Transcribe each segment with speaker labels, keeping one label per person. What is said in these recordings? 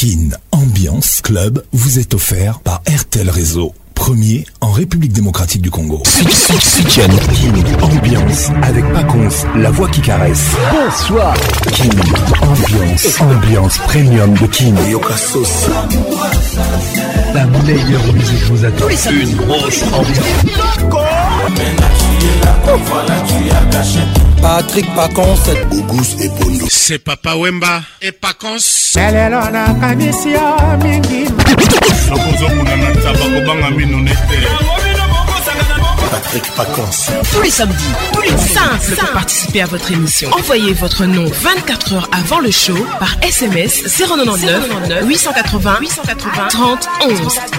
Speaker 1: Kin Ambiance Club vous est offert par RTL Réseau, premier en République démocratique du Congo. Kin Ambiance avec Paconce, la voix qui caresse.
Speaker 2: Bonsoir
Speaker 1: Kin Ambiance, ambiance premium de Kin. La meilleure musique vous attend. Une grosse
Speaker 3: Patrick Pacons,
Speaker 4: Auguste et Bondo. C'est Papa Wemba et Pacons.
Speaker 5: elelo nakanisia mingi
Speaker 4: nakozomona na taba kobanga mino ne te patrik pacons
Speaker 6: Tous les samedis, plus simple pour participer à votre émission. Envoyez votre nom 24 heures avant le show par SMS 099 880 880 30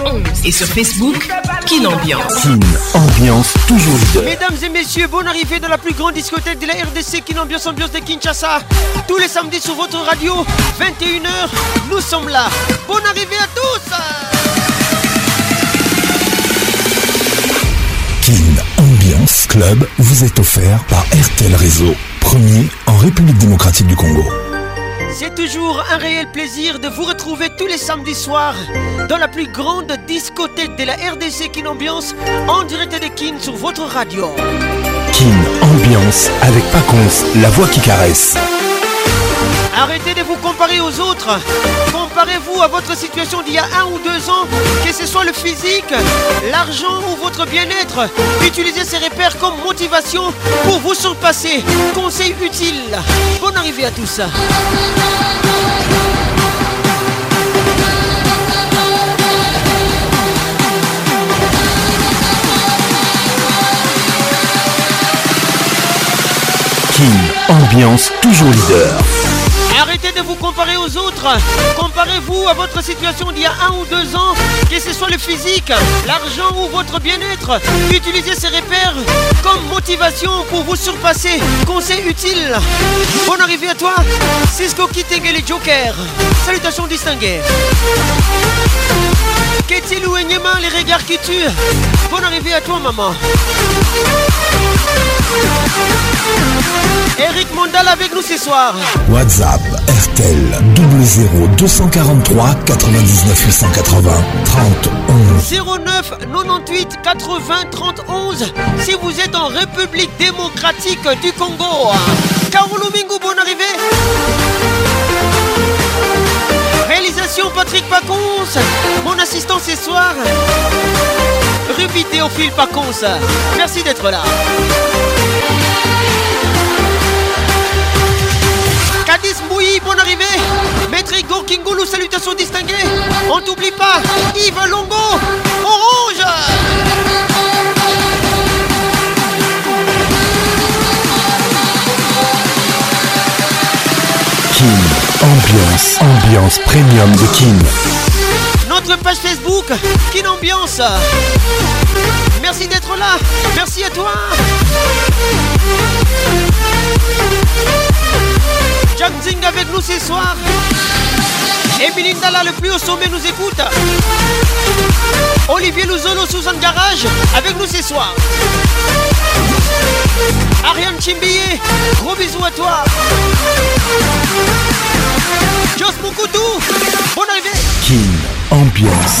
Speaker 6: 11 et sur Facebook Kin Ambiance.
Speaker 1: Kin Ambiance toujours leader.
Speaker 7: Mesdames et messieurs, bonne arrivée dans la plus grande discothèque de la RDC Kin Ambiance Ambiance de Kinshasa. Tous les samedis sur votre radio, 21h, nous sommes là. Bonne arrivée à tous
Speaker 1: Kin Ambiance Club vous est offert par RTL Réseau, premier en République démocratique du Congo.
Speaker 7: C'est toujours un réel plaisir de vous retrouver tous les samedis soirs dans la plus grande discothèque de la RDC Kin Ambiance en direct de Kin sur votre radio.
Speaker 1: Kin Ambiance avec Paconce, la voix qui caresse.
Speaker 7: Arrêtez de vous comparer aux autres. Comparez-vous à votre situation d'il y a un ou deux ans, que ce soit le physique, l'argent ou votre bien-être. Utilisez ces repères comme motivation pour vous surpasser. Conseil utile. Bonne arrivée à tous.
Speaker 1: Kin Ambiance toujours leader.
Speaker 7: Arrêtez de vous comparer aux autres. Comparez-vous à votre situation d'il y a un ou deux ans, que ce soit le physique, l'argent ou votre bien-être. Utilisez ces repères comme motivation pour vous surpasser. Conseil utile. Bonne arrivée à toi, Cisco Kitenge les Joker. Salutations distinguées. Qu'est-il ou Enyema, les regards qui tuent Bonne arrivée à toi, maman. Eric Mondal avec nous ce soir.
Speaker 1: WhatsApp RTL 00243 99 880 30 11.
Speaker 7: 09 98 80 31 si vous êtes en République démocratique du Congo. hein. Kaoulou Mingou, bonne arrivée. Réalisation Patrick Pacons, mon assistant ce soir. Ruby Théophile Pacons, merci d'être là. Kadis Mouy, bonne arrivée. Maître Igor Kingoulou, salutations distinguées. On t'oublie pas. Yves Longo, Orange.
Speaker 1: Kin Ambiance, ambiance premium de Kin.
Speaker 7: Notre page Facebook, Kin Ambiance. Merci d'être là. Merci à toi. Jack Zing avec nous ce soir. Et Belinda là, le plus haut sommet nous écoute. Olivier Luzolo, Suzanne Garage, avec nous ce soir. Ariane Chimbié, gros bisous à toi. Jos Moukoutou, bonne arrivée.
Speaker 1: Kin Ambiance,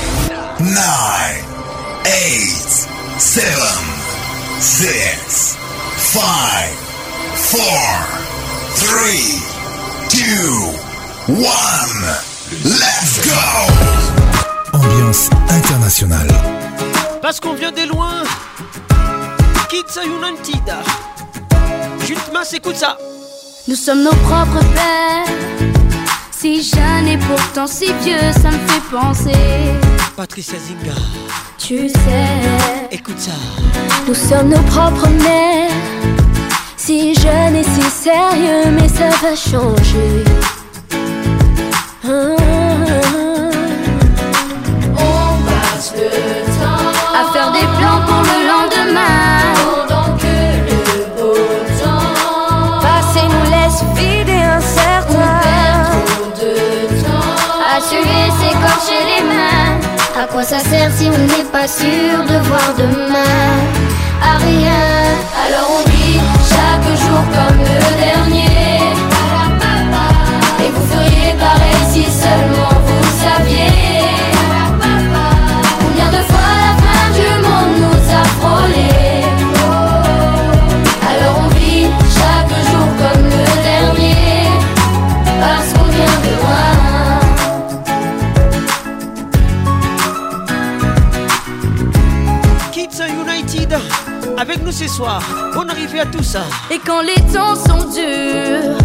Speaker 4: 10 9 8 7 6 5 4 3 2 1 let's go
Speaker 1: Ambiance internationale.
Speaker 7: Parce qu'on vient de loin. Kids United. Jutmas, écoute ça.
Speaker 8: Nous sommes nos propres pères. Si jeune et pourtant si vieux, ça me fait penser.
Speaker 7: Patricia Zinga,
Speaker 8: Tu sais,
Speaker 7: écoute ça.
Speaker 8: nous sommes nos propres mères. Si jeune et si sérieux, mais ça va changer. Ah,
Speaker 9: On passe le temps
Speaker 8: À faire des plans pour le lendemain.
Speaker 9: pendant que le beau temps
Speaker 8: Passer nous laisse vider ah, incertain.
Speaker 9: perd trop de temps.
Speaker 8: À suer, s'écorcher les mains. À quoi ça sert si on n'est pas sûr de voir demain À rien.
Speaker 9: Alors on vit chaque jour comme le dernier. Et vous feriez pareil si seulement vous saviez. Combien de fois la fin du monde nous a frôlés. Alors on vit chaque jour comme le dernier. Parce qu'on vient de loin.
Speaker 7: Kids United, avec nous ce soir, on arrive à hein. tout ça.
Speaker 9: Et quand les temps sont durs,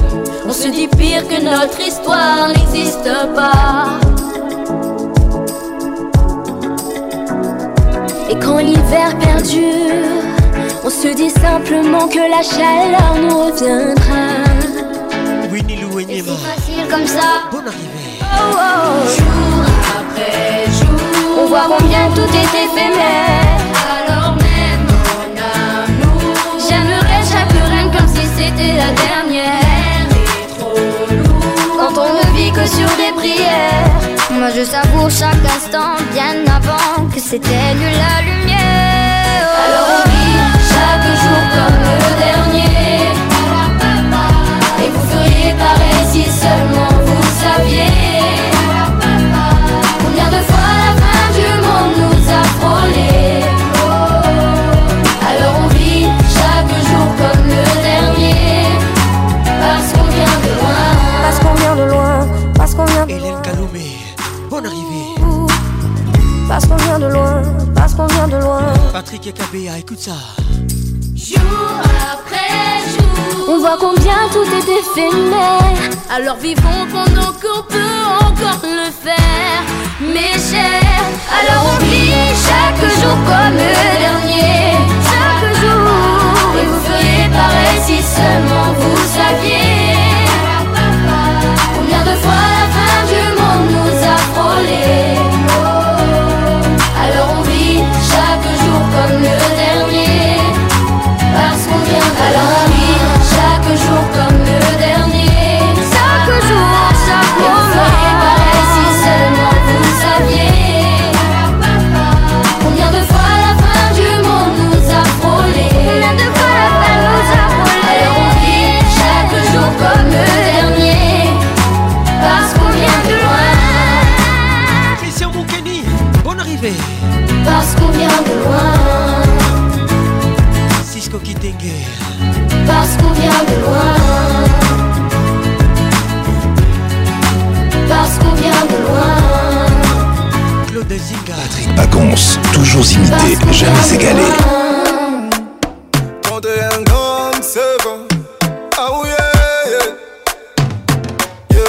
Speaker 9: on se dit pire que notre histoire n'existe pas.
Speaker 8: Et quand l'hiver perdure, on se dit simplement que la chaleur nous reviendra.
Speaker 7: Winnie Lou Enyema,
Speaker 8: Facile comme ça,
Speaker 7: bonne arrivée.
Speaker 8: oh oh.
Speaker 9: Jour après jour,
Speaker 8: On voit combien tout est éphémère.
Speaker 9: alors même en amour,
Speaker 8: J'aimerais chaque reine comme si c'était la dernière. Quand on ne vit que sur des prières. Moi je savoure chaque instant bien avant que s'éteigne la lumière.
Speaker 9: alors on vit chaque jour comme le dernier. Et vous feriez pareil si seulement vous saviez. Combien de fois la fin du monde nous a frôlés. Oh. Alors on vit chaque jour comme le dernier. Parce qu'on vient de loin.
Speaker 8: Parce qu'on vient de loin, parce qu'on vient de
Speaker 7: Hélène Kalomé, bonne arrivée.
Speaker 8: parce qu'on vient de loin, parce qu'on vient de loin.
Speaker 7: Patrick Ekabea, écoute ça.
Speaker 9: Jour après jour.
Speaker 8: On voit combien tout est éphémère.
Speaker 9: Alors vivons pendant qu'on peut encore le faire, mes chers. Alors on vit chaque jour comme le dernier, chaque jour. Et vous feriez pareil si seulement vous saviez. Combien de fois la fin du monde nous a frôlés. Alors on vit chaque jour comme le dernier, parce qu'on vient Alors on vit chaque jour comme le dernier, chaque jour, chaque moment. si seulement vous saviez combien de fois la fin du monde nous a frôlés. Combien de fois la fin nous a frôlés. Alors on vit chaque jour comme le dernier, parce qu'on vient de loin.
Speaker 7: Christian Moukeni, bonne arrivée.
Speaker 9: Parce qu'on vient de loin,
Speaker 7: Cisco Kitenge,
Speaker 9: parce qu'on vient de loin, parce qu'on vient de loin,
Speaker 7: Claude Zinga,
Speaker 1: Paconce, toujours imité, jamais égalé.
Speaker 10: Quand t'es un homme, c'est bon. Ah oui, yeah, yeah.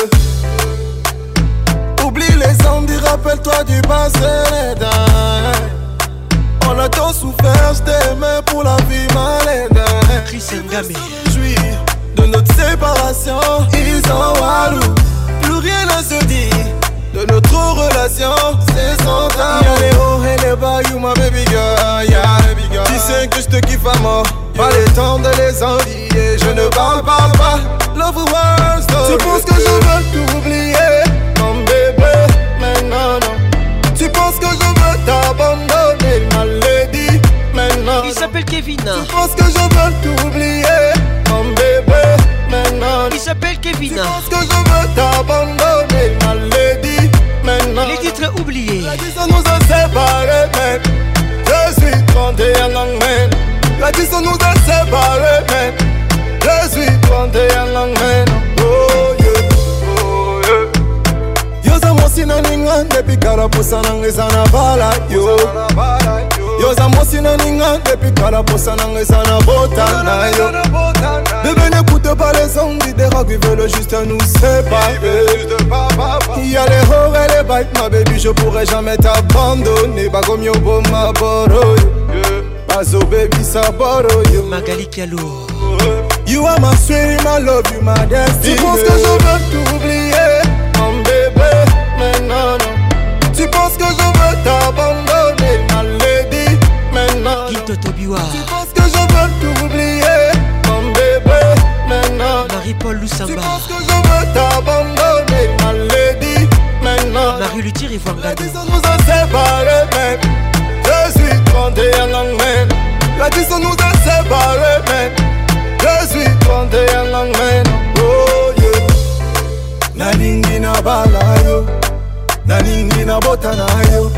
Speaker 10: Yeah. Oublie les Andes, rappelle-toi du passé, les dingues. On a tant souffert, je t'aimais pour la vie, ma les dingues.
Speaker 7: Chris Ngame,
Speaker 10: J'suis de notre séparation, ils en walou. Plus rien ne se dit de notre relation, c'est sans tabou. Y'a les hauts et les bas, you my baby girl, yeah, baby girl. Tu sais que je te kiffe à mort, pas le temps de les envier. Je ne parle, parle pas, love words, Tu penses que je veux t'oublier, mon bébé, mais non, non. Tu penses que je veux t'abandonner, ma lady, mais non.
Speaker 7: il s'appelle Kevin.
Speaker 10: Tu penses que je veux t'oublier, mon bébé, maintenant.
Speaker 7: Il s'appelle
Speaker 10: Tu
Speaker 7: Kevin.
Speaker 10: penses que je veux t'abandonner, ma lady, maintenant.
Speaker 7: Les titres oubliés.
Speaker 10: La vie, ça nous a séparés, man. Je suis 31 ans, man. La vie, ça nous a séparés, man. Je suis 31 ans, man. Oh, yeah. Oh, yeah. Yo, ça, moi, sinaninga. Depuis Karaposa, nangeza na bala, yo. Yo, ça, moi, sinaninga. Depuis Karaposa, nangeza na bota, na, yo. Bébé, n'écoute pas les ondes, des rats qui veulent juste nous séparer. Il y a les hauts et les bas, ma baby, je pourrais jamais t'abandonner. Pas comme yo, bon, ma boro, yo. Pas au baby, ça boro, yo.
Speaker 7: Magali Kialo,
Speaker 5: You are my sweetie, my love, you my destiny. Tu penses que je veux t'oublier, mon bébé, mais non, non. Tu penses que je veux t'abandonner, ma lady, mais non. non.
Speaker 7: Kito Tobiwa,
Speaker 5: Tu penses que je veux t'oublier, mon bébé, mais non. non.
Speaker 7: Marie-Paul
Speaker 5: Tu
Speaker 7: Loussamba,
Speaker 5: penses que je veux t'abandonner, ma lady, mais non. non.
Speaker 7: Marie-Luthier et
Speaker 5: La
Speaker 7: Wangado,
Speaker 5: distance nous a séparés, mais je suis 31 ans, mais la distance nous a séparés, mais je suis 31 ans, mais oh yeah. Naningi na balayo, naningi na botanayo,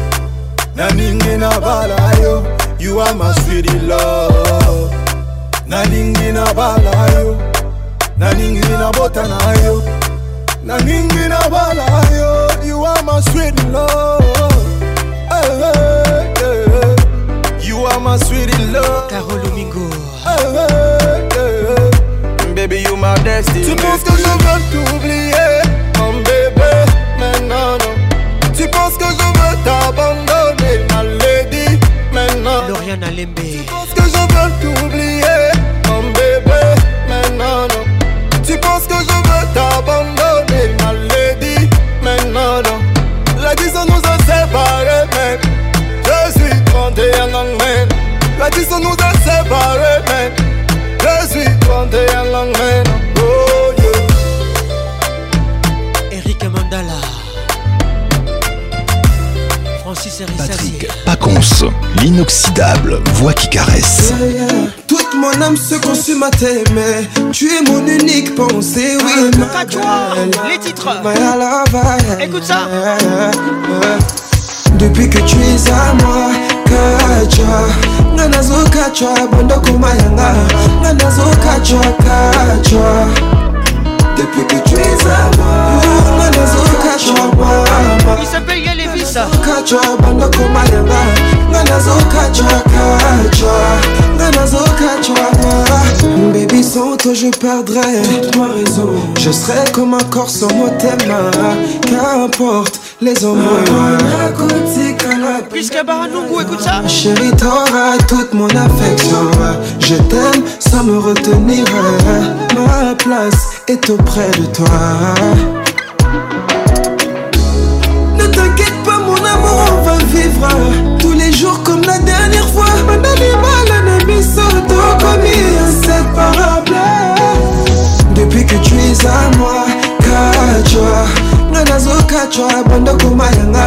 Speaker 5: naningi na balayo, you are my sweetie love. Naningi na balayo, naningi na botanayo. Na ningi na bala yo, you are my sweet love. Hey, hey, hey, hey. You are my sweet love.
Speaker 7: Carole Omingo,
Speaker 5: Hey, hey, hey, hey. Baby, you my destiny. Tu penses que je veux t'oublier, mon bébé, mais non, non. Tu penses que je veux t'abandonner, ma lady, mais non.
Speaker 7: Lauriane Alembe,
Speaker 5: Tu penses que je veux t'oublier, mon bébé, mais non, non. Tu penses que je veux t'abandonner, ma lady, mais non, non. La distance nous a séparés, mais je suis 31 ans, mais la distance nous a séparés, mais je suis 31 ans, mais oh yeah.
Speaker 7: Eric Mandala, Francis Erissasi,
Speaker 1: Patrick Paconce, l'inoxydable voix qui caresse.
Speaker 10: Toute mon âme se consume à t'aimer. Tu es mon unique pensée,
Speaker 7: Ah,
Speaker 10: oui. ma
Speaker 7: Patois,
Speaker 10: belle.
Speaker 7: les titres,
Speaker 10: My alibi.
Speaker 7: Écoute ça.
Speaker 10: Depuis que tu es à moi, kacha. Ngana zo kacha, bondoko mayanga. Ngana zo kacha, kacha. Depuis que tu es à moi, ngana zo kacha, mama.
Speaker 7: il s'appelle Yelevis,
Speaker 10: kacha bandako mayanga ngana zo kacha kacha ngana zo kacha Baby sans toi je perdrai ma raison Je serai comme un corps sans mot Qu'importe les hommes
Speaker 7: Prisca Baranungu, écoute ça,
Speaker 10: Chérie, t'auras toute mon affection. Je t'aime sans me retenir. Ma place est auprès de toi. Ne t'inquiète pas, mon amour, on va vivre tous les jours comme la dernière fois. Un animal, un ami, commis inséparable. Depuis que tu es à moi, Kachwa Nana zo Kachwa, banda kumayanga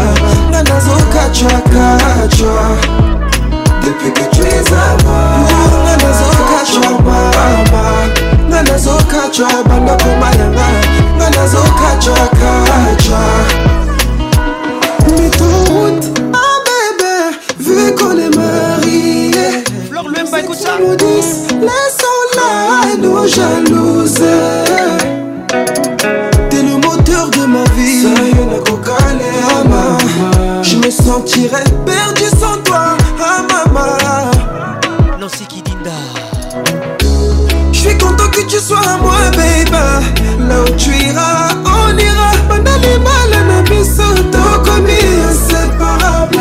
Speaker 10: Nana zo Kachwa, Kachwa Depuis que tu es à moi Nana zo Kachwa, mama Nana zo Kachwa, banda kumayanga Nana zo Kachwa, Kachwa Mais ton route, ah bébé Vu qu'on est mariés
Speaker 7: Flore Luemba, écoute ça,
Speaker 10: maudisse Laissons-la nous jalouser T'es le moteur de ma vie Ama. Je me sentirais perdu sans toi ah, maman
Speaker 7: Nancy Kidinda,
Speaker 10: Je suis content que tu sois à moi, baby. Là où tu iras, on ira. Mon animal, un ami sans commis inséparable.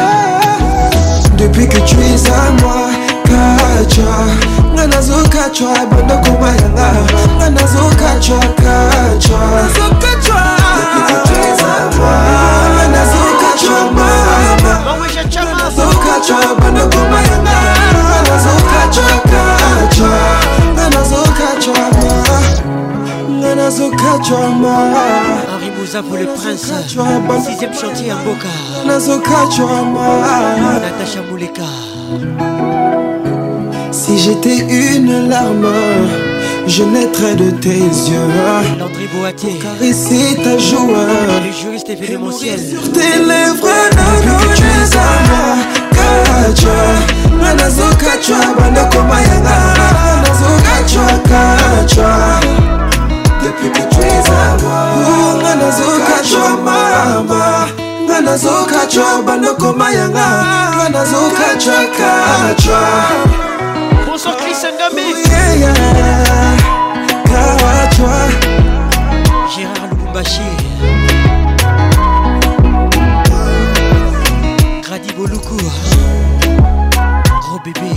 Speaker 10: Depuis que tu es à moi, Kacha. Nanazo Kacha, bando kumayanga. Nanazo Kacha, Kacha. Nanazo Kacha. Depuis que tu es à moi, Nanazo Kacha, mama.
Speaker 7: Maweja Chama,
Speaker 10: Nazokacha, bando kumayana Nazokacha, kacha Nazokacha, ma Nazokacha, ma
Speaker 7: Henri Mouza pour le prince, sixième chantier à Boca,
Speaker 10: Nazokacha, ma
Speaker 7: Natacha Mouleka,
Speaker 10: Si j'étais une larme Je naîtrais de tes yeux
Speaker 7: Landry Boatier,
Speaker 10: Caresser ta joie
Speaker 7: le juriste événementiel,
Speaker 10: Sur tes lèvres, non, non, tu es à moi Kacha, nanazo kacha, bando komayanga Nanazo kacha, kacha Depuis que tu es à moi Nanazo kacha, mama Nanazo kacha, bando komayanga Nanazo kacha, kacha
Speaker 7: bonsoir Chris Ngame,
Speaker 10: Yeah, yeah Kacha
Speaker 7: Gérard Lubumbashi, Gradi Boloukou, Gros Bébé,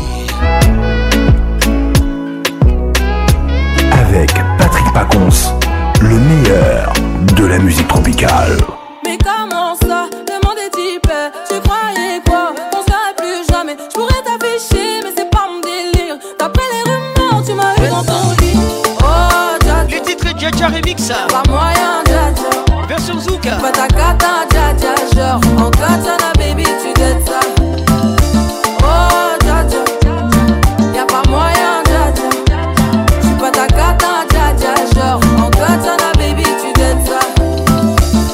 Speaker 1: la musique tropicale.
Speaker 11: Mais comment ça Le monde est type Tu croyais quoi On serait plus jamais Je pourrais t'afficher mais c'est pas mon délire D'après les rumeurs tu m'as eu dans ton lit Oh Dja
Speaker 7: Le titre est Dja Dja Remix
Speaker 11: Pas moyen Dja Dja
Speaker 7: Version Zouk
Speaker 11: Pas ta kata Dja Dja Genre en katana baby tu dettes ça Oh Dja Dja Y'a pas moyen Dja Dja J'suis pas ta kata Dja Dja Genre en katana baby tu dettes ça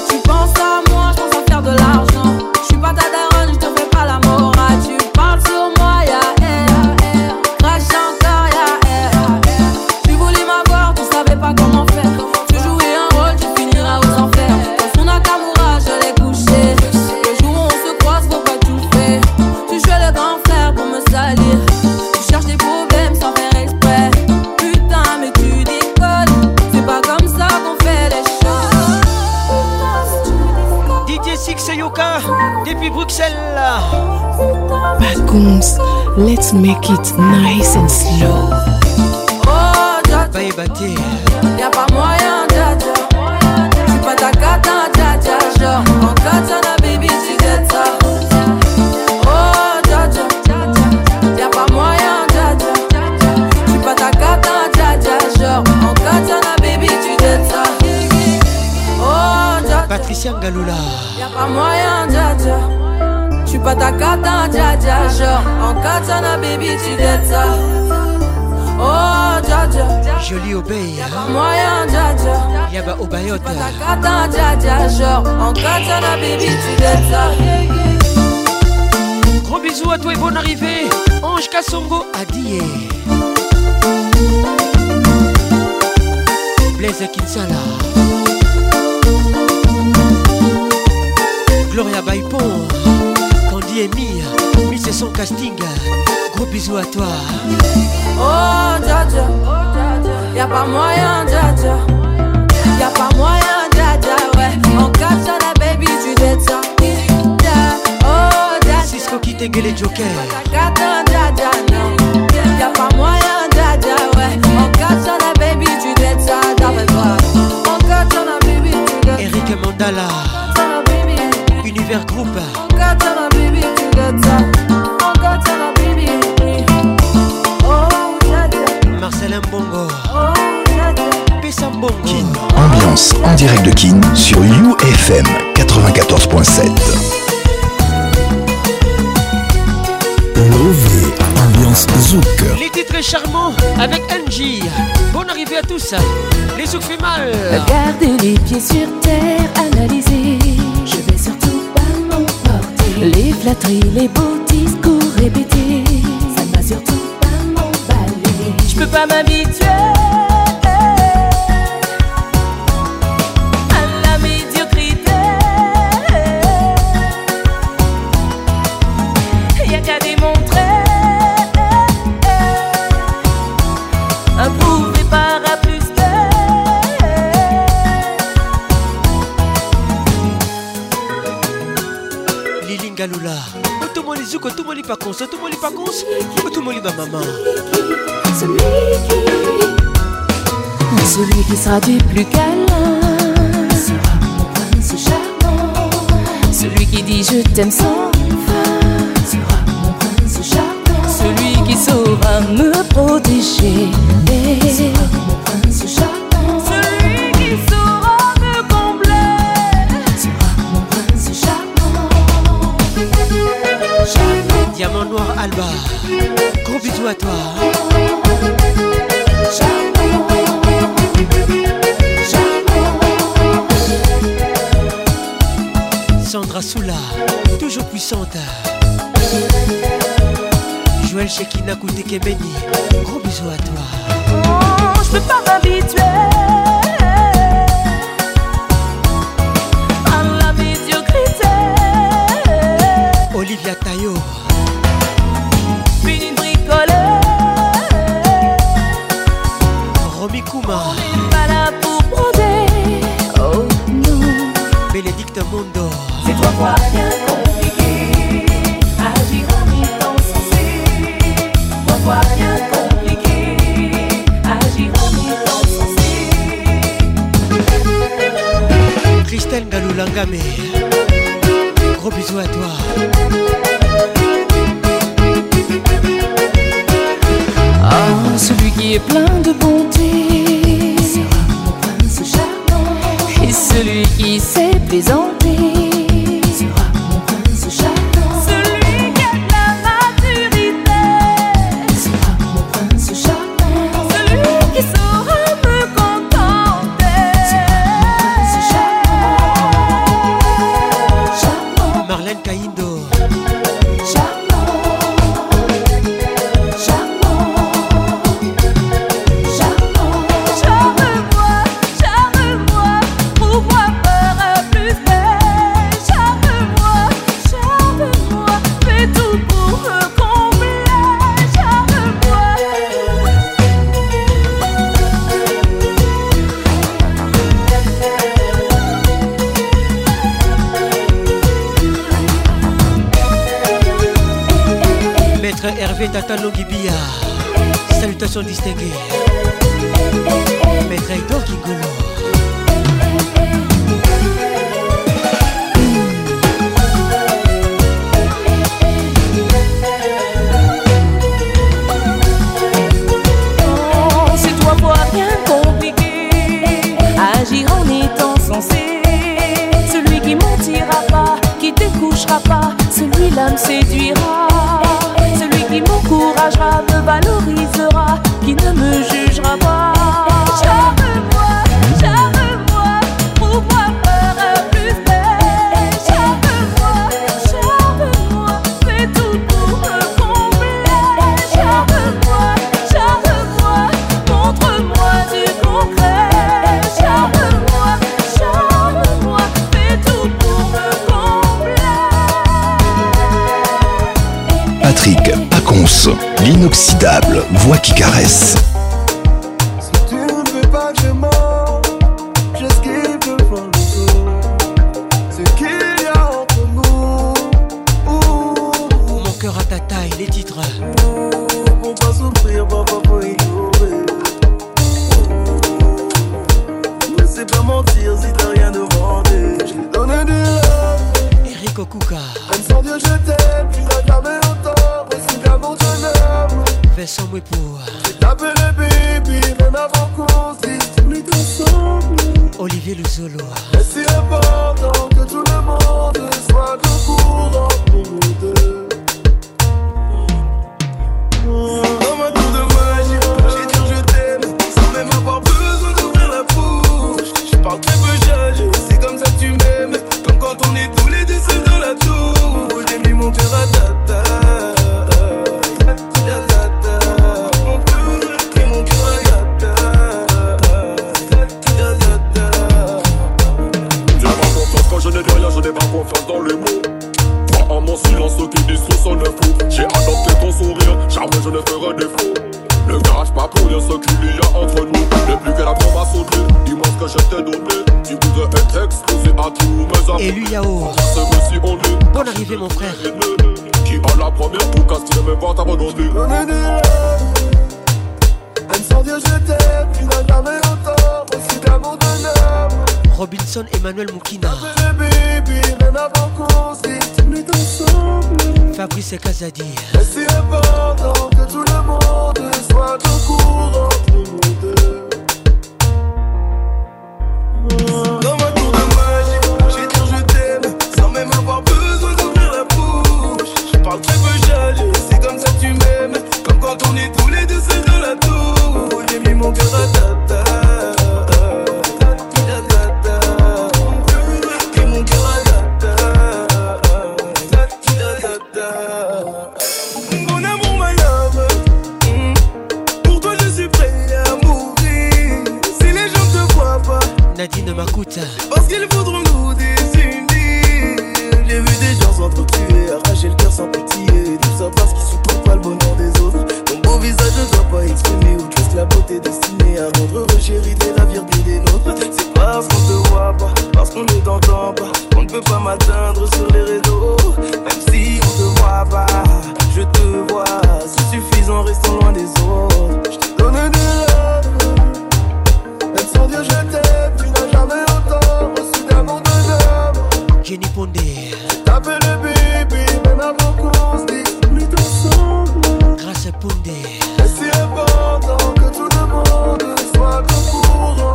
Speaker 11: tu penses à moi, je pense à faire de l'argent. Je suis pas ta daronne, je te fais pas la morale. Tu parles sur moi, ya air. Crash encore, ya air. Tu voulais m'avoir, tu savais pas comment faire. Tu jouais un rôle, tu finiras aux enfers. Dans son Nakamura, je l'ai couché. Le jour où on se croise, faut pas tout faire. Tu jouais le grand frère pour me salir. Tu cherches des problèmes sans faire exprès. Putain, mais tu déconnes. C'est pas comme ça qu'on fait les choses.
Speaker 7: DJ Six et Yoka depuis Bruxelles.
Speaker 12: Pacons, let's make it nice and slow.
Speaker 11: Oh, Dja Dja.
Speaker 7: Bye Baté.
Speaker 11: Y'a pas moyen, dja dja. J'suis pas ta cata, dja dja. Genre, en katana, baby, tu dettes ça. Oh, dja dja. Y'a pas moyen, dja dja. J'suis pas ta cata, dja dja. Genre, en katana, baby, tu dettes ça. Oh, dja dja.
Speaker 7: Patricia Ngaloula.
Speaker 11: Y'a pas moyen, dja dja. J'suis pas ta cata, dja dja. Genre, en katana, baby, tu dettes ça. Oh, dja dja.
Speaker 7: Jolie Obey.
Speaker 11: Y'a pas moyen, dja dja.
Speaker 7: Yaba Obayot.
Speaker 11: Ta kata, dja, dja, genre En katana, baby, tu dettes ça
Speaker 7: Gros bisous à toi et bonne arrivée. Ange Kassongo Adie. Blaise Kinsala. Gloria Baipo. Candy Emi. Miss et son casting. Gros bisous à toi.
Speaker 11: Oh, dja, dja Y'a pas moyen, dja, dja Y'a pas moyen, dja, dja, ouais En katana, baby, tu dettes ça Dja, Oh, dja, dja
Speaker 7: Cisco qui gueulé Joker.
Speaker 11: Ta kata, dja, dja, non Y'a pas moyen, dja, dja, ouais En katana, baby, tu dettes ça T'as fait quoi En katana, baby, tu dettes
Speaker 7: Eric Mandala.
Speaker 11: ça baby
Speaker 7: Univers Group.
Speaker 11: Katana baby, tu gâtes ça. Oh, Katana baby. Oh, Katana.
Speaker 7: Marcelin Bongo.
Speaker 11: Oh, Katana.
Speaker 7: Pessam Bongo.
Speaker 1: Ambiance en direct de Kin sur UFM 94.7. Lové, ambiance zouk.
Speaker 7: Les titres charmants avec NG. Bonne arrivée à tous. Les souks fait mal.
Speaker 13: Euh, Garder les pieds sur terre, analyser. Je vais surtout pas m'emporter. Les flatteries, les beaux discours répétés. Ça ne va surtout pas m'emballer.
Speaker 11: Je peux pas m'habituer. à la médiocrité. Y a qu'à démontrer. Approuvé par A plus B.
Speaker 7: Lilingalula. Otomoli zouk, otomoli pakons, otomoli pakons, otomoli ba maman.
Speaker 13: Celui qui, celui qui sera du plus câlin, sera mon prince charmant. Celui qui dit je t'aime sans fin, sera mon prince charmant. Celui qui saura me protéger, sera mon prince charmant.
Speaker 11: Celui qui saura me combler.
Speaker 13: Sera mon prince charmant. Jamais,
Speaker 7: Diamant noir Alba. Gros bisous à toi.
Speaker 13: jamais, jamais.
Speaker 7: Sandra Soula. Toujours puissante. Joël Shekina Koutekebeni. Gros bisous à toi.
Speaker 11: Oh, Je peux pas m'habituer à la médiocrité.
Speaker 7: Olivia Tayo.
Speaker 11: Fini de bricoler.
Speaker 7: Romy Kouma.
Speaker 11: Pas là pour broder.
Speaker 13: Oh non.
Speaker 7: Bénédicte Mondo.
Speaker 13: Agir en étant censé, trois fois bien compliqué. Agir en étant censé.
Speaker 7: Christelle Galoulangame. Gros bisous à toi.
Speaker 13: Oh, celui qui est plein de bonté sera mon prince charmant. Et celui qui sait plaisanter sera mon prince charmant. Celui qui a de la maturité sera mon prince charmant. Celui qui saura me contenter sera mon prince charmant.
Speaker 7: Marlène Caïndo.
Speaker 13: Charme-moi, charme-moi, trouve-moi peur plus belle. Charme-moi, charme-moi, fais tout pour me combler. Charme-moi.
Speaker 7: Maître Hervé Tatano Gibia. Salutations distinguées. Maître Hector Kigolo.
Speaker 13: Oh, c'est trois fois bien compliqué. Agir en étant censé. Celui qui mentira pas, qui te couchera pas, celui-là me séduira. Celui qui m'encouragera, me valorisera, qui ne me jugera pas. Charme-moi, charme-moi, trouve-moi peur plus belle. Charme-moi, charme-moi, fais tout pour me combler. Charme-moi, charme-moi, montre-moi du concret. Charme-moi, charme-moi, fais tout pour me combler.
Speaker 1: Patrick Pacons, l'inoxydable voix qui caresse.
Speaker 5: Tu ne veux pas que je mens, j'esquive le point de vue. Ce qu'il y a entre nous,
Speaker 7: Mon cœur à ta taille, les titres.
Speaker 5: on va souffrir, papa, pour y trouver. Ne sais pas mentir si t'as rien demandé. Je t'ai donné du love,
Speaker 7: Eric Okuka.
Speaker 5: même sans Dieu je t'aime. Tu n'as jamais autant précis qu'avant jeune homme.
Speaker 7: Vincent Mwepo.
Speaker 5: J'ai tapé les bébés, même avant qu'on se dise, on est ensemble.
Speaker 7: Olivier Luzolo.
Speaker 5: Et C'est important que tout le monde soit au courant pour nous deux. Dans ma tour de magie, j'ai dit je t'aime sans même avoir besoin d'ouvrir la bouche. Je parle très peu j'agis, c'est comme ça que tu m'aimes. Comme quand on est tous les deux seuls dans la tour. J'ai mis mon cœur à ta taille. Ta taille. Mon cœur, j'ai mis mon cœur à ta taille. Ta taille.
Speaker 4: Dieu pas confiance quand je n'ai de rien, je n'ai pas confiance dans les mots. Crois en mon silence, ceux qui disent sont le faux. J'ai adopté ton sourire, jamais je ne ferai défaut. Ne gâche pas pour rien ce qu'il y a entre nous. N'est plus que la bombe à sauter, dis-moi ce que je t'ai donné. Tu voudrais être exposé à tous mes amis.
Speaker 7: Élu Yao.
Speaker 4: Embrasse-moi si on est.
Speaker 7: Bonne arrivée, mon frère.
Speaker 4: Qui a la première pour casser mes ventes abandonnées.
Speaker 5: Donner du love, même sans Dieu je t'aime, tu n'as jamais autant aussi d'amour d'un homme.
Speaker 7: Robinson Emmanuel Moukina.
Speaker 5: Appelle baby, même avant qu'on se dise, on est ensemble.
Speaker 7: Fabrice Kazadi.
Speaker 5: Et c'est important que tout le monde soit au courant pour nous deux. Dans ma tour de magie, j'ai dit je t'aime sans même avoir besoin d'ouvrir la bouche. Je parle très peu jaloux, c'est comme ça que tu m'aimes. Comme quand on est tous les deux seuls dans la tour. J'ai mis mon cœur à ta taille. J'ai mis mon cœur à ta taille. Mon amour, my love. Mm. Pour toi, je suis prêt à mourir. Si les gens te voient pas.
Speaker 7: Nadine Makuta.
Speaker 5: Parce qu'ils voudront nous désunir. J'ai vu des gens s'entretuer, arracher le cœur sans pitié. Tout ça parce qu'ils supportent pas le bonheur des autres. Ton beau visage ne doit pas exprimer ou juste la beauté destinée à rendre heureux, chérie, des navires bien des nôtres. C'est parce qu'on te voit pas, parce qu'on ne t'entend pas. On ne peut pas m'atteindre sur les réseaux. Même si on te voit pas, je te vois. C'est suffisant, restons loin des autres. Je te donne de l'or. Même sans Dieu, je t'aime, tu n'as jamais autant reçu d'amour de
Speaker 7: Jenny Pondé.
Speaker 14: T'appelles baby, même avant qu'on se dise plus ensemble.
Speaker 7: Grâce à Pondé.
Speaker 14: Et c'est important que tout le monde soit au courant.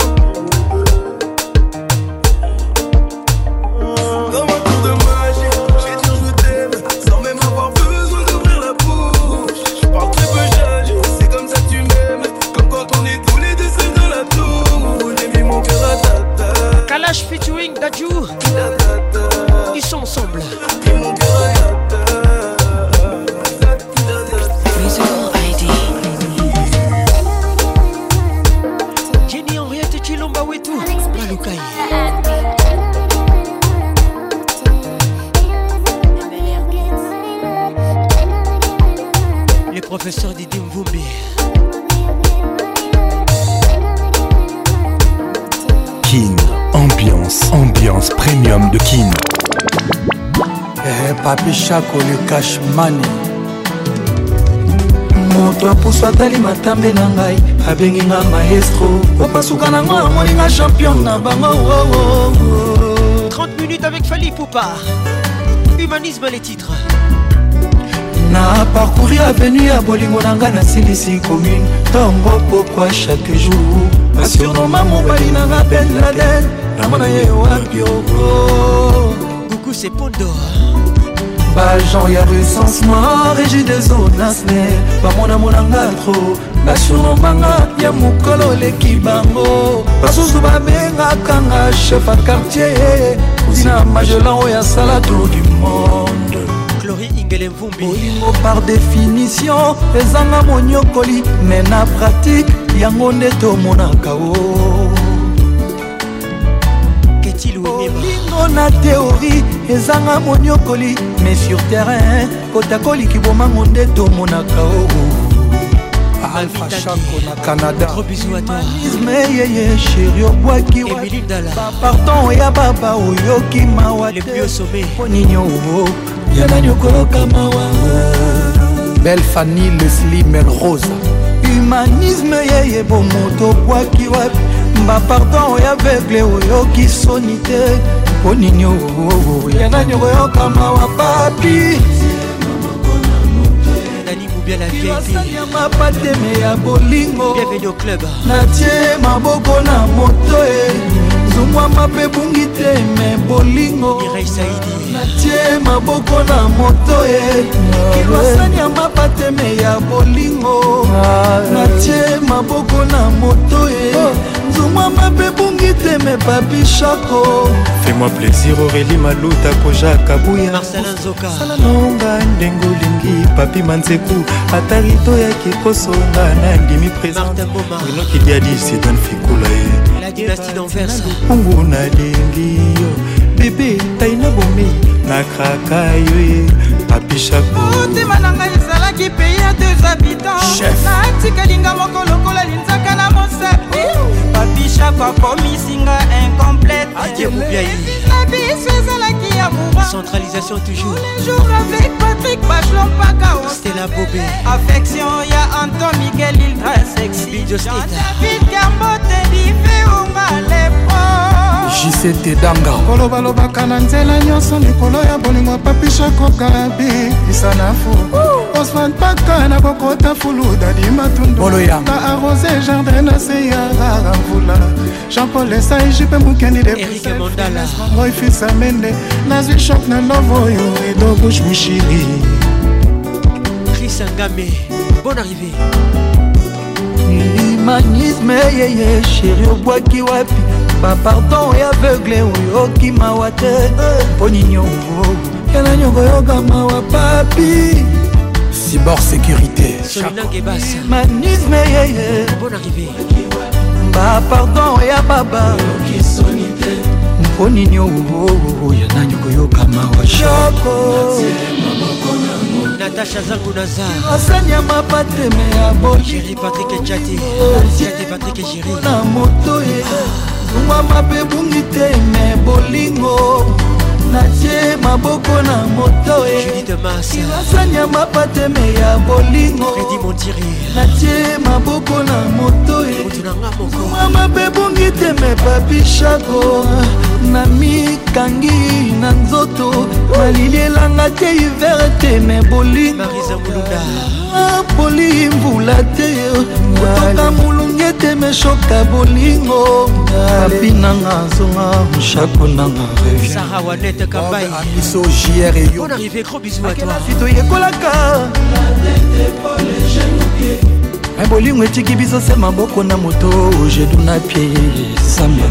Speaker 14: Dans ma tour de magie, j'ai dit je t'aime, sans même avoir besoin d'ouvrir la bouche. Je parle très peu jaloux, c'est comme ça que tu m'aimes. Comme quand on est tous les deux seuls dans la tour. J'ai mis mon cœur à ta tête.
Speaker 7: Kalash featuring Dadju. Ils sont ensemble. Jenny Henriette Chilomba Wetu. Malukai. Le professeur Didi Mvumbi.
Speaker 1: Kin, ambiance, ambiance premium de Kin.
Speaker 15: Eh, papi chako le cash money moto apusu atali matambe na ngai abengi nga maestro opasuka nango amoni nga champion na bango oh, oh, oh.
Speaker 7: 30 minutes avec Fali Poupa. Humanisme les titres.
Speaker 15: na parcouri avenu ya bolingo na ngai nasilisi commune ntongo pokwa chaque jour nasionoma mobali na nga ben laden namona ye wapi oko
Speaker 7: Coucou c'est Pondo.
Speaker 15: bajan ya recensement régi des onasne bamonamonanga tro nationomanga ya mokolo oleki bango basusu babengaka nga chef a quartier kozina magelan oyo asala tour du monde
Speaker 7: Chlori Ingele Mvumbi.
Speaker 15: bolingo par définition ezanga monyokoli me na pratike yango nde tomonaka o bolingo na teori ezanga monyokoli me sur terrain kotakoliki bomango nde tomonaka o alpha chako na canada humanisme yeye sheri obwaki baparton oya oh, baba oyoki mawa te mpo nini oo oh, ya nani okoloka mawa belle fanny lesli melrose humanisme yeye bomoto obwaki wapi bapardon oyo aveugle oyoki soni te mpo nini oo oh, ya nani okoyoka mawa papi
Speaker 7: Dani Moubia la VIP.
Speaker 15: basali ya mapateme ya bolingo
Speaker 7: Bienvenue au club.
Speaker 15: natie maboko na moto e zungwama mpe bungi te me bolingo natie maboko na moto e kilwasani ya mapateme ya bolingo natie maboko na moto e
Speaker 16: Oh.
Speaker 15: zungwama mpe bungi te me papi shako
Speaker 16: Fais-moi plaisir Aurélie Malouta Koja Kabuya
Speaker 7: Marcelin Zoka
Speaker 16: Sala nonga ndenge olingi papi manzeku ata rito yaki kosonga nandimi présentenokidiadi sidan fikula ye
Speaker 7: La dynastie d'Anvers.
Speaker 16: ngu nalingi yo bebe tai na bomi nakraka yo ye papi shako
Speaker 10: motema na ngai ezalaki pei ya deux habitants natikalinga moko lokola linzaka na mosapi babishako akomisinga
Speaker 7: Akie Moubiaï.
Speaker 10: incompleteebiza biso ezalaki ya moura
Speaker 7: Centralisation toujours.
Speaker 10: jour avec patrik bachelon mpaka o
Speaker 7: Stella Bobé.
Speaker 10: affection ya anton miguel ildra sexi david kambote dife onga lepro
Speaker 15: jct danga
Speaker 17: kolobalobaka na nzela nyonso likolo ya bolingo papishako karabi isanafu osman paka na kokota fulu dadi matundu
Speaker 15: Boloya.
Speaker 17: na arose jardin na se ya rara mvula Ah. jean-paul esai jipe mokendi
Speaker 7: Eric Mandala.
Speaker 17: roy fisa mende nazwi shok na love oyo edo bush mushiri
Speaker 7: Chris Angame. Bonne arrivée.
Speaker 15: humanisme yeye sheri obwaki wapi bapardon oyo aveugle oyoki mawa te
Speaker 16: eh.
Speaker 15: mpo nini ongo
Speaker 16: oh.
Speaker 15: yana nyongo yoka mawa papi
Speaker 1: Cyber sécurité.
Speaker 7: Solina Gebas.
Speaker 15: humanisme yeye
Speaker 7: Bonne arrivée.
Speaker 15: bapardon oya baba mpo nini
Speaker 16: oh,
Speaker 15: ongo yana nyongo yoka mawa shoko
Speaker 7: Natacha Zangunaza.
Speaker 15: asani ya mapateme ya bolingo
Speaker 7: Jerry Patrick et Chati.
Speaker 15: Oh,
Speaker 7: Chati Patrick et Jerry.
Speaker 15: na moto ye zungwama mpe bungi te me bolingo natie maboko na moto
Speaker 7: Julie
Speaker 15: ye
Speaker 7: de Mars.
Speaker 15: asania mapateme ya bolingo
Speaker 7: Freddy Montiré.
Speaker 15: natie maboko na moto ye
Speaker 7: Otunanga Moko.
Speaker 15: zungwama mpe bungi te me papi shako na mikangi na nzoto nzoto malili elanga te ivere te me bolingopoli mbula te kotoka molungi ete meshoka bolingo papi nanga zonga mshako nanga
Speaker 7: Sarah Wanette Kambaye.
Speaker 15: Amiso JR et
Speaker 7: Bonne arrivée, gros bisous à toi.
Speaker 15: fito yekolaka me bolingo etiki biso se maboko na moto jedu na pie samba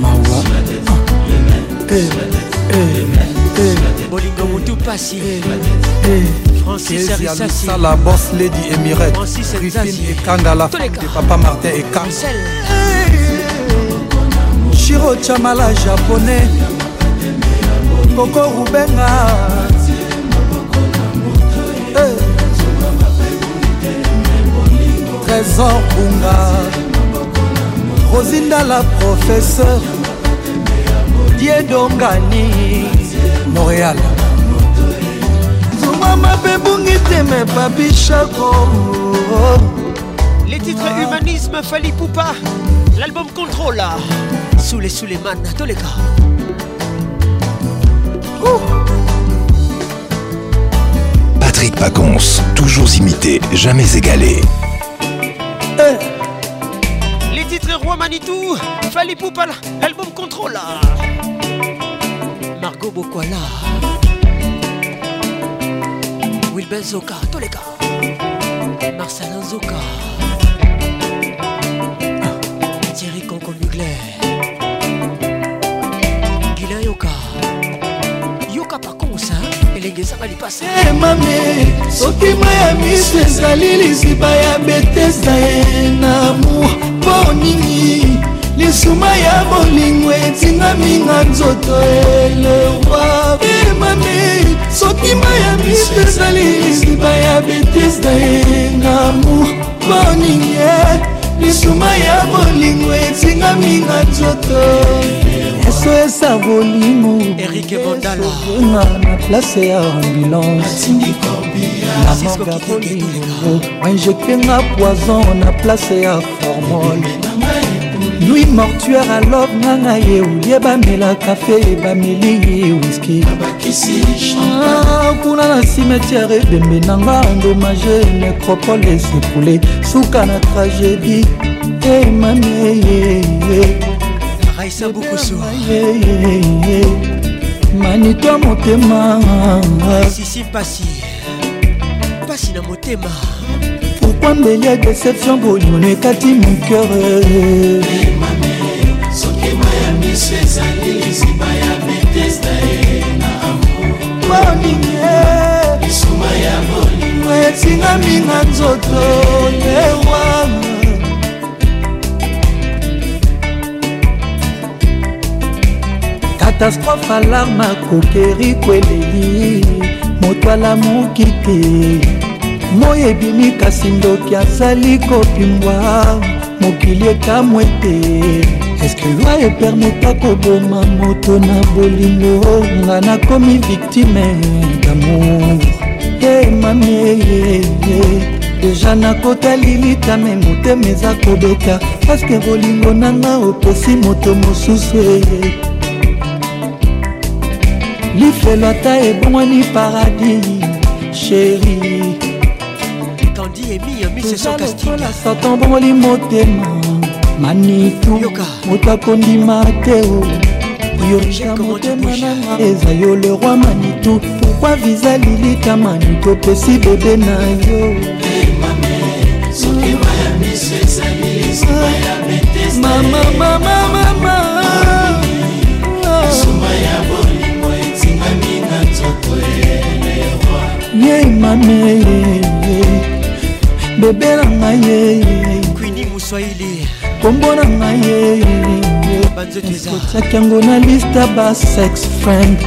Speaker 15: mawa Eh, eh, eh.
Speaker 7: Bolingo Moutou Passi. Francis
Speaker 15: Kezi
Speaker 7: Arissassi.
Speaker 15: Alissa, la boss lady Emirette Rifine Ekanga la femme de papa Martin Ekanga Shiro Chamala japonais Coco Rubenga Eh. Trésor Bunga Rosinda la professeure Diedo Ngani Montréal Zuma mabe bungi teme papi shako
Speaker 7: Les titres Humanisme, Fali Poupa. L'album Contrôle. Sous les sous les man, tous les gars.
Speaker 1: Patrick Paconce, toujours imité, jamais égalé.
Speaker 7: Eh. Les titres Roi Manitou, Fali Poupa, l'album Contrôle. Margot Bokwala. Wilben Zoka, tous les gars. Marcelin Zoka. Ah, Thierry Conco Mugler. Guilain Yoka. Yoka Paconce, hein. Elenge, ça va lui passer.
Speaker 15: Eh, emame soki ma ya miso ezali liziba ya betesda ye na amour mpo nini lisuma ya bolingo etingami na nzoto eleroi emame soki ma ya miso ezali liziba ya betesda ye na amour mpo nini lisuma ya bolingo etingami na nzoto sos ya bolingo erike bondala na place ya ah, ambulance injectenga poison na place ya formol nui mortuare alor nganga ye olie bamela kafe bameli wiski Ah, kuna na cimetiare ebembe nanga endomage necropole esekule suka na tragédie Eh, emameye eh.
Speaker 7: Raissa Boukoussou.
Speaker 15: eh. manito motema
Speaker 7: Sissi Passi. Passi na motema.
Speaker 15: pourkui mbeli ya déception boyono ekati monkeur etingami na nzoto yewa catastrophe alarme akokeri kweleli moto alamuki te moi ebimi kasi ndoki azali kopimbwa mokili ekamwe te eske lwa epermeta koboma moto na bolingo nga nakomi viktime damour e mami e, e. deja nakotali litame motema eza kobeta paske bolingo nanga opesi moto mosusu e. lifelo ata ebongwani e paradis sheri
Speaker 7: Candy et Mia, Miss et son casting.
Speaker 15: lokola satan bongoli motema manitu moto akondima te o yoja motema nanga eza yo le roi manitu pourkui viza lilika manitu opesi bebe na yo mama mama mama ye mame bebe na ngai ye
Speaker 7: Queenie Moussoaili.
Speaker 15: kombo na ngai ye otiaki yango na lista ba sex friend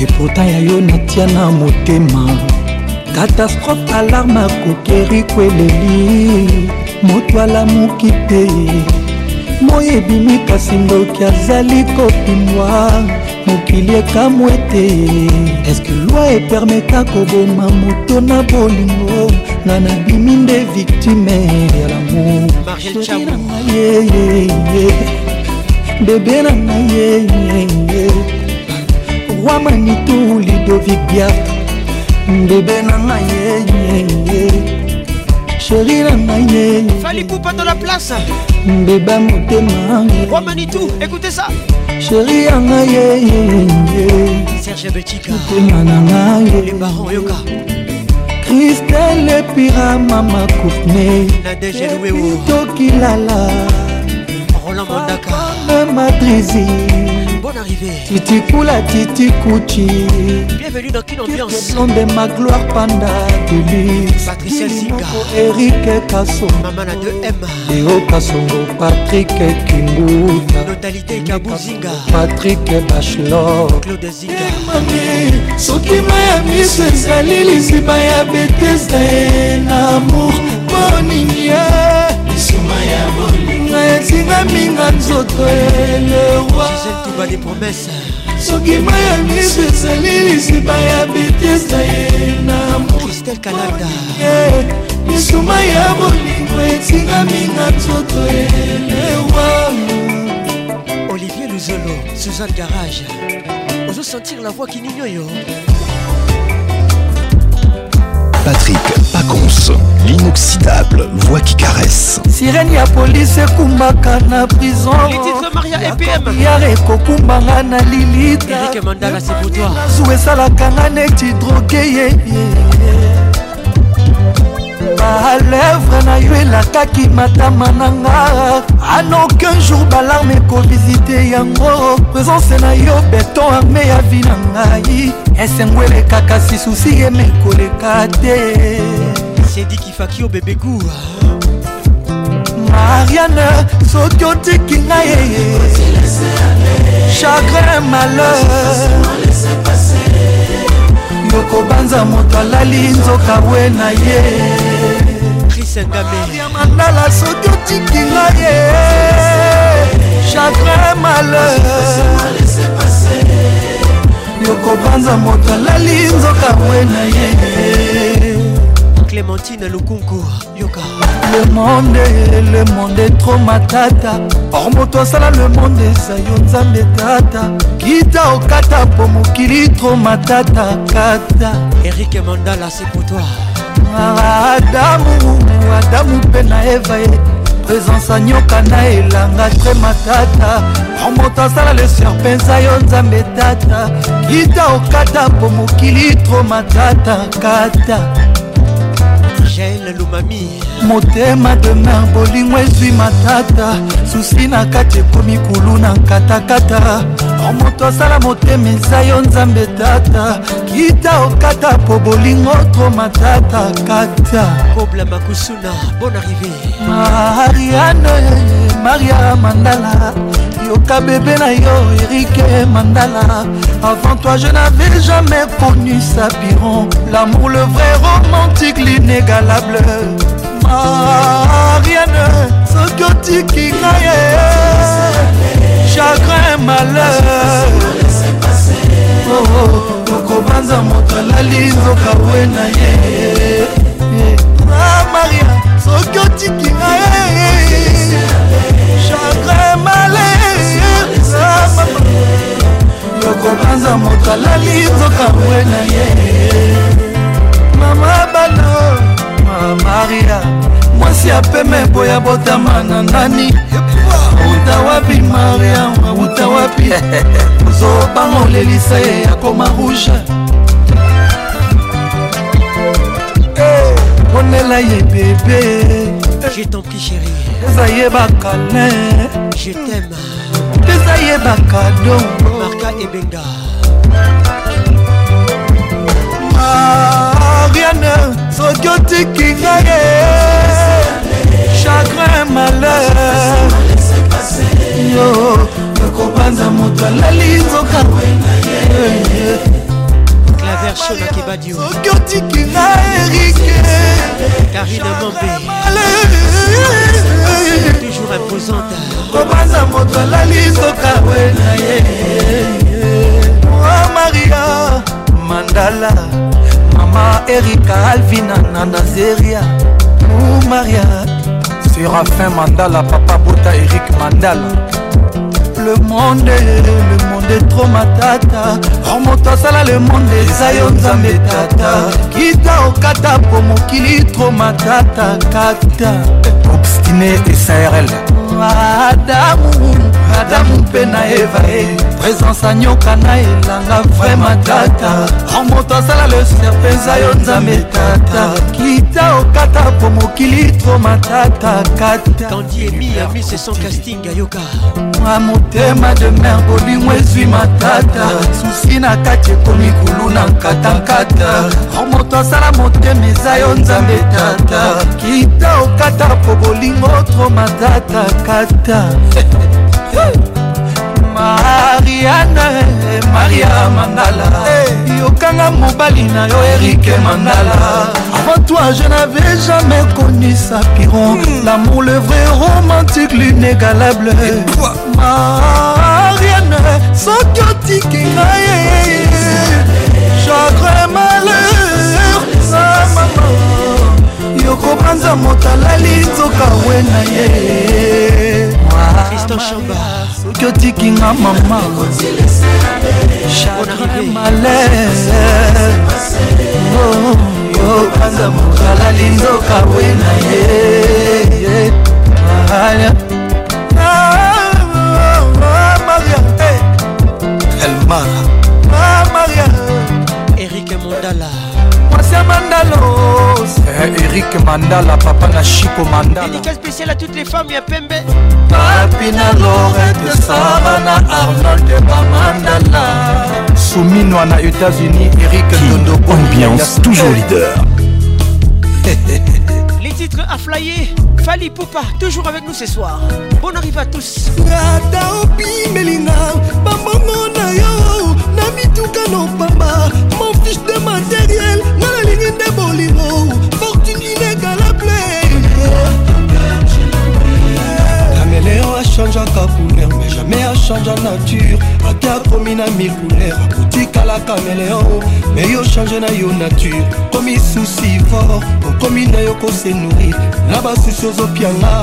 Speaker 15: epota ya yo natia na motema katastrophe alarme akokeri kweleli moto alamuki te moi ebimi kasi ndoki azali kopimbwa mokili ekamwe te eske lwa epermeta koboma moto na bolingo nga nabimi nde viktime ya lamour
Speaker 7: Marielle Chamou.
Speaker 15: Ye, ye, ye. bebe na ngai ye, ye, ye. wamanitu lidovik biak ndebe na ngai yeyeye sheri na ngai ye
Speaker 7: Fali Poupa dans la place.
Speaker 15: mbeba motema
Speaker 7: Wamanitou, écoutez ça.
Speaker 15: sheri ya ngai yeyeye
Speaker 7: Serge Betika.
Speaker 15: motema na ngai ye.
Speaker 7: Baron Yoka.
Speaker 15: Christelle Lepira, Mama Koufne,
Speaker 7: Nadège Elouéo.
Speaker 15: Toki Lala,
Speaker 7: Roland Mondaka.
Speaker 15: Femme Matrizi,
Speaker 7: Bonne arrivée.
Speaker 15: Titi Koula, Titi Kouchi,
Speaker 7: Bienvenue dans Kin Ambiance.
Speaker 15: Son de ma gloire panda de luxe,
Speaker 7: Patricia Zinga.
Speaker 15: Eric Kasso,
Speaker 7: Maman a 2M.
Speaker 15: Léo Kassongo, Patrick Kimbuta,
Speaker 7: Notalité Kabouzinga.
Speaker 15: Patrick Bachelor,
Speaker 7: Claude Zinga.
Speaker 8: soki maya miso ezali lisiba ya betesa ye na amour monini ye lisuma ya bolinga ezingaminga nzoto elewa
Speaker 7: Touba des promesses.
Speaker 8: soki maya miso ezali lisiba ya betesa ye na amour
Speaker 7: Christelle Kanada.
Speaker 8: lisuma ya bolinga ezingaminga nzoto elewa
Speaker 7: Olivier Luzolo. Suzanne Garage. Osons sentir la voix qui n'ignore.
Speaker 1: Patrick Pacons, l'inoxydable voix qui caresse.
Speaker 15: sirene ya polise ekumbaka na prison yare ekokumbanga na lilita
Speaker 7: Eric Mandala, c'est pour toi.
Speaker 15: nazu esalaka nga neti droge ye balevre na yo elakaki matama na nga anaucun jour balarme ekovisite yango présence na yo beton arme ya vi na ngai esengo elekaka si susi yeme ekoleka te
Speaker 7: Sediki Fakio bébé goût.
Speaker 15: mariane soki otiki ngai yeye chagrin malheur yokobanza moto alali nzoka bwe na ye
Speaker 7: Chris Ngame.
Speaker 15: mandala soki otiki ngai ye chagrin malheur yokobanza moto alali nzoka bwe na ye
Speaker 7: Clémentine Lukunku. Yoka.
Speaker 15: le monde le monde etro matata or moto asala le monde eza yo nzambe tata kita okata mpo mokili tro matata kata
Speaker 7: Eric Mandala, c'est pour toi.
Speaker 15: Ah, adamu adamu mpe na eva ye présence anyoka na elanga tre matata or moto asala le serpe eza yo nzambe tata kita okata mpo mokili tro matata kata
Speaker 7: Jaël Lumami.
Speaker 15: motema demer bolingo ezwi matata susi na kati ekomi kulu na katakata or moto asala motema eza yo nzambe tata kita okata po bolingo tro matata kata
Speaker 7: Kobla Makusuna. Bonne arrivée.
Speaker 15: Ah. mariane maria mandala yoka bebe na yo erike mandala avant toi je n'avais jamais connu sapiron l'amour le vrai romantique l'inégalable mariane soki otiki ngai eh, chagrin malheur Oh, oh, okobanza moto alali nzoka we na ye Ah, maria soki otiki nga ye chagrin malheur Ah, mama. yokobanza moto alali nzoka we na ye mama bano ma maria mwasi apeme boya botama na nani uta wapi maria uta wapi ozobanga olelisa ye akoma rouge Eh, ponela ye bebe
Speaker 7: J'ai ton petit chéri.
Speaker 15: eza ye bakale
Speaker 7: Je t'aime.
Speaker 15: eza ye bakado
Speaker 7: Marca Ebenga.
Speaker 15: Ah, mariane soki otiki ngai ye chagrin malheur yo ekobanza moto alali nzoka
Speaker 7: Claver Shona Kebadio.
Speaker 15: soki otiki ngai erike
Speaker 7: Karine Mambé.
Speaker 15: malheur
Speaker 7: Toujours imposante.
Speaker 15: kobanza moto alali nzoka we na ye o maria mandala mama erika alvina na nazeria o maria serafin mandala papa bota erik mandala le monde le monde de trop matata remonta asala le monde eza yo nzambe tata kita okata po mokili tro matata kata obstine esarl adamu adamu mpe na eva e présence anyoka na elanga vraima tata remonta asala le serpe eza yo nzambe tata kita okata po mokili tro matata kata
Speaker 7: kandi emi ami se son casting ayoka
Speaker 15: mwa motema de mer bolingo ezwi matata susi na kati ekomi kulu na nkatankata moto asala motema eza yo nzambe tata kita okata po bolingo tro matata kata mariane maria mandala yokanga mobali na yo erike mandala avant toi je n'avais jamais connu sa piron l'amour le vrai romantique l'inégalable mariane soki otiki ngai chagrin malheur na mama yokobanza moto alali nzoka we na ye soki otiki nga mama chagrin malheur yokobanza moto alali Oh, nzoka we na ye Mariane. Ah, ah, ah, Mariane.
Speaker 5: Elmar
Speaker 15: Ah, Maria
Speaker 7: erike mondala
Speaker 15: mwasi ya mandalo Eh, erik mandala papa na shiko mandala
Speaker 7: dédicace spéciale à toutes les femmes ya pembe
Speaker 15: papi na lorete sara na arnold bamandala souminwa na états-unis erik dondo
Speaker 1: Ambiance toujours leader.
Speaker 7: les titres à flyer Fali Poupa toujours avec nous ce soir bon arrive à tous
Speaker 8: ata obimelinga bambongo na yo na mituka na opamba mon fiche de matériel nga nalingi nde bolingo fortune inégalable
Speaker 5: caméléon achangeaka couleur mais jamais achangea nature ake akomi na mille couleur akotikala caméléon mais yo change na yo nature komi susi fort okomi na yo kose nourrir na basusi ozopianga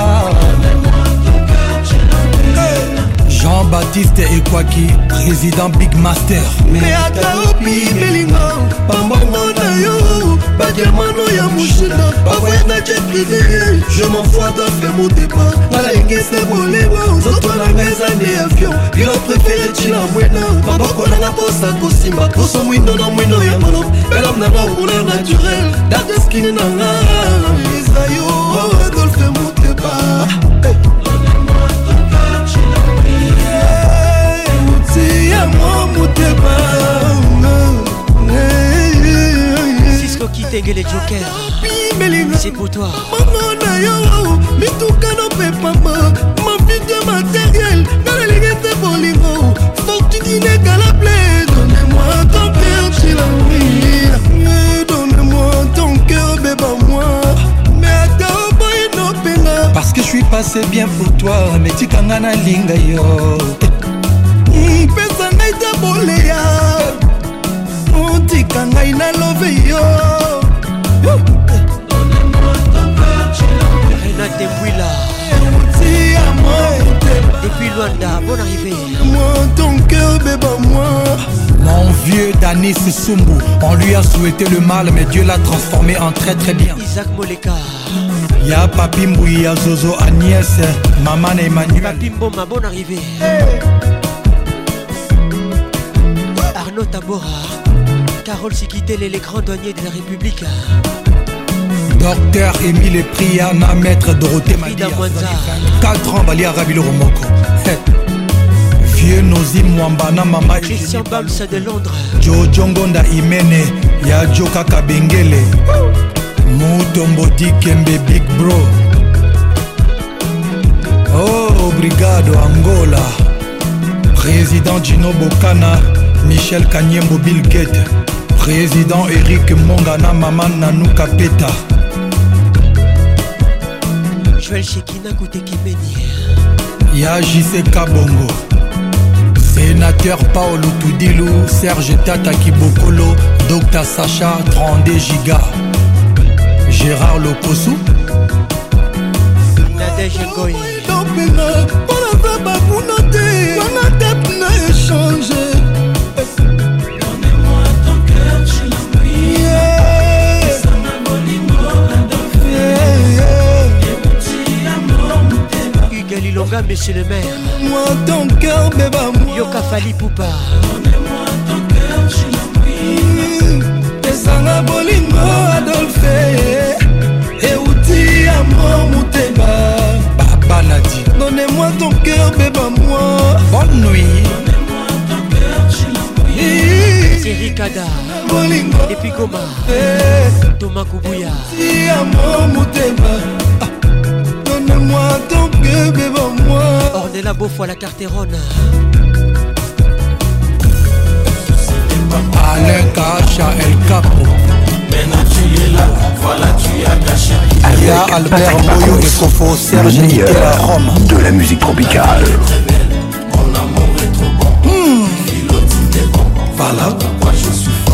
Speaker 3: Jean-Baptiste Ekwaki, président Big Master.
Speaker 8: me ata obimelinga bambongo na yo badiamano ya mushina bavoyanga je privé je m'enfoite afe motepa nga nalingi se bolema nzoto nanga eza nde avion bilo préféré tina mwena maboko nanga mposa kosimba poso mwindo na mwindo ya malo elam nanga okuleur naturel dateskini nanga oh, eza yo adolfe motepa
Speaker 5: moti ya mwa motema
Speaker 7: Cisco qui tengue les jokers c'est pour toi
Speaker 8: mama na yo oh. mituka na pepama mavide materiel nga nalingi te bolingo fortune inégalable donne-moi ton cœur chilangi donne-moi ton cœur beba-moi me ata oboyi nopenga
Speaker 5: parce que je suis passé bien pour toi mais tikanga nalinga yo
Speaker 8: mpesa ngai te boleya otika ngai nalove yo
Speaker 7: Renate Bouila depuis Luanda bon arrivée
Speaker 8: ton cœur beba-moi
Speaker 3: Mon vieux Danis Sumbu, on lui a souhaité le mal, mais Dieu l'a transformé en très très bien.
Speaker 7: Isaac Moleka
Speaker 3: Y'a Papi Mbouya, Zozo, Agnès, Maman et Emmanuel.
Speaker 7: Papi Mboma bon arrivée Arnaud Tabora Carole Sikitele les grands douaniers de la République
Speaker 3: Docteur Émile Priana, maître Dorothée Madia.
Speaker 7: Ida Mwanza
Speaker 3: 4 ans, Bali Arabilo Romoko. Vieux Nozi Mwambana, Maman
Speaker 7: Christian Bams de Londres
Speaker 3: jojo ngonda imene ya joka kabengele mutombo dikembe big bro oh brigado angola président gino bokana michel kanyembo bill gate président eric mongana mama nanuka peta
Speaker 7: Joël Chekina Koutekimeni
Speaker 3: ya jc kabongo sénateur paolo tudilu serge tata kibokolo dr sacha 32 giga gérard lokosu
Speaker 7: Nadège Ngoy
Speaker 8: openga mpo naza bakuna te wana tep na échange
Speaker 7: monsieur le maire.
Speaker 15: Moi ton cœur, mais pas moi.
Speaker 7: Yoka Fali Poupa.
Speaker 15: ezanga bolingo adolfe euti ya mo motema babaladi donemoi ton cœur beba moi bonne nuit
Speaker 7: Serikada.
Speaker 15: bolingo
Speaker 7: epi goma toma kubuya
Speaker 15: ti ya mo motema donemoi ton cœur beba moi
Speaker 7: ornela beaufoy la carterone
Speaker 15: Alain Kacha El Capo.
Speaker 3: Maintenant tu es là, voilà tu as gâché.
Speaker 15: Aya Albert Moyo et Kofo Serge
Speaker 1: Meilleur
Speaker 15: Nicolas Rome.
Speaker 1: de la musique tropicale.
Speaker 15: Voilà.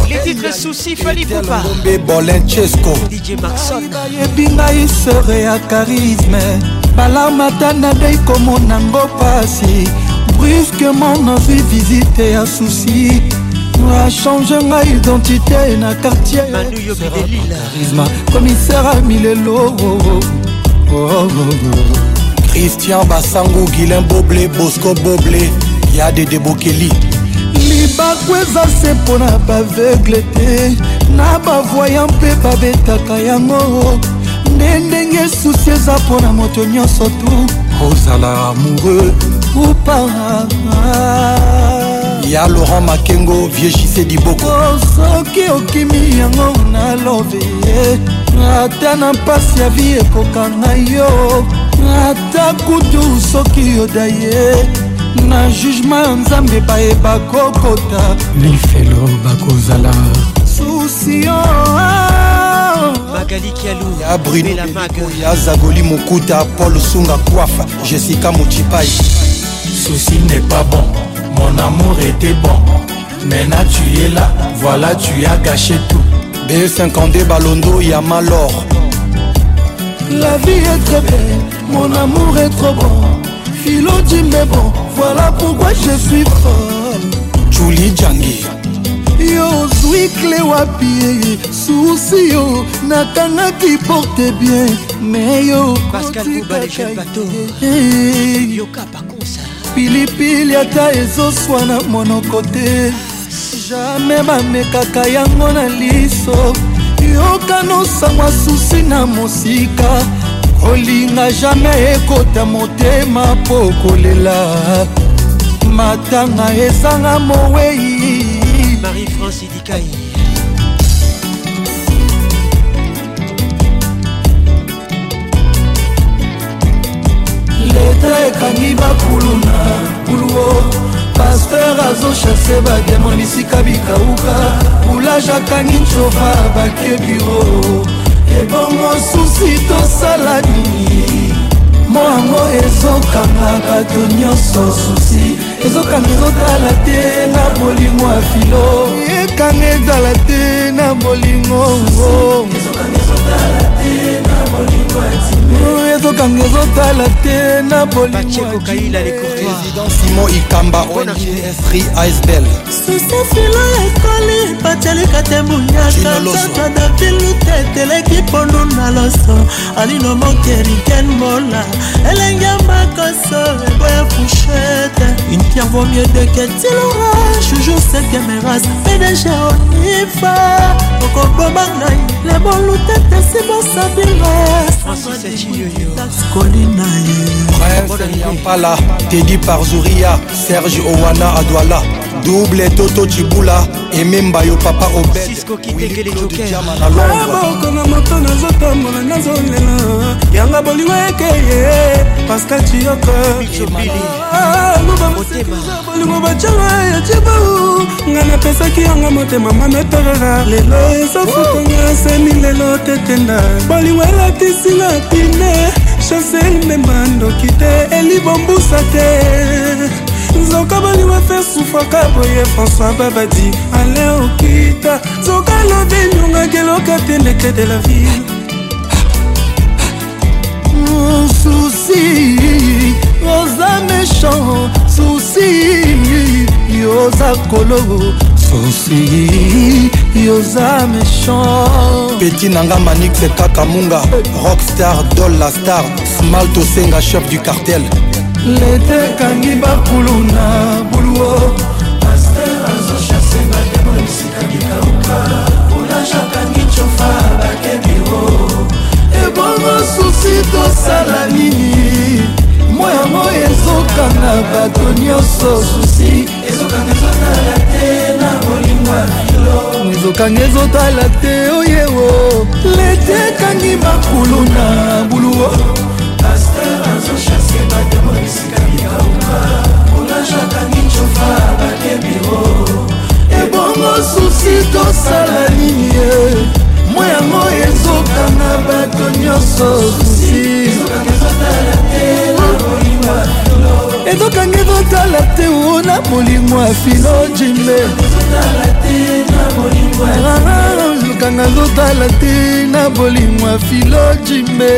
Speaker 7: les titres soucis Fali Poupa
Speaker 15: Be Bolenchesco.
Speaker 7: DJ Maxon
Speaker 15: ebingai sere ya karisme balamata na dei komonango pasi brusquement nazwi visite ya susi achange ngai identité na quartier Charisma, commissaire amilelo oh, christian basango guilin boble bosco boble ya dede bokeli libaku eza se mpo na baveugle te na bavoya mpe babetaka yango nde ndenge susi eza mpo na moto nyonso tu ozala amoureux upa ya laurent makengo viegise diboko Oh, soki okimi yango nalove ye eh. ata na mpasi ya vi ekokanga yo ata kutu soki yoda ye na jugema ya nzambe bayeba kokota lifelo bakozala
Speaker 3: oh,
Speaker 15: susio
Speaker 7: Magali Kialou
Speaker 15: ya brino Bebiko, ya zagoli mokuta paul sunga kwafa jessica mochipai
Speaker 3: Ceci n'est pas bon, mon amour était bon. Maintenant tu es là, voilà tu as gâché tout.
Speaker 15: b52 balondo ya malor
Speaker 3: La vie est très belle,
Speaker 15: mon amour est trop bon philo dit mais bon voilà pourquoi je suis folle juli jangi
Speaker 18: yo ozwi kle wapi susi yo nakangaki porte bien me yo
Speaker 7: Pascal Kouba les jeunes bateaux Yoka Pakonsa
Speaker 18: pilipili ata ezoswa na monoko te jamai bamekaka yango na liso yokanosangwa susi na mosika kolinga jamai ekota motema mpo kolela matanga ezanga mowei
Speaker 7: Marie-France Idikaï
Speaker 15: leta ekangi bakulu na kuluo paster azoshase bademo lisika bikauka boulage akangi ncova bake biro ebongo susi tosala nini moango ezokanga bato nyonso susi ezokanga ezotala te na bolingo ya filo
Speaker 18: ekanga ezala te na bolingo
Speaker 15: ezokanga ezotala te na
Speaker 7: bolingorésident
Speaker 15: simon ikamba ongesri asbel
Speaker 19: susefilo ekoli batialika te muyakaaa na bilute eteleki pondu na loso alino mokeriken mola elenge makoso eboya fushete intian vaut mieux de que tilora joujou sekemeras pdg onifa okobomanga le bolute te si bosabilaskolina
Speaker 15: Prince Yampala, Teddy Parzouria, Serge Owana Adwala, Double Toto Chibula, Aimé Mbayo Papa Obed, Willy Claude Diamant à
Speaker 5: Ah,
Speaker 15: Londres.
Speaker 5: aboko na moto nazotambola nazolela yanga bolingo ekeye pascal Ah, tiyokabolingo bacanga ya cibau ngai napesaki yanga motema mametorora lelo ezofutanga semi lelo tetenda bolingo elatisinga pine chasel memba ndoki te elibombusa te nzoka balinga fe sufaka boye françois babadi ale okita nzoka lobi nyongaki eloka te ndeke de la vie
Speaker 18: susi oza méchant susi yoza kolo
Speaker 15: Susi,
Speaker 18: yoza méchant
Speaker 15: Petit Nanga Manix Kakamunga, Rockstar, Doll la Star, Smalt Osenga, chef du cartel. lete ekangi bakulu na buluo
Speaker 20: paster azochase batemo esika likauka kulajakangi cofa bakebiro
Speaker 15: ebongo susi tosala nini mwa yango ezokanga bato nyonso susi
Speaker 20: ezokanga ezotala te na molingwa filo
Speaker 15: ezokanga ezotala te oyewo lete ekangi makulu na buluo
Speaker 20: paster azochase batemo esika likauka kulajakangi cofa bakebiro
Speaker 15: ebongo susi tosala nini mwa yango ezokanga bato nyonso susi ezokanga ezotala te o na molimo ya fino jimbe ezokanga ezotala te na bolimo ya filo jimbe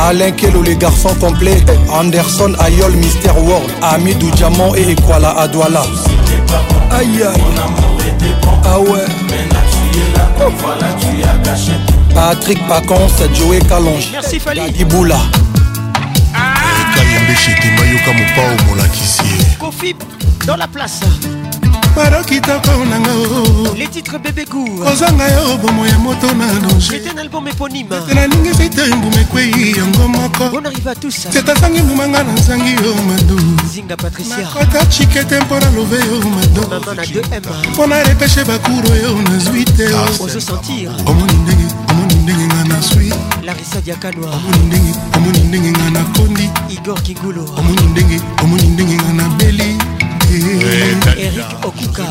Speaker 3: Alain Kelo, les garçons complets, Anderson, Ayol, Mister World, Amidou Diamant et Ekwala Adwala.
Speaker 15: Aïe aïe.
Speaker 3: Ah ouais. Patrick Pacon, c'est Joey Calonge.
Speaker 7: Merci Fali.
Speaker 3: Iboula.
Speaker 7: Kofi dans la place.
Speaker 17: paro kitoko nango
Speaker 7: les titres bébé goût
Speaker 17: kozanga oh, yo bomo ya moto na danger
Speaker 7: C'est un album éponyme.
Speaker 17: tela ningi sita mbuma ekwei yango moko
Speaker 7: On arrive à tous.
Speaker 17: teta sangi mbumanga na nzangi yo madu
Speaker 7: Zinga Patricia.
Speaker 17: kota chikete mpona love yo mado
Speaker 7: Maman a 2M.
Speaker 17: mpona repeshe bakuro yo nazwi te
Speaker 4: Ah,
Speaker 7: On se sentir.
Speaker 17: omoni ndenge omoni ndenge nga na swi
Speaker 7: Larissa Diakanoa.
Speaker 17: omoni ndenge omoni ndenge nga na kondi
Speaker 7: Igor Kingulo
Speaker 17: omoni ndenge omoni ndenge nga na beli Eh,
Speaker 7: Eric Okuka.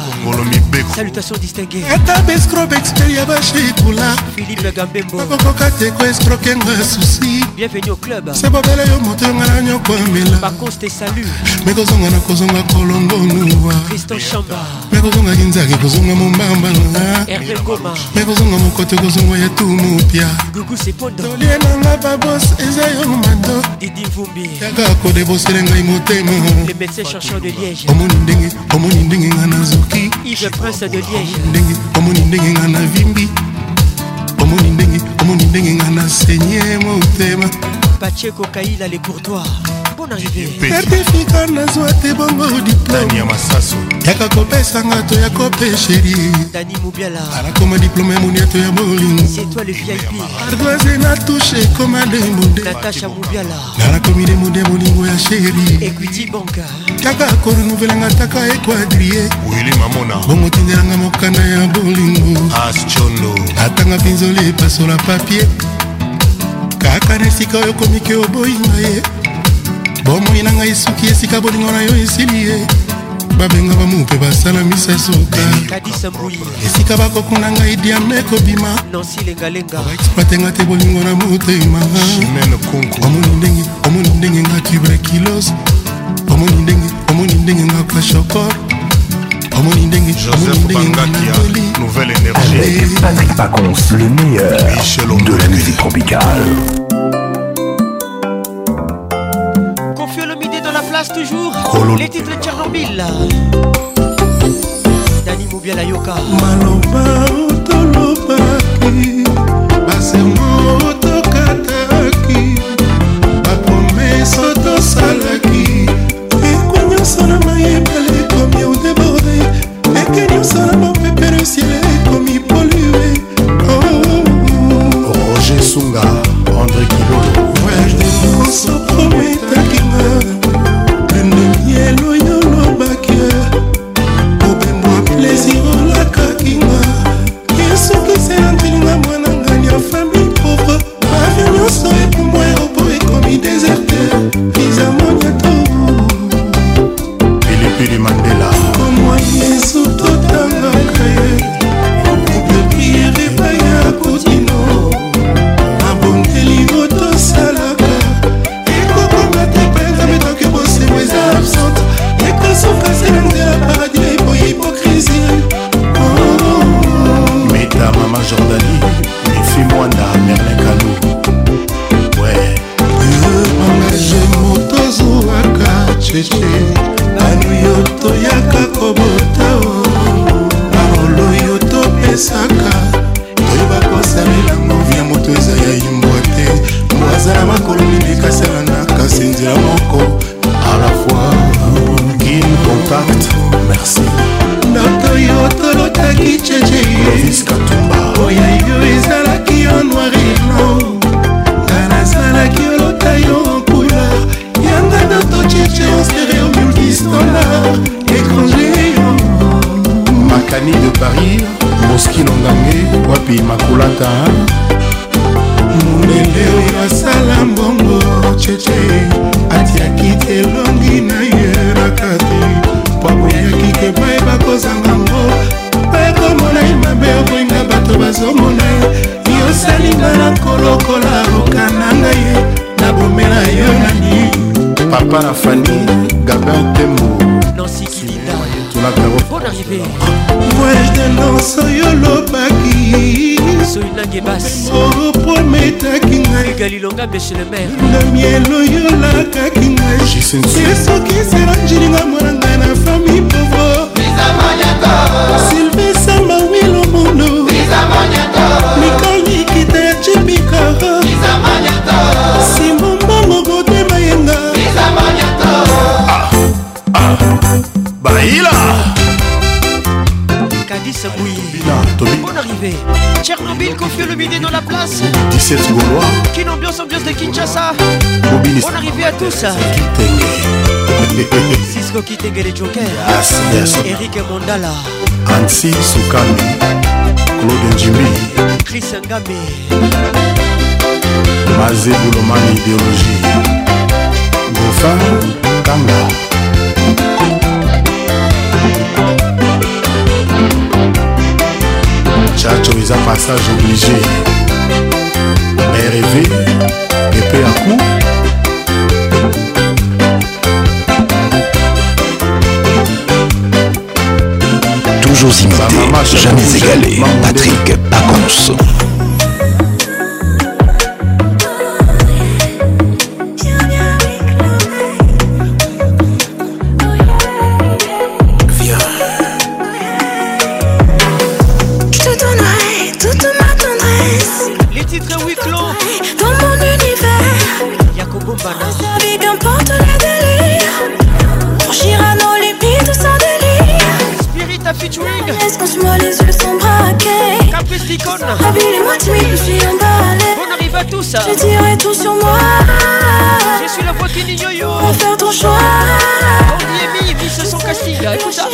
Speaker 7: Salutations distinguées.
Speaker 17: ata bescrobe experia bashekula
Speaker 7: Philippe Gambembo.
Speaker 17: akokoka te koescroke nga susi
Speaker 7: Bienvenue au club.
Speaker 17: se bobela yo moto yo ngai nanyoko amela
Speaker 7: Paconce te salue.
Speaker 17: me kozonga na kozonga kolongo nuwa
Speaker 7: Christian Chamba.
Speaker 17: me kozonga kinzaki kozonga mombamba nga
Speaker 7: Hervé Goma.
Speaker 17: me kozonga mokoto kozonga ya tu mopya
Speaker 7: Gougou Sepondo.
Speaker 17: tolie nanga babos eza yo mando
Speaker 7: Didi Mvumbi.
Speaker 17: yaka kodebosela ngai motema
Speaker 7: Le médecin chercheur de Liège.
Speaker 17: omoni ndenge omoni ndenge ngai nazoki
Speaker 7: Yves Prince de Liège.
Speaker 17: ndenge omoni ndenge ngai navimbi omoni ndenge omoni ndenge ngai nasenye motema
Speaker 7: Pacheco Kaila les courtois. Bonne arrivée.
Speaker 17: certifika nazwa te bongo diplômeyaka kopesanga to ya kopesheri
Speaker 7: Dani Moubiala.
Speaker 17: anakoma diplôme ya moniato ya bolingo
Speaker 7: C'est toi le VIP.
Speaker 17: ardoise na touche ekoma demonde
Speaker 7: Natacha Moubiala.
Speaker 17: nga nakomi demonde ya bolingo ya sheri
Speaker 7: Equity Bank.
Speaker 17: kaka korenouvelanga ataka ekuadrie bongo tindelanga mokanda ya bolingo atanga pinzoli epasola papie kaka na esika oyo komiki oboyinga ye bomoi na ngai soki esika bolingo na yo esili ye babenga bamupe basala misasuka
Speaker 7: Kadis Mbouyi.
Speaker 17: esika bakokuna ngai diame kobima
Speaker 7: Nancy Lengalenga.
Speaker 17: batenga te bolingo na motema omoni ndenge omoni ndenge nga tuberculose omoni ndenge omoni ndenge nga kwashokor omoni ndenge omoni ndenge nga naboli
Speaker 21: Nouvelle
Speaker 1: Avec Patrick Pacons, le meilleur de la musique tropicale.
Speaker 7: Confie l'omidé dans la place toujours. Les titres de Tchernobyl. Dani Moubiala Yoka.
Speaker 17: maloba otolobaki basermo otokataki bapromese otosalaki ekwa nyonso na mayebale ekomi odeborde eke nyonso na mopepe na siele ekomi polue
Speaker 5: Oh,
Speaker 21: Roger Sunga, André Kilolo.
Speaker 17: voyage de moso prometaki nga pene mielo yolobaki kobembwa plaisir olakaki nga esukise na ntilinga mwana ngani ya fami po
Speaker 4: Impact, merci.
Speaker 5: ndako yo tolotaki cecekatumba oya yo ezalaki yo noirino nga nazalaki olota yo en couleur yanga noto cece en stéréo multistolar étranger yo
Speaker 4: makani de paris moski nongange wapi makulata
Speaker 5: mondele oyo asala mbongo cece atiaki te elongi na ye na te bakoyaki ke pai bakozanga ngo bakomona ye mabe okoinga bato bazomona ye yosalinga na kolokola okananga ye nabomela yo nani
Speaker 4: papa na fani gabin temo
Speaker 5: Bon arrivé Voyage de noces oyo lobaki opometaki
Speaker 7: ngai
Speaker 5: na miel oyo lakaki ngai esoki eselangilinga mwana ngai na fami povo silvesa mawilo mondo mikali kita ya cipikara simbombango kotema yenga
Speaker 4: Ah, baila
Speaker 7: Cadiz Bouillé.
Speaker 4: Toby
Speaker 7: Bonne arrivée. Tchernobyl, confie le midi dans la place.
Speaker 4: 17 gaulois
Speaker 7: Quelle ambiance, ambiance de Kinshasa.
Speaker 4: Mobilis.
Speaker 7: Bonne arrivée à tous.
Speaker 4: Eh,
Speaker 7: Cisco Kitenge les Jokers.
Speaker 4: Yes, yes.
Speaker 7: Eric Mondala.
Speaker 4: eh. ansi sukami claude njimbi
Speaker 7: Chris Ngame.
Speaker 4: maze bulomani idéologie gofin kanga chacho eza passage obligé rv epe ya coup
Speaker 1: Toujours imité, jamais égalé. Patrick Pacons.
Speaker 9: Je te donnerai toute ma tendresse.
Speaker 7: Les titres huis clos.
Speaker 9: Dans mon univers.
Speaker 7: Yacobo Mbana.
Speaker 9: Navigue importe le délire. Franchira nos limites sans délire.
Speaker 7: Spirit à featuring.
Speaker 9: Laisse-moi les yeux sans braquer.
Speaker 7: Caprice d'icône.
Speaker 9: Habillez-moi timide, je suis emballée.
Speaker 7: On arrive à tous.
Speaker 9: Je dirai tout sur moi.
Speaker 7: Je suis la voix qui dit yo-yo.
Speaker 9: Pour faire ton choix.
Speaker 7: Yemi, Miss Son Castilla. Écoute ça.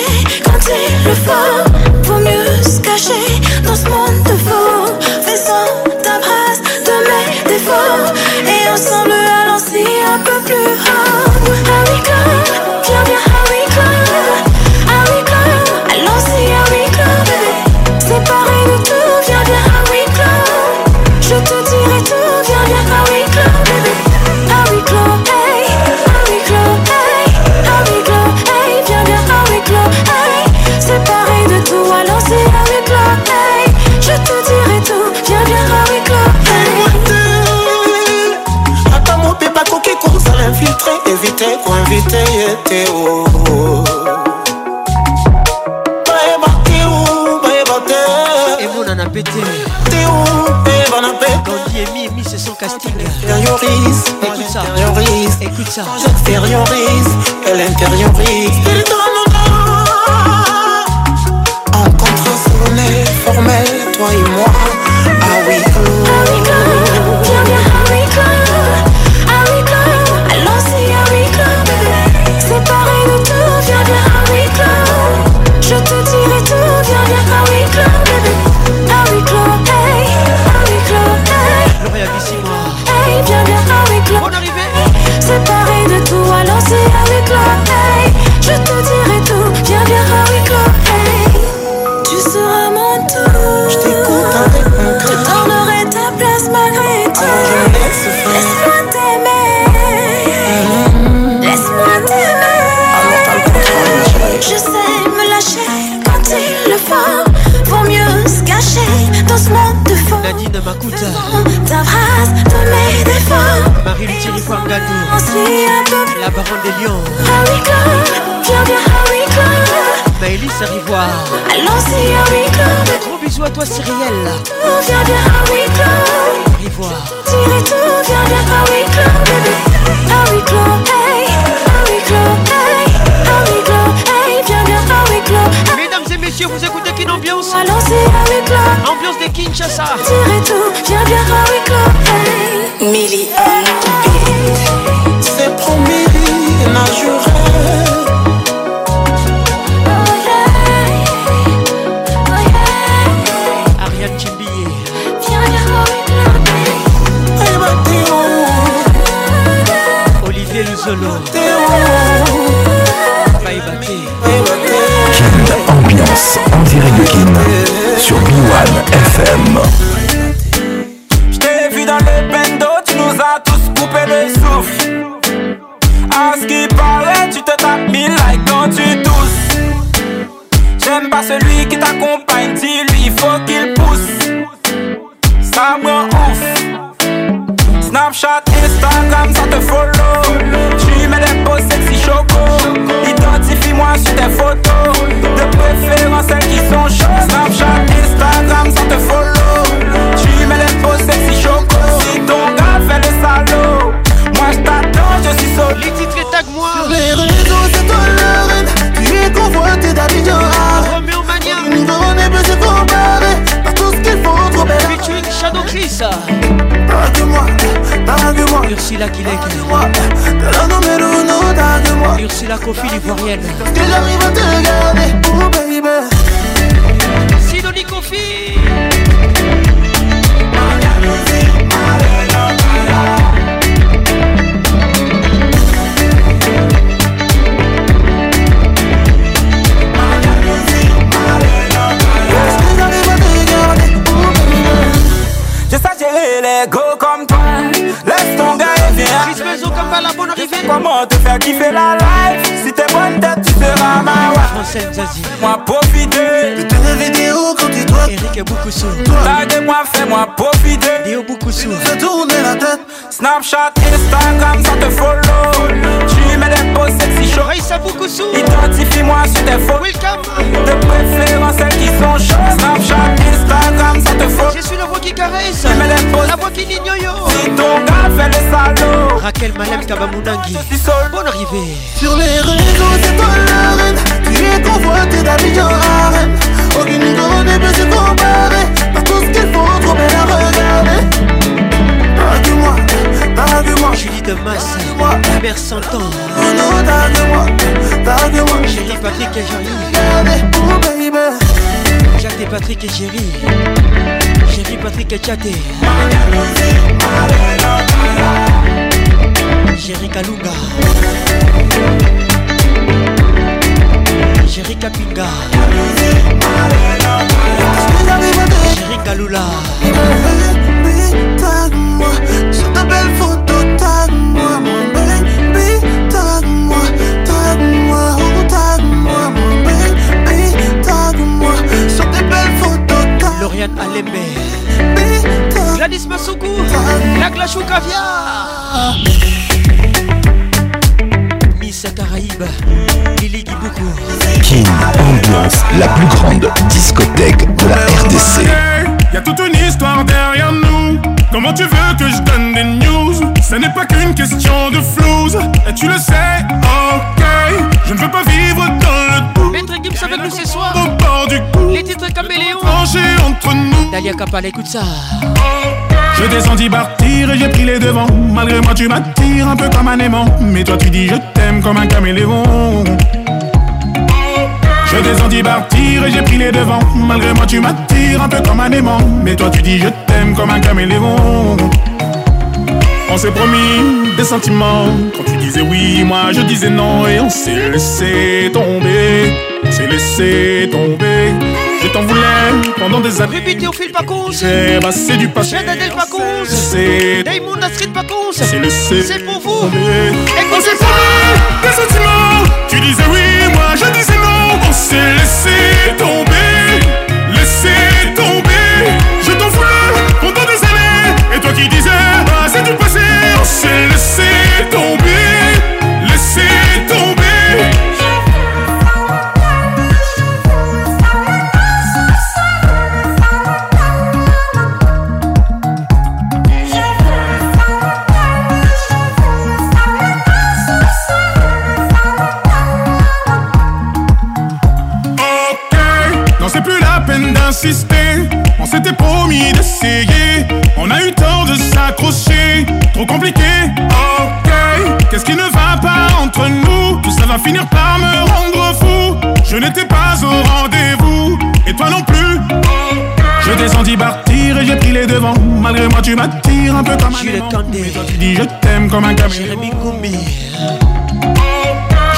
Speaker 9: Quand il le faut, vaut mieux se cacher dans ce monde de faux. Faisons ta brasse de mes défauts et ensemble allons si un peu plus haut. Ah oui, club, viens, viens, ah oui, club. Ah oui, club, allons-y, ah oui, club, bébé. Séparés de tout, viens, viens, ah oui, club. Je te dirai tout, viens, viens, ah oui, club, bébé. Ah oui, club, hey, ah oui, club, hey, ah oui, club, hey, viens, viens, ah oui, club, hey. Séparés de tout, allons-y, ah oui, club, hey. Je te dirai tout, viens, viens, ah oui, club, hey.
Speaker 22: ata mopepe akoki kozala infiltre evite koinvite ye te o bayeba te o bayeba te
Speaker 7: emona na pete
Speaker 22: te o eyeba na pete
Speaker 7: Yemi, Miss Son Castilla.
Speaker 22: intériorise,
Speaker 7: Écoute ça.
Speaker 22: intériorise,
Speaker 7: Écoute ça.
Speaker 22: j'extériorise, elle intériorise. Il donne en contrat solennel, formel, toi et moi. Ah oui,
Speaker 9: Ah oui, club, viens, viens, ah oui, club. Ah oui, club, allons-y, ah oui, club, bébé. Séparés de tout, viens, viens, ah oui, club. Je te dirai tout, viens, viens, ah oui, club, bébé. Ah oui, club, hey, ah oui, club, hey.
Speaker 7: Gloria Bissima.
Speaker 9: Hey, viens, viens, ah oui, club.
Speaker 7: Bonne arrivée.
Speaker 9: Séparés de tout, allons-y, ah oui, club, hey. Je te dirai tout, viens, viens, ah oui, club, hey. Tu seras mon tout. Je t'écoute avec mon cœur. Ah, Je donnerai ta place malgré tout. Laisse-moi t'aimer. Laisse-moi t'aimer. Je sais me lâcher quand il le faut. Vaut mieux se cacher dans ce monde de faux.
Speaker 7: Nadine Makuta.
Speaker 9: Ta phrase de mes défauts.
Speaker 7: Marie Luthier Fouangado.
Speaker 9: On suit un peu plus.
Speaker 7: La baronne des lions.
Speaker 9: Ah oui, club. Viens, viens, ah oui, club.
Speaker 7: Maëlys Rivoire.
Speaker 9: Allons-y, ah oui, club.
Speaker 7: Gros bisous à toi, Cyrielle.
Speaker 9: Viens, viens, ah oui, club.
Speaker 7: Rivoire.
Speaker 9: Dirai tout, viens, viens, ah oui, club, bébé. Ah oui, club, hey. Ah oui, club, hey. Ah oui, club, hey.
Speaker 7: messieurs, vous écoutez quelle ambiance Ambiance de Kinshasa.
Speaker 23: Millie
Speaker 9: C'est promis, là je rêve.
Speaker 7: Ariane Chimbi.
Speaker 9: Eh ben, Théo,
Speaker 7: Olivier Luzolo.
Speaker 1: Ambiance en direct de Kin sur B1 FM.
Speaker 5: Je t'ai vu dans le bendo, tu nous as tous coupé le souffle. À ce qui paraît, tu te tapes mille likes quand tu tousses. J'aime pas celui qui t'accompagne, dis-lui, faut qu'il pousse. Ça me rend ouf. Snapchat, Instagram, ça te follow. Tu mets des posts sexy choco. Identifie-moi sur tes photos. De préférence, celles qui sont chaudes. Snapchat, Instagram, ça te follow. Tu mets des posts sexy choco. Si ton gars fait le salaud, moi je t'attends, je suis solo. Les titres tag moi.
Speaker 9: les réseaux, c'est toi le rêve. Tu es convoité d'habits de rare. Nous verrons les baisers comparés. Par tout ce qu'il faut, trop belle.
Speaker 7: Featuring Shadow Chris.
Speaker 9: Drague-moi, drague-moi.
Speaker 7: Ursula Guilec.
Speaker 9: Drague-moi, de la nommer le nom, drague-moi.
Speaker 7: Ursula Kofi l'ivoirienne.
Speaker 9: Que j'arrive à te garder, oh baby.
Speaker 7: Sidonie Kofi.
Speaker 5: Je sais gérer les go comme toi. Laisse ton gars et viens. Je sais Comment te faire kiffer la life? Si t'es bonne tête, tu seras ma wife. Moi profiter. De tes vidéos quand tu dois. Eric et Boukousou. Taguez-moi, fais-moi profiter. Dio Boukousou. Se tourner la tête. Snapchat, Instagram, ça te follow. Tu mets des posts sexy show.
Speaker 7: Raissa Boukousou.
Speaker 5: Identifie-moi sur tes photos. De préférence, celles qui sont chaudes. Snapchat, Instagram, ça te follow.
Speaker 7: Je suis la voix qui caresse.
Speaker 5: Tu mets les posts
Speaker 7: La voix qui n'ignore yo.
Speaker 5: Si ton gars fait le salaud
Speaker 7: Raquel Malem Kabamounangi. Bonne arrivée.
Speaker 9: Sur les réseaux, c'est toi la reine. Tu es convoité d'habits arène. Aucune icône ne peut se comparer. Par tout ce qu'il faut, trop belle à regarder. Drague-moi, drague-moi.
Speaker 7: Julie de Masse. Mère
Speaker 9: Oh
Speaker 7: Santan.
Speaker 9: Nono, drague-moi, drague-moi.
Speaker 7: Chérie Patrick et Jerry.
Speaker 9: Regardez, oh baby.
Speaker 7: Jacques et Patrick et Chérie. Chérie Patrick et Chaté. Chérie Kalunga. Chérie Kapinga. Chérie Kalula.
Speaker 9: Tague-moi, sur ta belle photo, tague-moi, mon baby. Tague-moi, tague-moi, oh, tague-moi, mon baby. Tague-moi, sur tes belles photos,
Speaker 7: Lauriane Alembe.
Speaker 9: tague-moi.
Speaker 7: Gladys Masuku. La Glachou Caviar. Miss Caraïbe. Lily Gibuku.
Speaker 1: Kin ambiance la plus grande discothèque de la RDC.
Speaker 12: Y a toute une histoire derrière nous. Comment tu veux que je donne des news Ce n'est pas qu'une question de flouze. Et tu le sais, ok. Je ne veux pas vivre dans le doute.
Speaker 7: Maître Gims avec nous ce soir.
Speaker 12: Au bord du cou.
Speaker 7: Les titres caméléon.
Speaker 12: Tranché entre nous.
Speaker 7: Dalia Kapala, écoute ça.
Speaker 12: Je descendis partir et j'ai pris les devants. Malgré moi, tu m'attires un peu comme un aimant. Mais toi, tu dis je t'aime comme un caméléon. Je descendis partir et j'ai pris les devants. Malgré moi, tu m'attires un peu comme un aimant. Mais toi, tu dis je t'aime comme un caméléon. On s'est promis des sentiments. Quand tu disais oui, moi je disais non. Et on s'est laissé tomber. On s'est laissé tomber. Je t'en voulais pendant des années.
Speaker 7: Répétez au fil Pacons.
Speaker 12: Eh ben, c'est du passé.
Speaker 7: Jeanne Adèle Pacons.
Speaker 12: C'est-
Speaker 7: Damon Astrid Pacons.
Speaker 12: C'est le C.
Speaker 7: C'est pour vous.
Speaker 12: On s'est promis des sentiments. Tu disais oui, moi je disais non. On s'est laissé tomber, laissé tomber. Je t'en voulais pendant des années. Et toi qui disais, ah, c'est du passé. On s'est laissé tomber, laissé tomber. insister. On s'était promis d'essayer. On a eu tort de s'accrocher. Trop compliqué, ok. Qu'est-ce qui ne va pas entre nous Tout ça va finir par me rendre fou. Je n'étais pas au rendez-vous. Et toi non plus, je t'ai senti partir et j'ai pris les devants. Malgré moi, tu m'attires un peu comme un aimant. Mais toi, tu dis je t'aime comme un caméléon.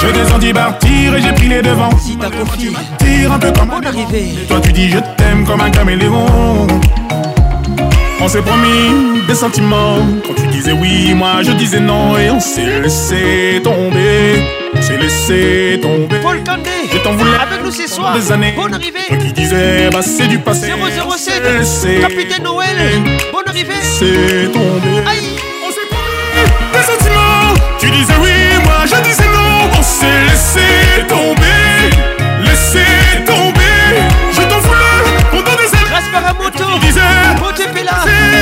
Speaker 12: Je t'ai senti partir et j'ai pris les devants. Si t'as confié, tire un peu comme un arrivé. Toi, tu dis je t'aime comme un caméléon. On s'est promis des sentiments. Quand tu disais oui, moi je disais non. Et on s'est laissé tomber. On s'est laissé tomber. Je t'en voulais
Speaker 7: Avec nous ce soir,
Speaker 12: des années.
Speaker 7: bonne arrivée.
Speaker 12: Toi qui disais, bah c'est du passé.
Speaker 7: 007, Capitaine Noël, bonne arrivée.
Speaker 12: C'est tombé.
Speaker 7: Aïe,
Speaker 12: on s'est promis des sentiments. Tu disais oui, moi je disais non. On s'est laissé tomber. Laissé tomber. Je t'en voulais pendant des années.
Speaker 7: Gaspard Amoto, Beauté Pella,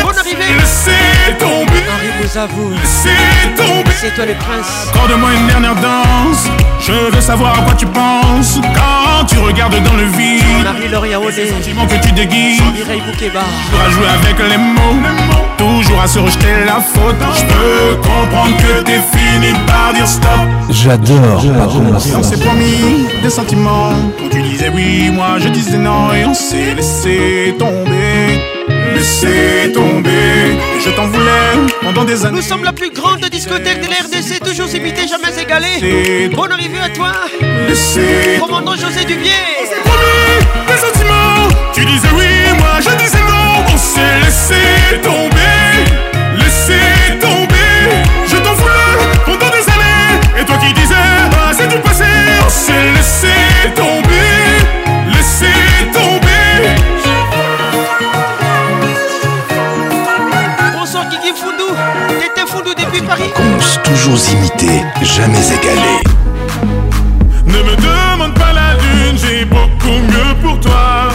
Speaker 7: bonne arrivée.
Speaker 12: Laissé tomber.
Speaker 7: Henri Bouzavou,
Speaker 12: laissé tomber.
Speaker 7: C'est toi le prince.
Speaker 12: Accorde-moi une dernière danse. Je veux savoir à quoi tu penses quand tu regardes dans le vide.
Speaker 7: Marie-Laure Yaoudé, les
Speaker 12: sentiments que tu déguises.
Speaker 7: Mireille Boukeba,
Speaker 12: Toujours à jouer avec les mots, toujours à se rejeter la faute. Je peux comprendre que t'es fini par dire stop.
Speaker 1: J'adore.
Speaker 12: Et on s'est promis des sentiments. Quand tu disais oui, moi je disais non. Et on s'est laissé tomber. Laissé tomber. Et je t'en voulais pendant des années.
Speaker 7: Nous sommes la plus grande discothèque de l'RDC, toujours imitée, jamais égalée. Bonne arrivée à toi,
Speaker 12: Laissé
Speaker 7: commandant José Dubier.
Speaker 12: Des sentiments. Tu disais oui, moi je disais non. On s'est laissé tomber. Laissé tomber. Je t'en voulais pendant des années. Et toi qui disais, bah c'est du passé. On s'est laissé tomber. Laissé tomber.
Speaker 7: Bonsoir Kiki Foundou, t'étais Foundou depuis Paris.
Speaker 1: Toujours imité, jamais égalé.
Speaker 12: Ne me demande pas la lune, j'ai beaucoup mieux pour toi.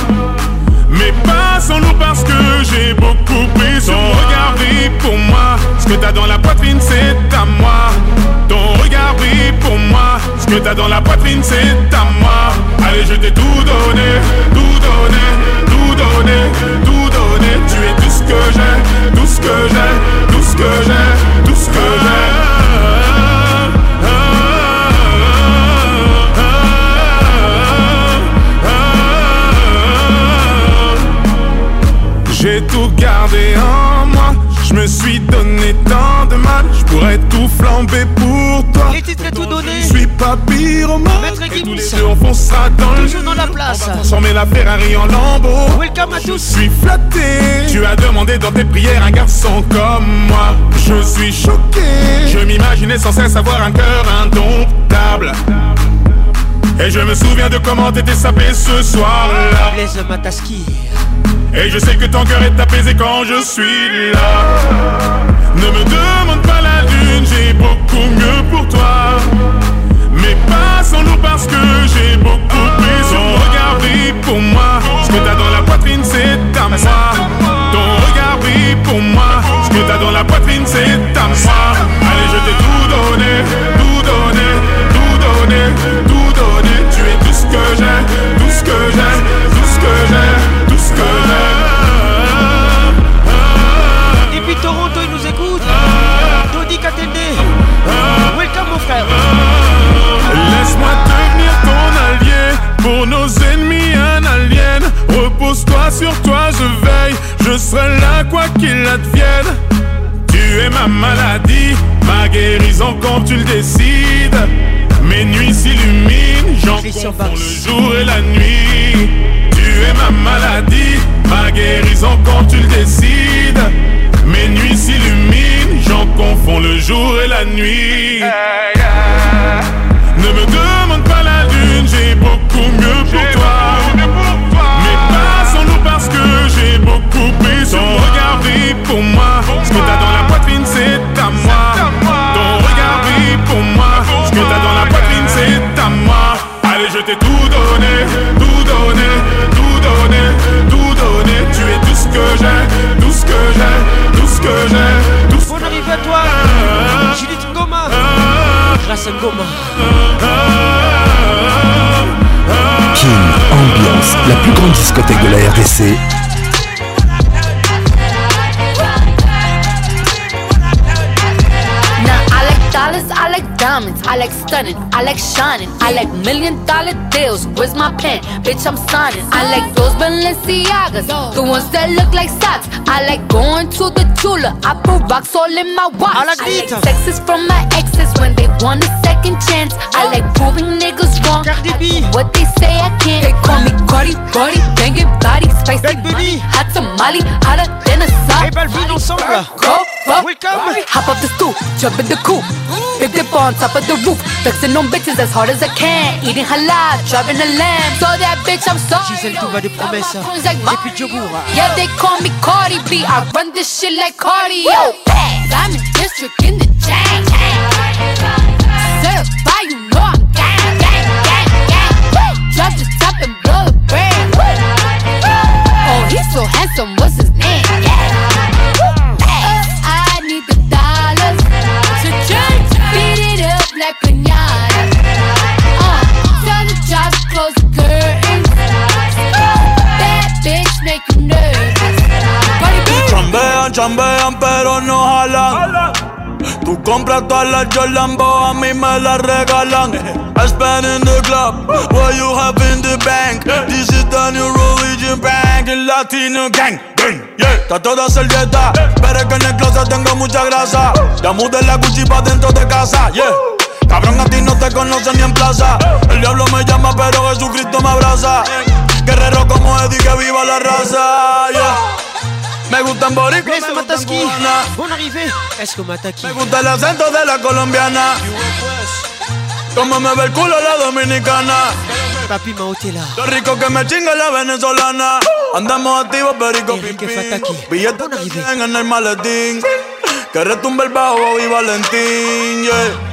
Speaker 12: Mais pas sans nous parce que j'ai beaucoup pris sur Ton regard brille pour moi, ce que t'as dans la poitrine c'est à moi. Ton regard brille pour moi, ce que t'as dans la poitrine c'est à moi. Allez, je t'ai tout donné, tout donné, tout donné, tout donné. Tu es tout ce que j'ai, tout ce que j'ai, tout ce que j'ai, tout ce que j'ai. J'ai tout gardé en moi, je me suis donné tant de mal, je pourrais tout flamber pour toi.
Speaker 7: Les titres et tout donné.
Speaker 12: Je suis pas pyromane,
Speaker 7: Maître
Speaker 12: et tous les
Speaker 7: Gims.
Speaker 12: deux on foncera dans le
Speaker 7: Toujours dans la place.
Speaker 12: Transformer la Ferrari en lambeau.
Speaker 7: Welcome à
Speaker 12: Je suis flatté. Tu as demandé dans tes prières un garçon comme moi. Je suis choqué. Je m'imaginais sans cesse avoir un cœur indomptable. Et je me souviens de comment t'étais sapé ce soir-là.
Speaker 7: Blaise Mataski.
Speaker 12: Et je sais que ton cœur est apaisé quand je suis là. Ne me demande pas la lune, j'ai beaucoup mieux pour toi. Mais passons-nous parce que j'ai beaucoup pris Ton regard brille pour moi, ce que t'as dans la poitrine c'est à moi. Ton regard brille pour moi, ce que t'as dans la poitrine c'est à moi. Allez, je t'ai tout donné, tout donné, tout donné, tout donné. Tu es tout ce que j'ai, tout ce que j'ai, tout ce que j'ai, tout ce que j'ai.
Speaker 7: Depuis Toronto, il nous écoute. Dodi Katende. Welcome mon frère.
Speaker 12: Laisse-moi devenir ton allié Pour nos ennemis un alien Repose-toi sur toi je veille Je serai là quoi qu'il advienne Tu es ma maladie Ma guérison quand tu le décides Mes nuits s'illuminent J'en confonds le jour et la nuit Tu es ma maladie Ma guérison quand tu le décides Mes nuits s'illuminent J'en confonds le jour et la nuit ne me demande pas la lune, j'ai beaucoup mieux pour toi. Mais passons-nous parce que j'ai beaucoup pris Ton regard brille pour moi, ce que t'as dans la poitrine c'est à moi. Ton regard brille pour moi, ce que t'as dans la poitrine c'est à moi. Allez, je t'ai tout donné, tout donné, tout donné, tout donné. Tu es tout ce que j'ai, tout ce que j'ai, tout ce que j'ai, tout ce que j'ai.
Speaker 7: Bonne arrivée à toi. Judith Ngoma. Grâce à Ngoma.
Speaker 1: grande discothèque de la RDC.
Speaker 24: Now I like dollars, I like diamonds, I like stunning, I like shining, I like million dollar deals. Where's my pen? Bitch, I'm signing. I like those Balenciagas, the ones that look like socks. I like going to the jeweler. I put rocks all in my watch. I like sexes from my exes when they want a second chance. I like proving niggas wrong. I do what they say I can't. They call me Cardi, Cardi, banging body, spicy money, hot tamale, hotter than a sock. Hey,
Speaker 11: ensemble.
Speaker 24: Go, go, Hop up the stoop, jump in the coop. Big dip on top of the roof, flexing on bitches as hard as I can. Eating halal, driving a lamb. So that bitch, I'm sorry.
Speaker 11: Gisèle Touba de promesse. Et puis Djogour.
Speaker 24: Yeah, they call me Cardi B. I run this shit like cardio. I'm in district in the chain. Certified, you know I'm gang, gang, gang, gang. Woo! Drop the top and blow the brand. Oh, he's so handsome. What's his name? Yeah. Woo! Hey, I need the dollars to change. Beat it up like pinata. Uh, tell the job to close the curtains. Bad bitch make you nervous. Party bitch.
Speaker 5: Chambean, chambean, pero no jalan. Tú compras todas las Jolambo, a mí me las regalan. I spend in the club, what you have in the bank. This is the new religion bank, el latino gang. gang, yeah. Está toda servieta, pero es que en el closet tengo mucha grasa. Ya mudé la Gucci pa' dentro de casa, yeah. Cabrón, a ti no te conocen ni en plaza. El diablo me llama, pero Jesucristo me abraza. Guerrero como Eddie, que viva la raza, yeah. Me gustan boricua, me gustan cubana.
Speaker 11: Bonne arrivée. Est-ce que Mataki
Speaker 5: Me gusta el acento de la colombiana. Como me ve el culo la dominicana.
Speaker 11: Papi Maotela.
Speaker 5: Lo rico que me chinga la venezolana. Andamos activos, perico, pim, pim. Billetes que tienen en el maletín. Que retumbe el bajo y Valentín, yeah.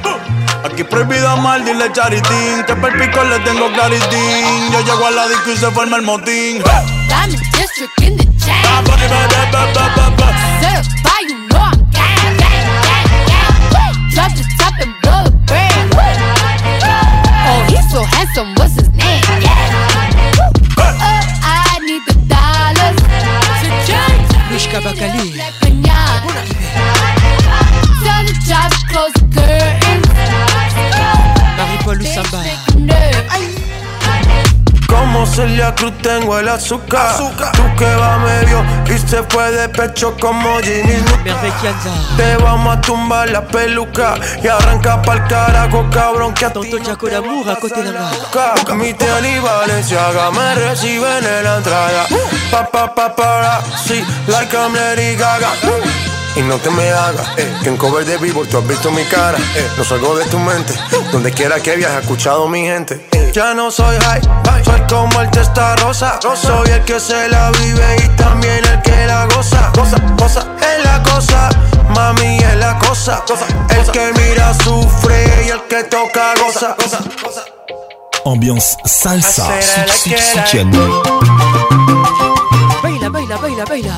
Speaker 5: Aquí prohibido mal, dile charitín. Que perpico le tengo claritín. Yo llego a la disco y se forma el motín.
Speaker 24: I'm in district in the chain. Certified, you know I'm gang, gang, gang, gang. Drop the top and blow the brand. Oh, he's so handsome. What's his name? Yeah. Uh, I need the dollars to change.
Speaker 11: Mishka Bakali.
Speaker 24: Pinata. Tell the job to close the curtains.
Speaker 11: Marie-Paul Samba.
Speaker 4: Como Celia Cruz tengo el azúcar. Tú que va medio y se fue de pecho como Ginny Luca. Te vamos a tumbar la peluca y arranca pa'l carajo, cabrón, que a ti no te vas a hacer nunca. Mi tele y Valenciaga me reciben en la entrada. Pa, pa, pa, para, sí, like I'm Lady Gaga. Y no te me hagas, eh, que en cover de vivo tú has visto mi cara, eh, no salgo de tu mente. Donde quiera que viajes, he escuchado mi gente. eh. Ya no soy high, soy como el testa rosa. Yo soy el que se la vive y también el que la goza. Cosa, cosa, es la cosa, mami es la cosa. cosa el que mira sufre y el que toca goza.
Speaker 1: Ambiance salsa.
Speaker 4: Hacer el
Speaker 1: Suc-
Speaker 4: que la-
Speaker 1: suc- sucienne.
Speaker 11: Baila, baila, baila, baila.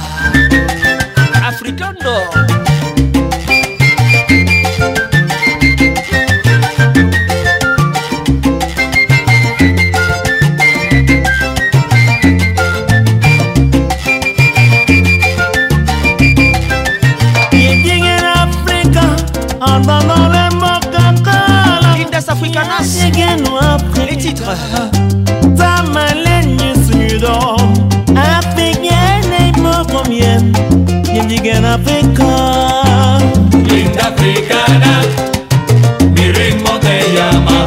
Speaker 11: Africano.
Speaker 7: Bien en África, andando le mokakala.
Speaker 11: Lindas africanas.
Speaker 7: Bien en África.
Speaker 11: Les titres.
Speaker 7: Tamaleño sudo. Africaine y poco bien. Bien en África.
Speaker 9: Linda africana, mi ritmo te llama.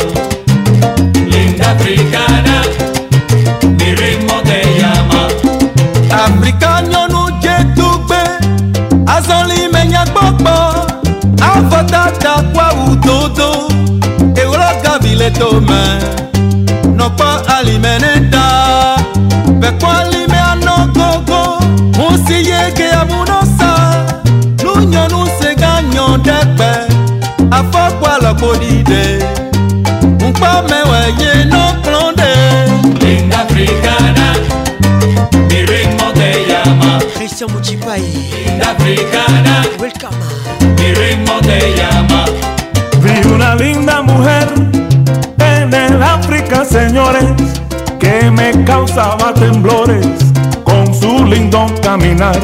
Speaker 9: Linda africana, mi ritmo te llama.
Speaker 7: Afrika nyɔnu dzetugbe, azɔli me nyagbɔgbɔ, avɔta ta kɔ awu dodo, ewlɔ gavi le tome, nɔkpɔ alime ne ta, bɛkɔ alime anɔ gogo, musi yege amunɔ sa, nunyɔnu se ga nyɔ ɖe gbe, afɔkpɔ alɔkpo ɖi ɖe, ŋkpɔ me wɔ ye nɔ kplɔ ɖe.
Speaker 9: Linda africana, mi ritmo te llama.
Speaker 11: Christian Mouchipai.
Speaker 9: Linda africana, mi ritmo te llama.
Speaker 25: Vi una linda mujer en el África, señores, que
Speaker 26: que me causaba temblores con su lindo caminar.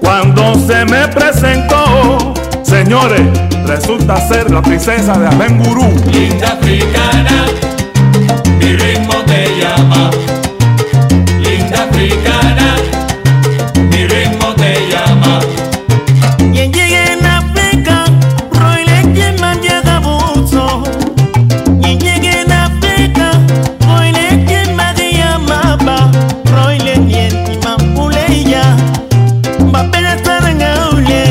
Speaker 26: Cuando se me presentó, señores, resulta ser la princesa de Abengurú.
Speaker 9: Linda africana, mi ritmo te llama. Linda africana, mi ritmo te llama.
Speaker 27: Ye llegué en África, roile quien man llega buzo. Ye llegué en África, roile quien man de llamaba. Roile quien y mampule ya. Va a estar en aule.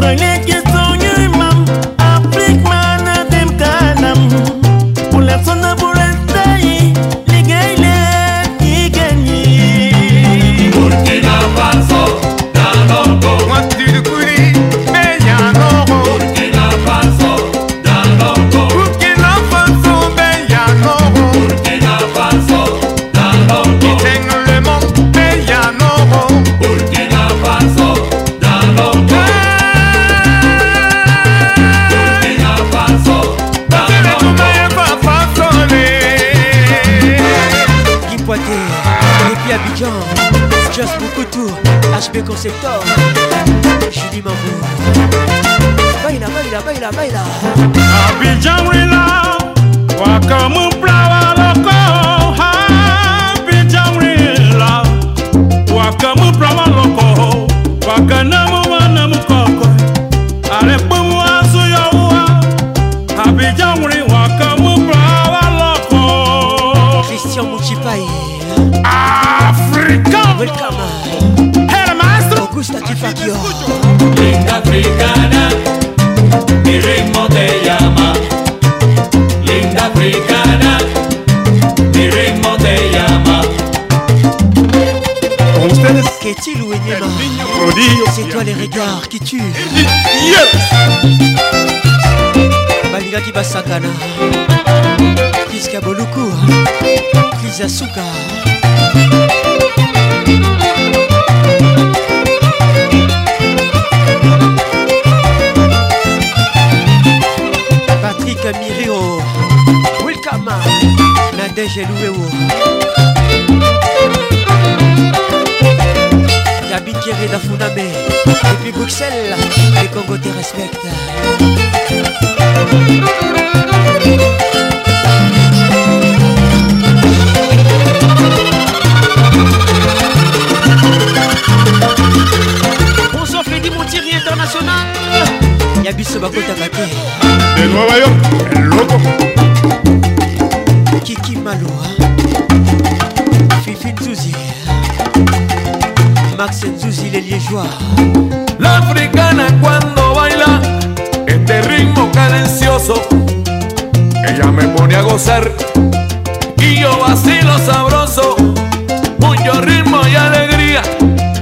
Speaker 27: Roile quien soñó y mam. África man a dem canam. Por la zona por el talle, ligaile y gañe.
Speaker 9: Burkina Faso, Danongo. Burkina Faso, Danongo. Burkina Faso, Danongo. Burkina Faso, Danongo. Burkina Faso,
Speaker 7: Guy Poité, depuis Abidjan, Just Moukoutou, HB Conceptor, Julie Mambo. Baila, baila, baila, baila.
Speaker 26: Abidjan wila, wakamu plawa loko. Abidjan wila, wakamu plawa loko. Wakanamu wanamu koko. Arepumu azuya uwa. Abidjan wila, wakamu plawa loko.
Speaker 7: Christian Mouchipaye.
Speaker 26: Africa.
Speaker 7: Welcome. Augusta Kifakio.
Speaker 9: Linda africana, mi ritmo te llama. Linda africana, mi ritmo te llama.
Speaker 26: Con ustedes,
Speaker 7: Qu'est-il ou Enema
Speaker 26: Rodillo.
Speaker 7: C'est toi les regards qui tuent. Balinga qui Sakana. Chris Kaboluku. Chris Yasuka. Patrick Mirio. Welcome. Nadège Elouéo. Gabi Kéré Dafuname. Et puis Bruxelles. Les Congo te respectent. Bonsoir Freddy Montieri International. Yabiso Bakota Kate.
Speaker 26: De Nueva York, el loco.
Speaker 7: Kiki Malo. hein. Fifi Nzouzi. Max Nzouzi les Liégeois.
Speaker 5: La africana cuando baila este ritmo cadencioso, ella me pone a gozar y yo vacilo sabroso, mucho ritmo y alegría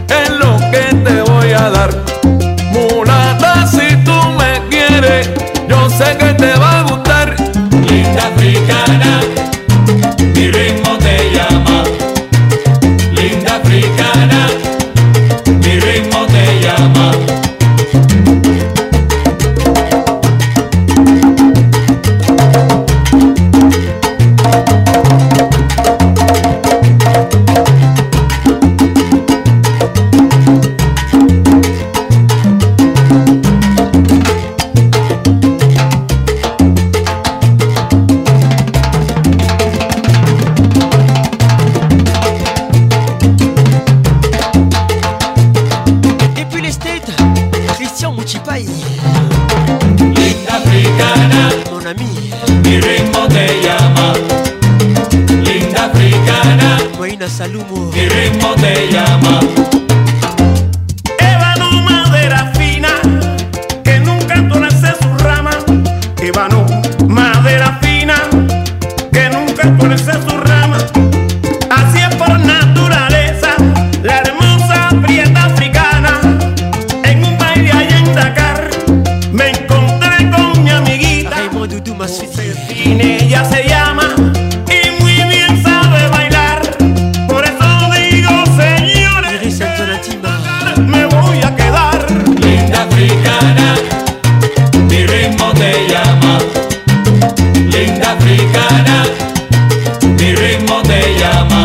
Speaker 5: es lo que te voy a dar. Mulata, si tú me quieres, yo sé que te va a gustar.
Speaker 9: Linda africana, mi ritmo te llama. Linda africana, mi ritmo te llama.
Speaker 7: Et puis les States. Christian Mouchipaï.
Speaker 9: Linda africana,
Speaker 7: mon ami,
Speaker 9: mi ritmo te llama. Linda africana,
Speaker 7: Moïna Salumo.
Speaker 9: mi ritmo te llama.
Speaker 5: Ébano, madera fina, que nunca torce su rama. Ébano, madera fina, que nunca torce su rama. Así es por naturaleza, la hermosa prieta africana. En un baile allá en Dakar, me encontré con mi amiguita. Cine, ella se llama. y muy bien sabe bailar Por eso digo, señores, que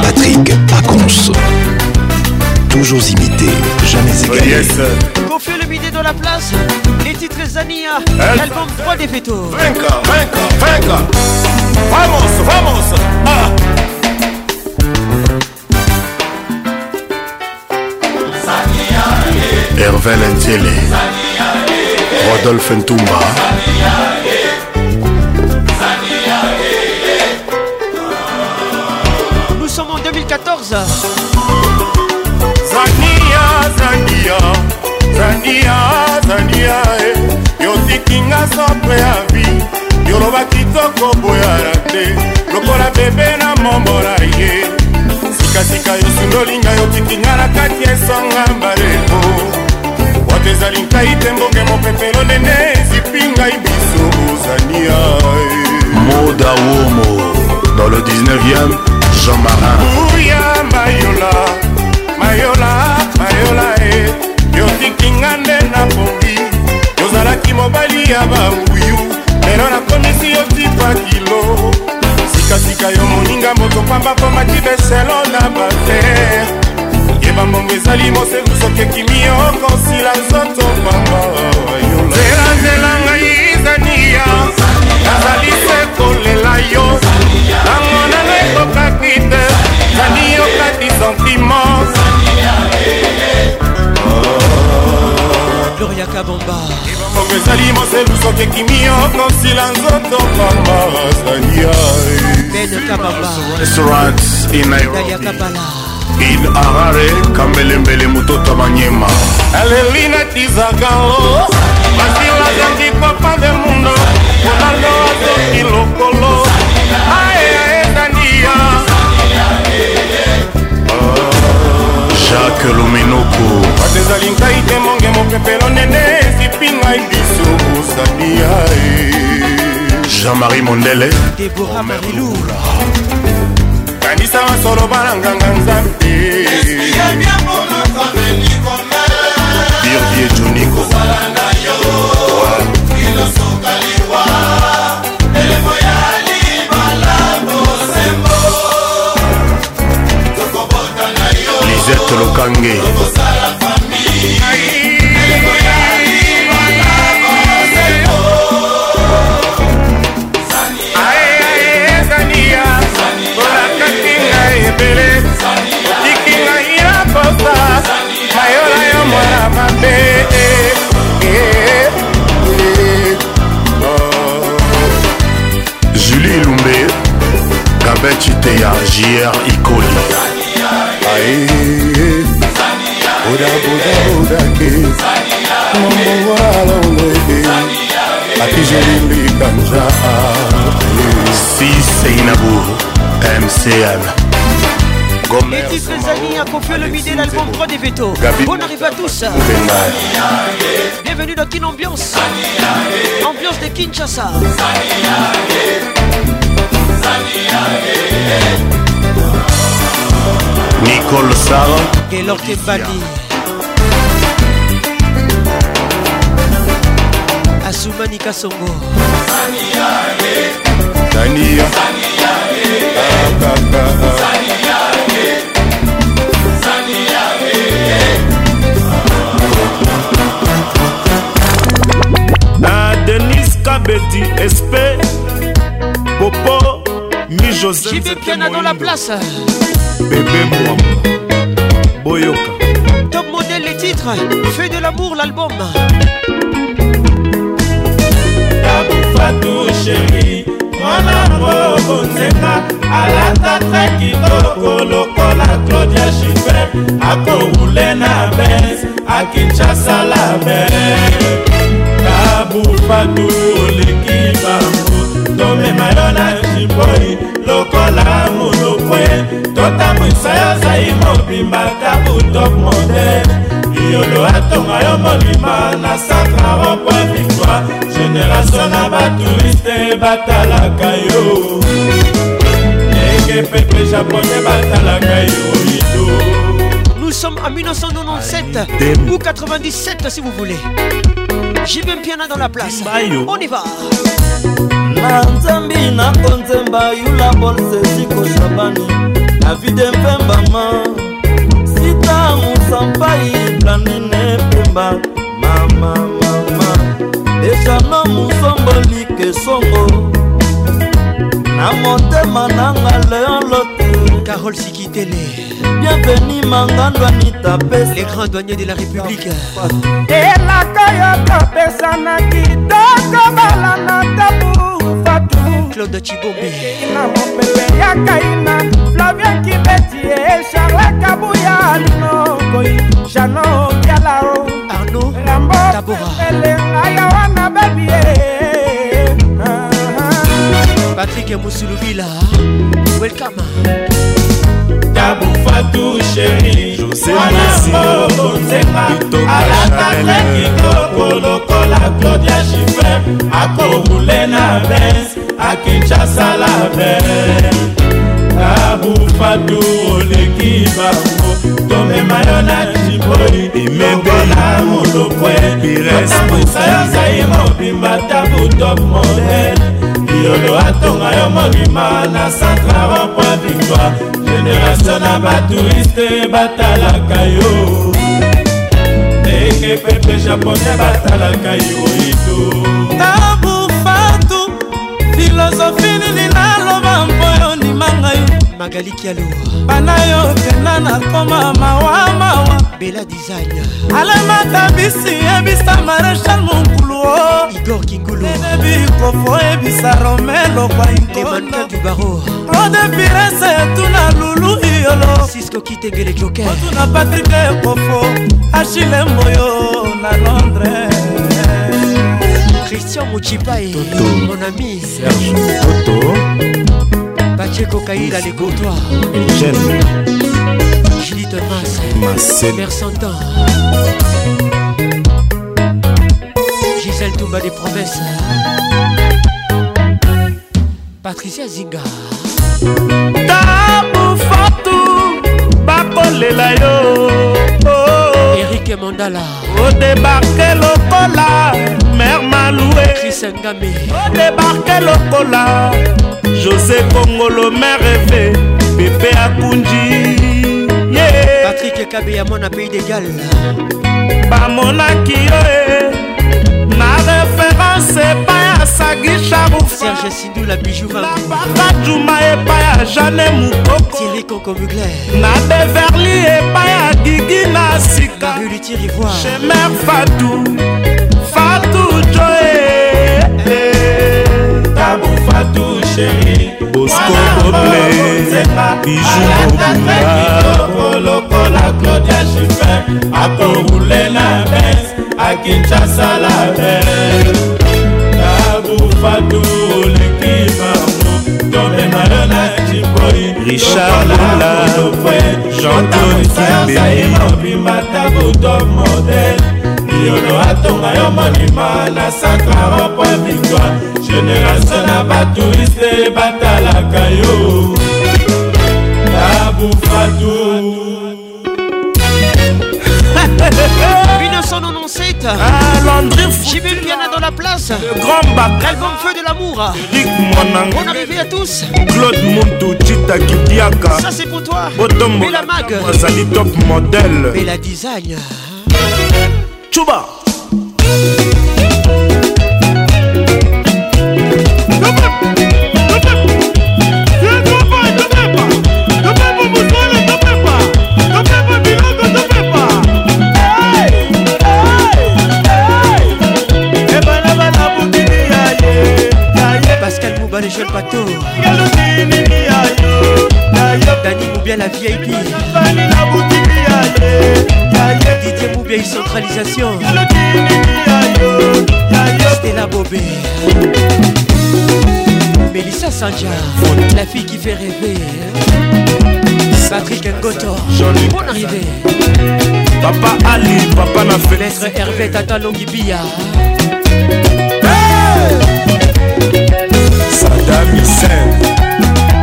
Speaker 1: Patrick Pacons. Toujours imité, jamais égalé.
Speaker 7: Confie le midi dans la place, les titres Zania,
Speaker 28: Elle-
Speaker 7: l'album 3 des Fetos.
Speaker 28: Venga, venga, venga. Vamos, vamos. Ah.
Speaker 17: Hervé Lentele, Rodolphe Ntumba,
Speaker 7: Nous sommes en 2014.
Speaker 4: zania zania zania zania eh. yotiki nga sopre ya vi yoloba kitoko boyala te lokola bebe na mombola ye sikasika yosundoli nga yotiki nga na kati esonga mbaleko wato ezali nkai te mbonge mopepelo nene ezipi ngai biso zania eh.
Speaker 17: Moda Womo. Dans le 19e, Jean Marin.
Speaker 4: buya mayola mayola mayola e yotiki nga nde na pongi yozalaki mobali ya bawuyu lelo nakomisi yo tipa kilo sikasika yo moninga moto pamba po maki beselo na bater yeba mbongo ezali moseku soki ekimi okosila nzoto pamba zelanzela ngai zania nazali se kolela yo nango nano ekokaki te zani okati sentiment
Speaker 7: Gloria Kabamba.
Speaker 4: mbongo ezali moselu soki ekimi okosila nzoto pamba zania
Speaker 7: Ben Kabamba
Speaker 17: Restaurants in Nairobi. In Harare, Kamelembele Mutota Manyema.
Speaker 4: aleli natizakalo basilazangi papa de mundo ronaldo azoki lokolo aeaezania
Speaker 17: Jacques Lomenoko.
Speaker 4: bato ezali ngai te monge mopepelo nene ezipi ngai biso ozania
Speaker 17: Jean-Marie Mondele.
Speaker 7: Deborah Marilou
Speaker 4: kanisa masolo bana nganga nzambe
Speaker 17: Birbier Jonico. Lisette Lokange.
Speaker 4: ezania olakaki ngai ebele otiki ngai na posa mayola yo mwana mabe eh, oh.
Speaker 17: Julie Lumbe. Gabet Chitea. JR Icoli. Aïe.
Speaker 29: odabodabodake mombongwalalongeke akijolilikamza
Speaker 17: Si Seinabou. MCM.
Speaker 7: Les
Speaker 17: Gomer.
Speaker 7: titres Zania, confie le midi, l'album 3 des Fetos.
Speaker 17: Gabi.
Speaker 7: Bonne arrivée à tous.
Speaker 17: Benga.
Speaker 7: Bienvenue dans Kin Ambiance. Ambiance de Kinshasa.
Speaker 17: Nicole Sara.
Speaker 7: Gaylord Kebadi. Asumani Kasongo.
Speaker 4: dania
Speaker 30: na denis kabeti espe popo mi josé
Speaker 7: JB Piana dans la place.
Speaker 30: bebe mwamba boyoka
Speaker 7: Top modèle les titres. Feu de l'amour l'album.
Speaker 5: fatu sheri mwana moko nzeka alata tre kitoko lokola claudia shife akowule na bes akinshasa la bes kabu fatu oleki bango tomema yo na jiboi lokola monokwe totambwisa yo zai mobimba kabu top model iyolo atonga yo molima na sacra opo victoire génération na batouriste batalaka yo ndenge pepe japonais batalaka yo
Speaker 7: Nous sommes en 1997 ou 97 si vous voulez. JB Piana dans la place. On y va.
Speaker 31: na nzambi nakonzemba yula bolsesi koshabani
Speaker 14: La vie mpemba ma sitamu sampai planine pemba mama mama ecano musomboli kesongo na motema nanga leon lote
Speaker 7: carol sikitele
Speaker 14: bienveni mangando anita pesa
Speaker 7: les grands douaniers de la république
Speaker 16: elaka yo topesana kitoko balana tabu fatu
Speaker 7: claude chibombe
Speaker 16: E na mopepe ya kaina flavien kibeti e charle kabuya nino koi jano kialao
Speaker 7: arno
Speaker 16: lambo elenga yawana bebie Ah,
Speaker 7: patrick mosuluvila welcome
Speaker 10: tabu fatu sheri anamobonzenga alakaka kitoko lokola claudia shifre akobule na bes akinshasa la bes tabu fatu oleki bango tomema yo na jiboi emebona molokwe otamwisa yo zai mobimba tabu top model yolo atonga yo mobima na centre avant point victoire génération na batouriste batalaka yo ndenge pepe japonais batalaka yo ito
Speaker 5: tabu fatu filosofi nini naloba mpo yo ndima ngai
Speaker 7: magali kialo
Speaker 5: bana yo tena nakoma mawa mawa
Speaker 7: bela design
Speaker 5: alemata bisi yebisa marechal monkulu o
Speaker 7: igor kingulu
Speaker 5: ebikofo ebisa romelo kwa inkonda
Speaker 7: dubaro
Speaker 5: claude pirese tuna lulu iyolo
Speaker 7: sisko kitengele joker
Speaker 5: otuna patrike kofo achile mboyo na londres
Speaker 7: Christian Mouchipae,
Speaker 5: Toto.
Speaker 7: mon ami
Speaker 8: Serge Toto
Speaker 7: Pacheco Kaïda les Courtois,
Speaker 8: Eugène
Speaker 7: Gilles Thomas,
Speaker 8: Marcel.
Speaker 7: Mère Santan, Gisèle Toumba des Provinces, Patricia Zinga,
Speaker 5: tabu fatu bakolela yo Oh,
Speaker 7: Eric Mandala,
Speaker 5: odebarke lokola mer malue
Speaker 7: Kisengame
Speaker 5: odebarke lokola josé kongolo mer eve pepe akunji ye
Speaker 7: Patrick Kabea, mon pays d'égal,
Speaker 5: bamonaki yo e na référence epai ya sagi sharufa
Speaker 7: Serge Sindou, la bijou Vamp,
Speaker 5: bakajuma epai ya jane mukoko
Speaker 7: Thierry Coco Mugler,
Speaker 5: na beverly epai ya gigi na sika
Speaker 7: Ruliti Rivoire,
Speaker 5: chemer fatu fatu joe
Speaker 10: tabu fatu sheri
Speaker 8: Bosco Boble Bijou Kobula
Speaker 10: lokola claudia shifre akohule na bes akinshasa la bes tabu fatu oleki bango tomema yo na jiboi
Speaker 8: Richard Lula, Jean-Claude Kimbeli.
Speaker 10: mobimba tabu to model yolo atonga yo monima na saclaro po victoire génération na batouriste batalaka yo tabu fatu
Speaker 7: 1997,
Speaker 8: Ah,
Speaker 7: Jimmy Piana dans la place,
Speaker 8: Grand Bac
Speaker 7: l'album Feu de l'amour,
Speaker 8: Rick Monang
Speaker 7: bonne arrivée à tous,
Speaker 8: Claude Muntu Chita Kidiaka
Speaker 7: ça c'est pour toi,
Speaker 8: Botombo
Speaker 7: Bella Mag,
Speaker 8: Azali Top Model
Speaker 7: Bella Design,
Speaker 8: Chuba
Speaker 7: Pascal Mouba, les jeunes bateaux, Dani Moubia, la VIP, Didier Moubia, une centralisation, Stella Bobé, Mélissa Sanja, la fille qui fait rêver, Patrick Ngoto, bonne arrivée,
Speaker 8: Papa Ali, Papa na
Speaker 7: Maître Hervé Tata Longibia,
Speaker 8: Saddam Hussein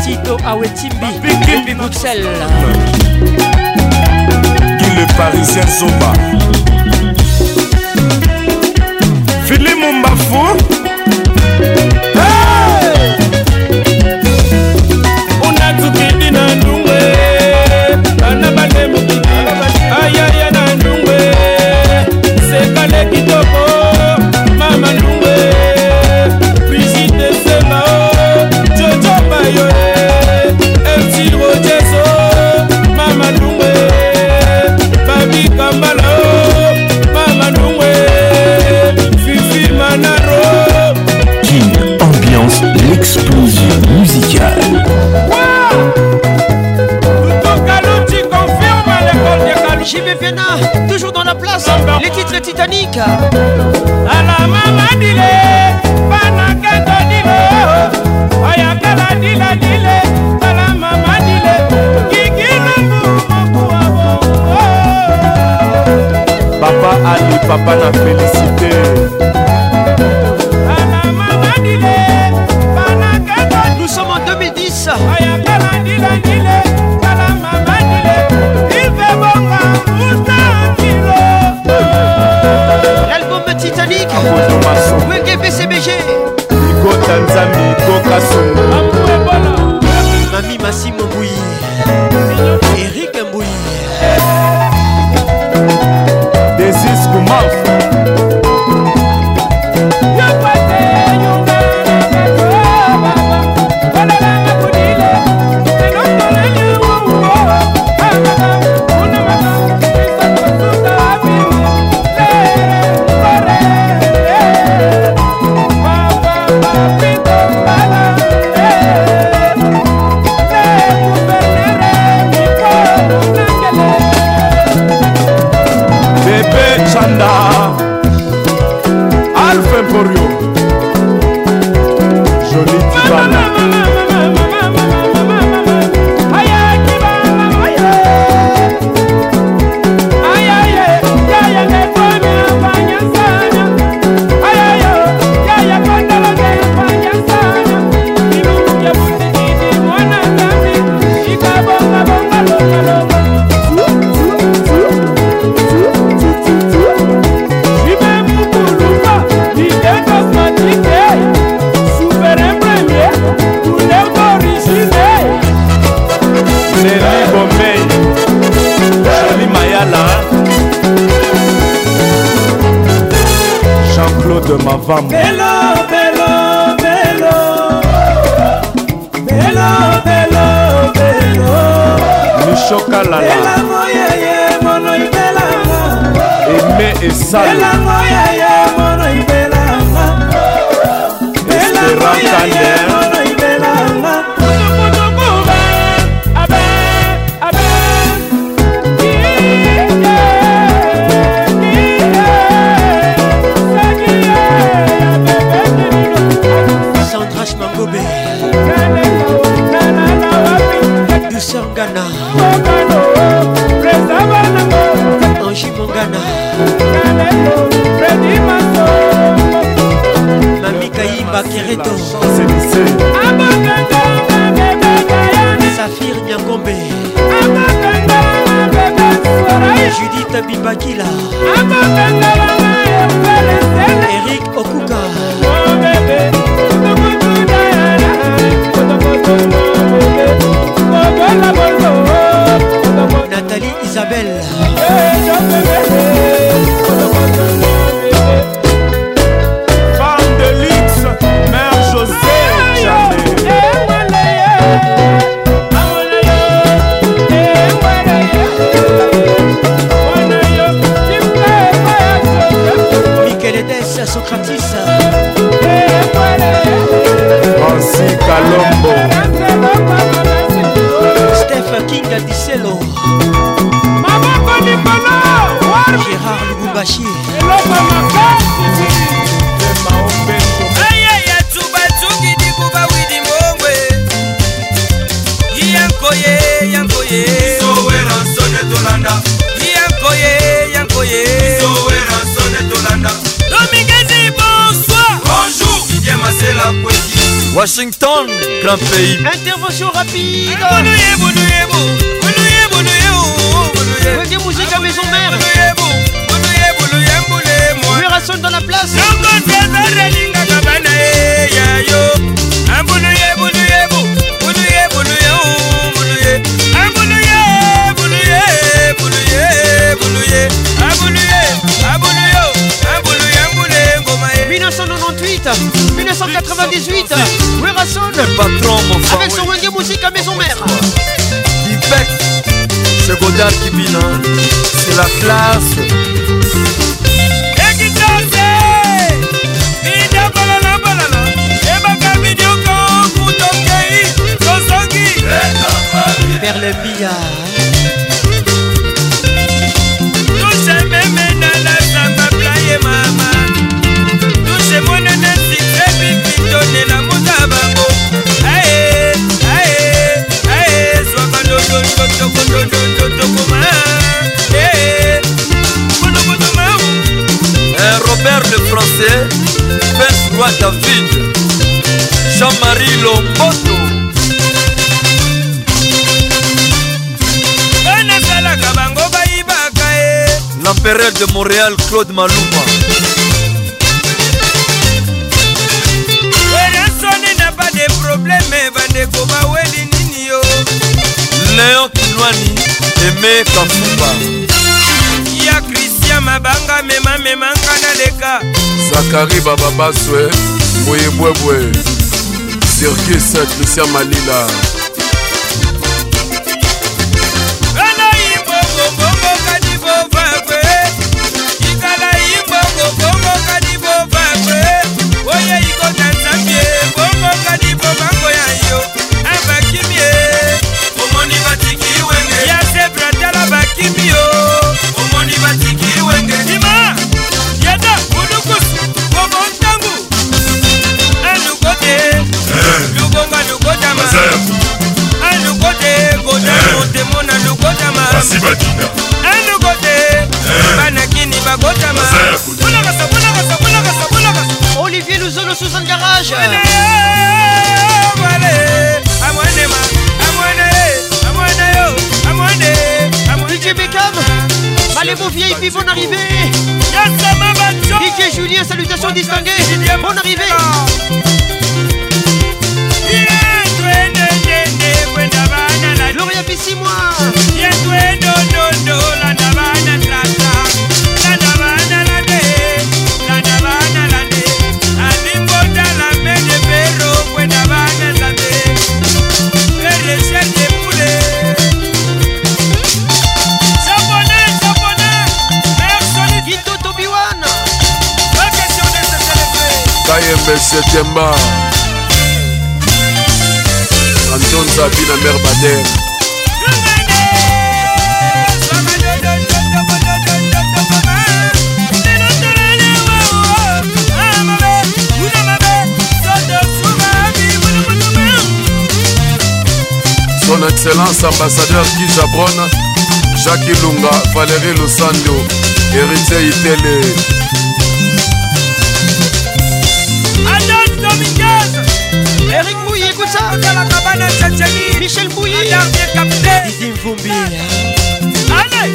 Speaker 7: Tito Awetimbi, Bibi Bruxelles,
Speaker 8: Guy le Parisien Soba Philippe Mbafou
Speaker 5: unakukidina ndunge
Speaker 7: championnat, toujours dans la place, les titres Titanic.
Speaker 9: papa ali papa na félicité
Speaker 7: Nous sommes en 2010. L'album Titanic. Wenge PCBG.
Speaker 9: Nico Tanzami, Nico Kasongo
Speaker 7: Mami Massimo Bouy. Eric Mbouy.
Speaker 9: Desis Koumaf Bébé Chanda Alf Emporio Jolie Tibana Nelly Bombay Jolie Mayala Jean-Claude Mavam Michoka Lala Aimé et Sal Espérant Kander
Speaker 7: Sandrash Mangobé. Douceur Ghana. Angie Mongana. Mami Kaïba Kereto. Saphir Nyangombe. Judith Bibakila. Eric Okuka. Nathalie Isabelle.
Speaker 9: Femme de luxe, mère José Jamais
Speaker 7: Micheledes Socratis.
Speaker 9: Nancy Calombo
Speaker 7: Steph King Adicelo. Gérard Lubumbashi.
Speaker 5: Washington, grand pays.
Speaker 7: Intervention rapide. Reggae musique à maison mère. Murason dans la place. Ensuite, 1998, Werason, avec son reggae musique à maison mère.
Speaker 5: Pipec, c'est Godard qui vit, hein. c'est la classe.
Speaker 7: Vers le billard.
Speaker 32: Eh, Ferrer de Montréal, Claude Maluma.
Speaker 5: Werasoni n'a pas de problème, bandeko baweni nini yo.
Speaker 32: Léon Kinwani, Aimé Kafumba.
Speaker 5: Ya Christian mabanga mema memanga na leka.
Speaker 4: zakari bababaswe boyebwebwe sirki saint christian malila
Speaker 5: Kana imbongo bongo kadi bovakwe. Ikala imbongo bongo kadi bovakwe. Oye iko na nzambie bongo kadi bovango ya yo. Abakimie omoni batiki wenge. Ya zebra tala bakimi yo omoni batiki wenge. Ima yada kulukusu bobo ntangu. Alukote lukonga lukotama. Alukote kodamo temona lukotama. Alukote banakini bakotama. Bulakasa bulakasa bulakasa bulakasa.
Speaker 7: Olivier Luzolo sous un garage. DJ Beckham, allez mon VIP, bonne arrivée. DJ Julien, salutations distinguées. Bonne arrivée. Gloria Pissimois. Guido Tobiwan.
Speaker 4: kayembe setemba anton zabi na mer bader son excellence ambassadeur kizabron jacques ilunga valérie losando héritier itele
Speaker 5: Eric Mouy, écoute ça Michel Mouy Dizim Vumbi Allez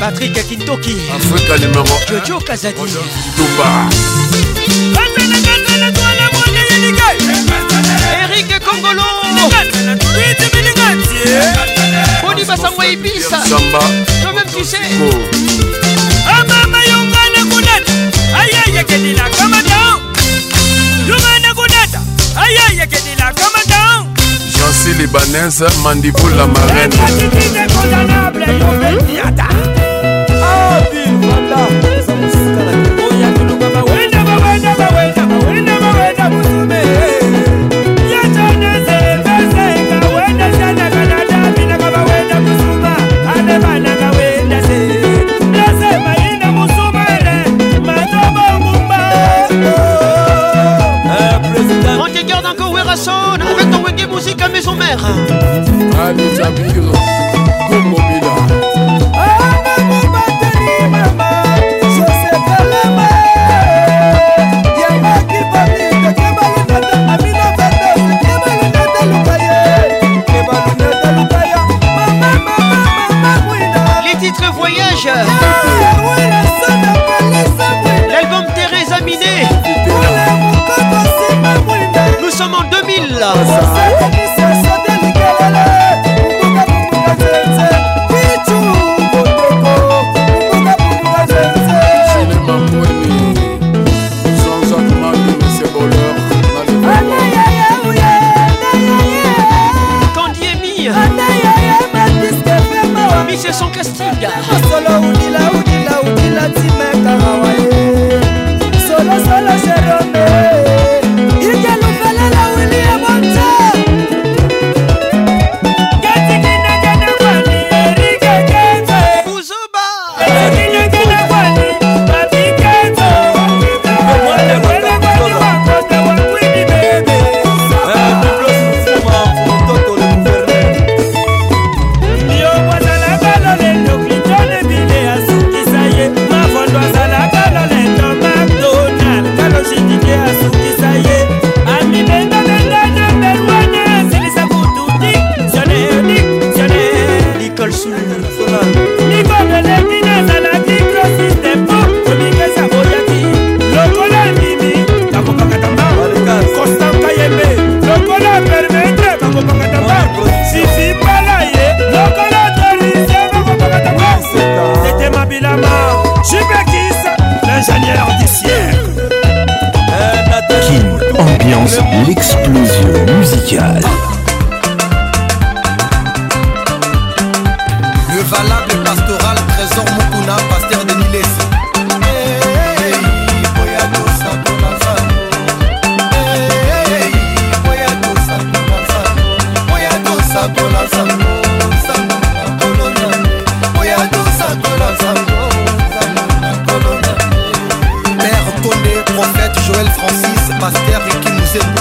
Speaker 7: Patrick Akintoki
Speaker 4: afrika numéro
Speaker 7: Jojo Kazadi
Speaker 4: duba
Speaker 7: Eric Congolo Boni Bassangwa Ibis
Speaker 4: samba
Speaker 7: Toi-même tu sais
Speaker 4: jansi libanaise mandibula marene
Speaker 7: On te garde encore Werason Avec ton Wenge Musique à Maison Mère Les titres Voyage L'album Thérèse Minet Nous sommes en 2000 Candy Amy Michel son casting
Speaker 5: Yo, guadalajara, le, no, clitone,
Speaker 1: Balance l'explosion musicale.
Speaker 3: Le valable et pastoral, trésor Mukuna, pasteur de Niles. Hey, hey, hey, boya dosa kona sango. Hey, hey, hey, boya dosa kona sango. Boya dosa kona sango, sango na kolona. Boya dosa kona sango, sango na kolona. Père Condé, prophète Joël Francis, pasteur Ricky Mouzembo.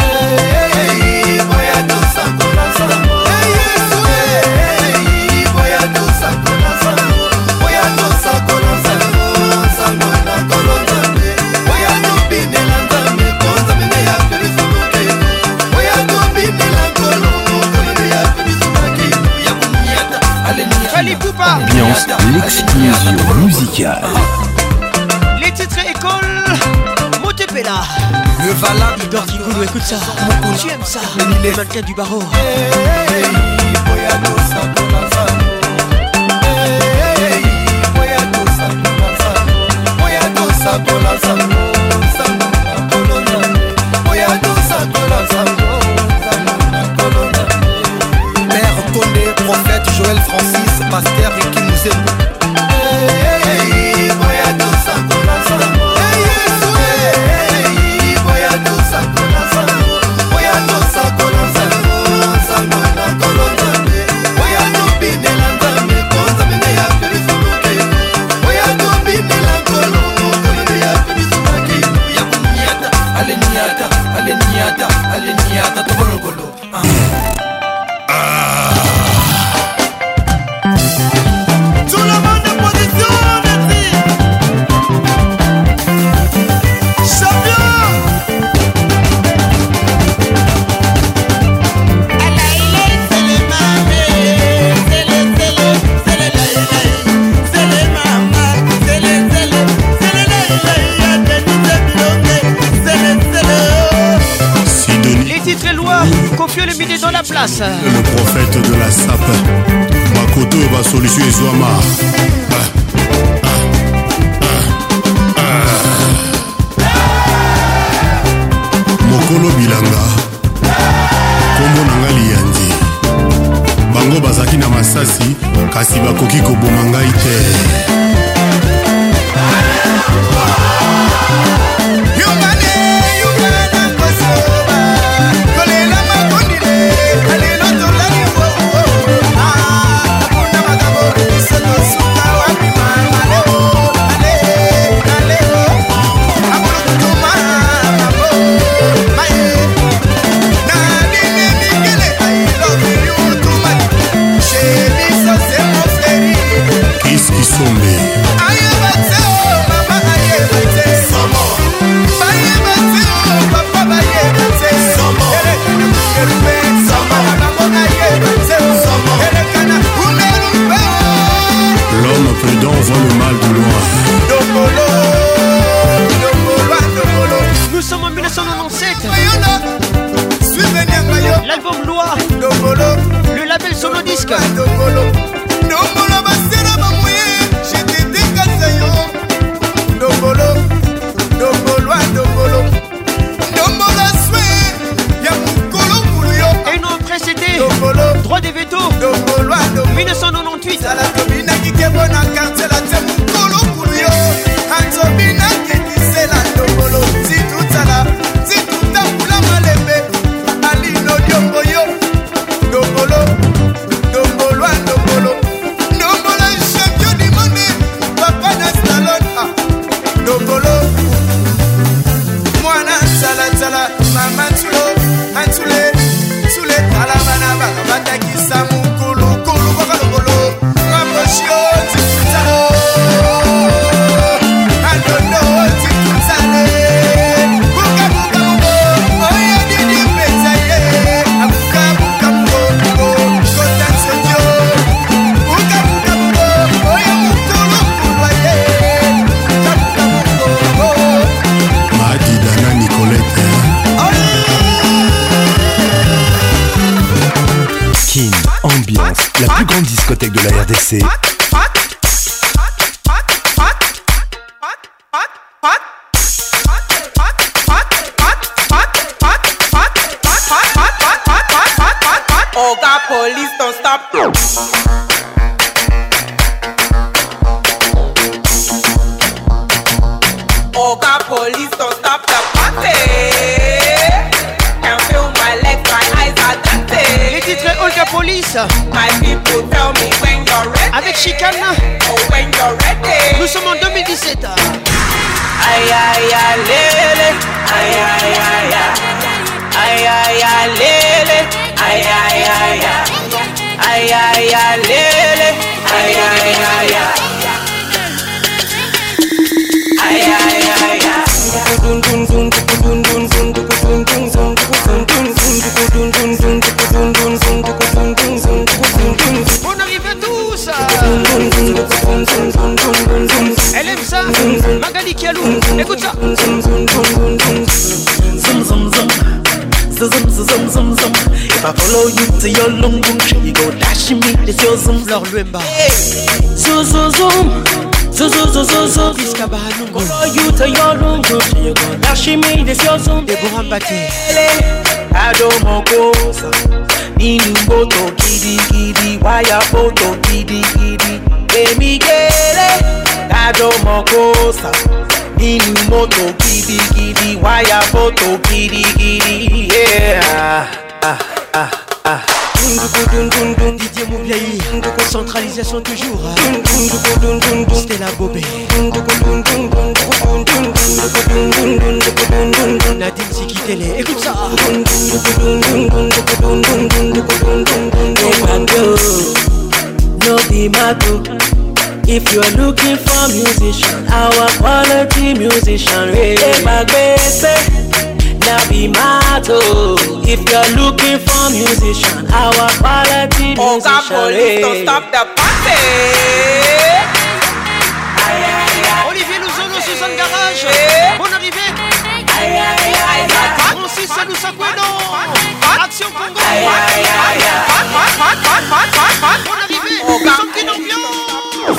Speaker 3: Hey, hey, hey, boya dosa kona sango. Hey, Yesu, hey, hey, hey.
Speaker 1: Ambiance l'explosion musicale.
Speaker 7: Les titres école, Motepela.
Speaker 3: Le valable
Speaker 7: Igor Kigoulou, écoute ça. Tu aimes ça. Le mannequin du barreau.
Speaker 3: Père Condé, prophète Joël Francis, pasteur Ricky Mouzembo.
Speaker 9: Tout le monde en position, merci. Champion.
Speaker 7: Les titres lois, Confie le midi dans la place.
Speaker 5: Le prophète de la sape. Makoto va solution Zouama. Ah, ah, ah, ah. Mokolo bilanga. Kombo nanga liyanji. Bango bazaki na masasi kasi bakoki koboma ngai te. Qu'est-ce qui sombre? L'homme prudent voit le mal de loin.
Speaker 7: Nous sommes en 1997. L'album Loi. Le label Sonodisque. bah, Et non précédé. Droit des veto. 1998.
Speaker 5: ah, Madidana Nicolette.
Speaker 1: Skin, ambiance, la plus grande discothèque de la RDC.
Speaker 9: Pat, pat, pat, pat, pat, pat, pat, pat,
Speaker 7: la police don't stop. Oga police don't stop the party. Can't feel my legs, my eyes are dirty.
Speaker 9: Les titres Olga Police
Speaker 7: My people tell me when you're ready.
Speaker 9: avec Chicane.
Speaker 7: Oh, when you're ready.
Speaker 9: Nous sommes en 2017.
Speaker 7: Aïe aïe aïe lele, aïe aïe aïe aïe, aïe aïe aïe lele, aïe aïe aïe aïe, aïe aïe aïe lele, aïe aïe aïe aïe, aïe aïe aïe aïe.
Speaker 9: On arrive tous. Elle aime ça. Magali Kialou. Écoute ça.
Speaker 33: Zum zum zum Zum zum zum zum zum If I follow you to your lung lung Sure you go dashing me This your zum zum
Speaker 9: Luemba
Speaker 33: Zum zum zum Zum zum zum zum zum Follow you to your lung lung Sure you go dashing me This your zum
Speaker 9: Deborah Mbate
Speaker 33: adomokosa nínú bòtò gidigidi wáyà bòtò gidigidi èmi kéré adomokosa nínú mòtò gidigidi wáyà bòtò gidigidi. Yeah. Ah, ah, ah.
Speaker 9: Didier Moubiaï, centralisation toujours. C'était la bobée. Nadine Sikitele, écoute ça.
Speaker 33: No matter, no be matter. If you're looking for musician, our quality musician, hey, my now be matter. If you're looking for musician, our quality
Speaker 7: Oga
Speaker 33: musician,
Speaker 7: police don't
Speaker 33: hey.
Speaker 7: stop the party. Aïe aïe aïe,
Speaker 9: Olivier Louzono, Suzanne Garage. Bonne arrivée.
Speaker 7: aïe aïe aïe aïe.
Speaker 9: Francis Sanou Sakweno. Action Congo. Bonne arrivée. Nous sommes une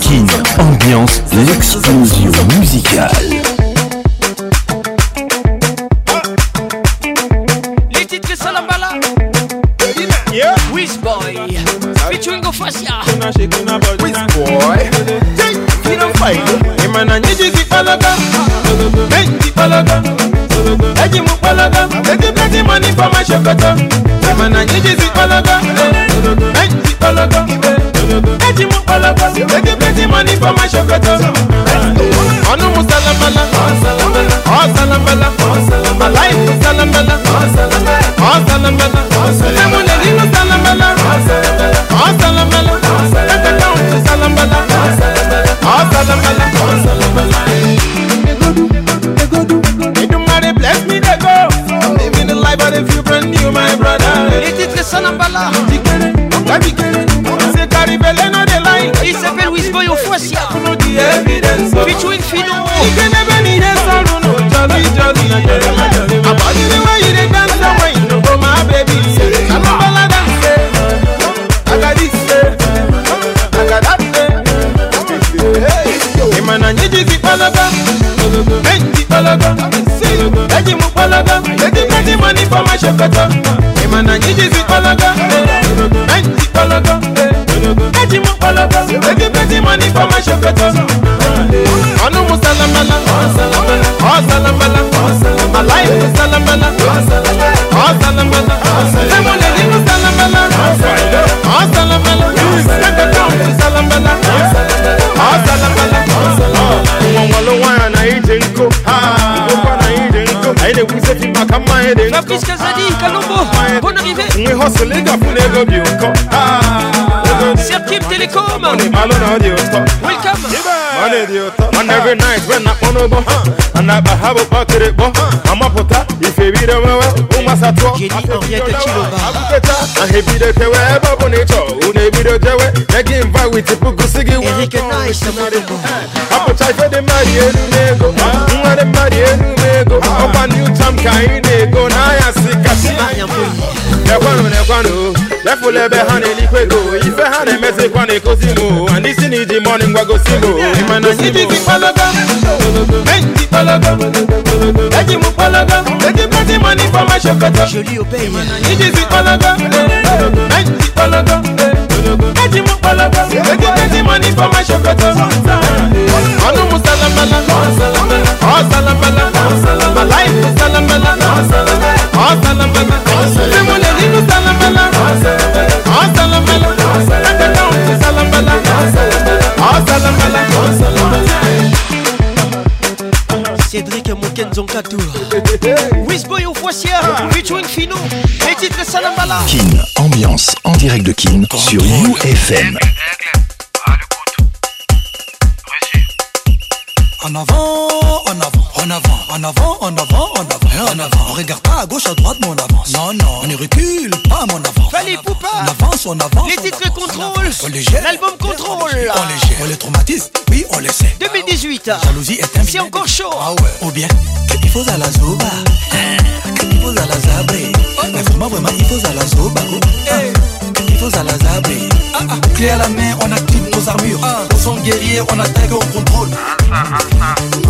Speaker 1: Kin ambiance l'explosion musicale.
Speaker 9: Les titres Salambala. Wiz Boy. Featuring Ofasia.
Speaker 5: Whiz boy Hey, you don't fight Imana nyiji kipalaga Hey, kipalaga Eji mupalaga Take plenty money for my shakata Imana nyiji kipalaga Hey, kipalaga Eji mupalaga Take plenty money for my shakata Ono musalambala Oh salambala My life is salambala Oh salambala Nemune lilo salambala Oh salambala Take a down to salambala Oh salambala Oh salambala Edumare bless me they go I'm living the life but if you brand new my brother
Speaker 9: Les titres Salambala.
Speaker 5: C'est carré, no de line
Speaker 9: Il s'appelle Wizboy Ofasia. Featuring Fino.
Speaker 5: Money for my shakata. Hey man, I need you to call a girl. Hey, call a girl. Eji mu palaga, eji plenty money for my shakata. Anu mu salamala, oh salamala, my life is salamala, oh salamala. Semu leli mu salamala, oh salamala. Kaka kong mu salamala, oh salamala. Mwangwalo waya na ije nko, ah, ukwa na ije nko. Aide wise fima kama ide nko.
Speaker 9: Fabrice Kazadi, Kalombo, bonne arrivée.
Speaker 5: Mwe hustle inga fune go bi nko, ah.
Speaker 9: Serkim Telecom.
Speaker 5: Malona di oto.
Speaker 9: Welcome.
Speaker 5: Money di oto. And every night when I on obo, and I have a pocket it bo. I'm a pota, if you be the way, um as a tro. Gini ambiente chiloba. Akuketa, and he be the kewe, eba bonito. Une oh. be the jewe, negi invite with tipu kusigi. Eric nice, the mother bo. Apotai fe de mari elu nego. Mwa de mari elu nego. Opa new time ka inego. Na ya sika, sika.
Speaker 7: Mariam Boy.
Speaker 34: Nekwanu nekwanu lefulebe ha n'elikwego ife ha na-emezikwa na-ekozi mo and isi na iji mọni ngwa gosi mo ịmana iji gị kpalaga eji kpalaga eji m kpalaga eji pati ma n'ife ma shekọta ịmana iji gị kpalaga eji kpalaga eji m kpalaga eji pati ma n'ife ma shekọta ọnụ m salamala ọ salamala malaị salamala ọ salamala
Speaker 7: Cédric Moken Zonkatou.
Speaker 15: Eh,
Speaker 7: Wisboy au Foissière, featuring Fino. Les titres Salambala.
Speaker 1: Kin, ambiance en direct de Kin sur UFM.
Speaker 15: En avant, en avant, en avant, en avant, en avant, en avant, en avant. On regarde pas à gauche, à droite, mais on avance. Non, non, on ne recule pas, mon avant.
Speaker 7: Fallait Poupa.
Speaker 15: On avance, on avance.
Speaker 7: Les titres Contrôle.
Speaker 15: On les gère.
Speaker 7: L'album Contrôle.
Speaker 15: On les gère. On les traumatise, oui, on les sait.
Speaker 7: 2018.
Speaker 15: La jalousie est un
Speaker 7: C'est encore chaud.
Speaker 15: Ah ouais. Ou bien, que il faut à la zoba, hein, que il faut à la zabré. Mais vraiment, vraiment, il faut à la zoba. oh, hein, que Il faut à la zabré. Ah, ah, clé à la main, on active nos armures. On sont guerriers, on attaque, on contrôle.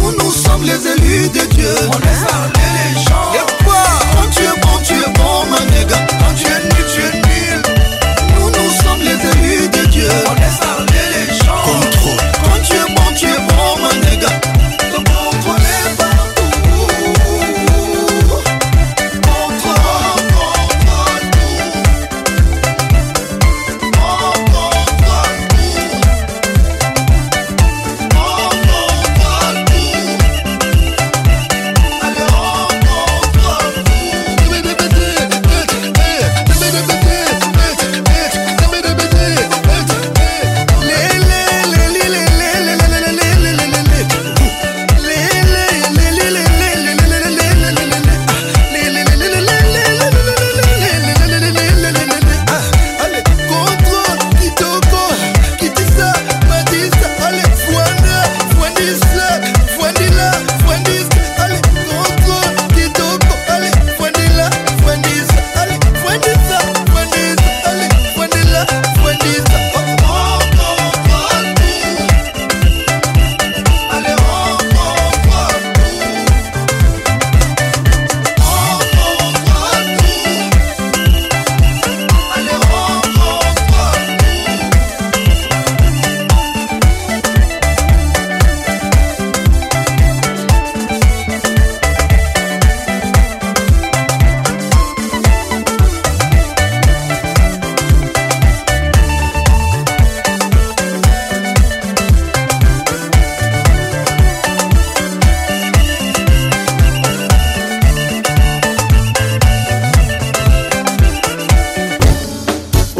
Speaker 15: Nous, nous sommes les élus de Dieu. On les a, les légendes. Et quoi Quand tu es bon, tu es bon, ma nègre. Quand tu es nul, tu es nul. Nous, nous sommes les élus de Dieu. On les a, les légendes. Contrôle. Quand tu es bon, tu es bon, ma nègre. Te contrôlez partout. Contrôle, contrôle tout. Contrôle, contrôle tout. Contrôle, contrôle tout.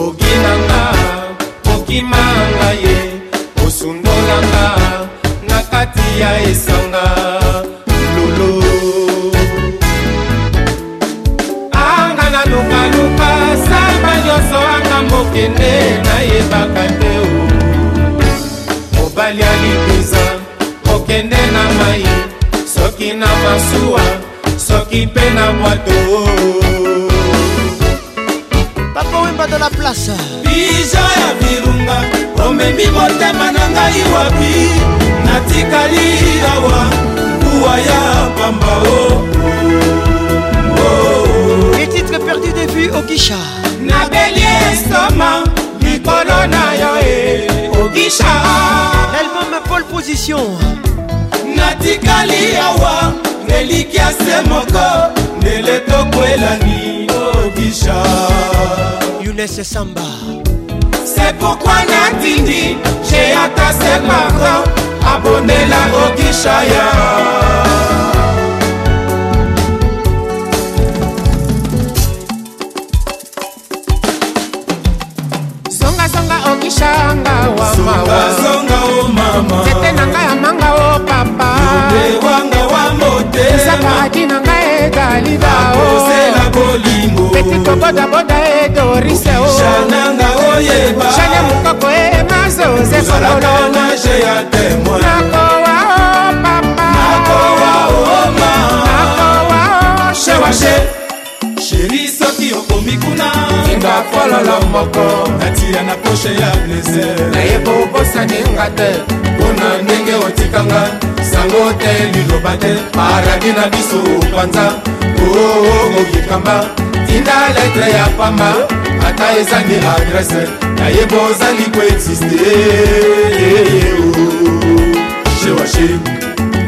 Speaker 5: okinanga okimanga ye osundolanga na kati ya esanga lolo anga nalukaluka samba nyonso anga mokende nayebaka te o mobali alipiza okende na mai soki na masuwa soki mpe na bwato
Speaker 7: Papa Wemba dans la place.
Speaker 5: bizo ya virunga omemi motema na ngai wapi natikali awa mbuwa ya pamba o Oh,
Speaker 7: Les titres perdus des vues au Guicha.
Speaker 5: nabeli estoma likolo na yo e ogisha
Speaker 7: L'album Paul Position.
Speaker 5: natikali awa neliki ya se moko ndele tokwelani ogisha
Speaker 7: Younes Samba.
Speaker 5: C'est pourquoi Natindi, j'ai attaqué ses parents, abonné la Okishaya.
Speaker 17: zonga okishanga wa mawa
Speaker 5: zonga o mama
Speaker 17: nzete na ngai amanga o oh papa
Speaker 5: ewanga wa motema
Speaker 17: ezaka adi na ngai ezali oh.
Speaker 5: Nakosela
Speaker 17: bao peti kobodaboda e dorise o
Speaker 5: Jananga oyeba.
Speaker 17: jane mokoko e mazoze
Speaker 5: Ozalaka na je ya témoin.
Speaker 17: nakowa o oh, papa
Speaker 5: nakowa o mama
Speaker 17: nakowa o
Speaker 5: Chewache, chéri so
Speaker 35: kuna
Speaker 5: kinga kololo moko
Speaker 35: natia na poshe ya blese
Speaker 5: nayeba obosani nga te mpona ndenge otikanga sango te liloba te paradi na biso panza ookamba tinda letre ya pamba ata ezangi adrese nayeba ozali koexiste
Speaker 35: shewashe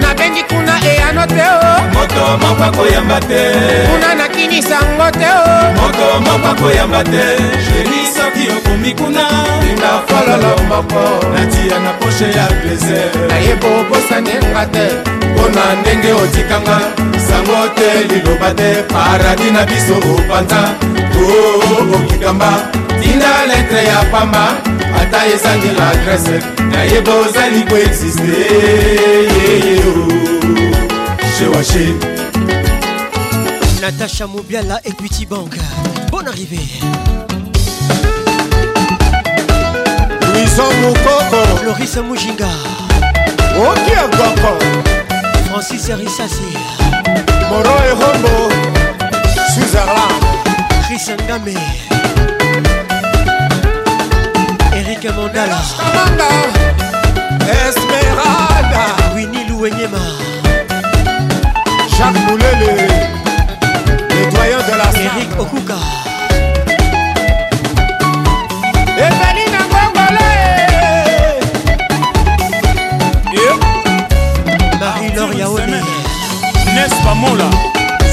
Speaker 10: nabengi kuna
Speaker 17: e
Speaker 10: eyano te o
Speaker 35: moto moko akoyamba te
Speaker 5: Eh,
Speaker 10: kuna nakinisango te o
Speaker 35: moto moko akoyamba te sheri soki okomi kuna
Speaker 5: tinga kololo moko
Speaker 35: natia na poshe ya plaisir
Speaker 5: nayeba obosani nga te mpona ndenge otikanga sango te liloba te paradi na biso opanza to okikamba tina letre ya pamba ata ezangi ladrese nayeba ozali koexiste
Speaker 35: shewashe
Speaker 7: Natacha Moubiala et Petit Bank. Bonne arrivée.
Speaker 36: Louison Moukoko.
Speaker 7: Floris Moujinga.
Speaker 36: Oki Agoko.
Speaker 7: Francis Rissassi.
Speaker 36: Moro et Rombo. Suzara.
Speaker 7: Chris Ngame. Eric Mandala.
Speaker 36: Amanda. Esmeralda.
Speaker 7: Winnie Louenyema.
Speaker 36: Jacques Moulele. Le doyen de la
Speaker 7: Eric Okuka.
Speaker 36: Evelina Ngongole.
Speaker 7: Marie-Laure Yaoné.
Speaker 37: N'est-ce pas Mola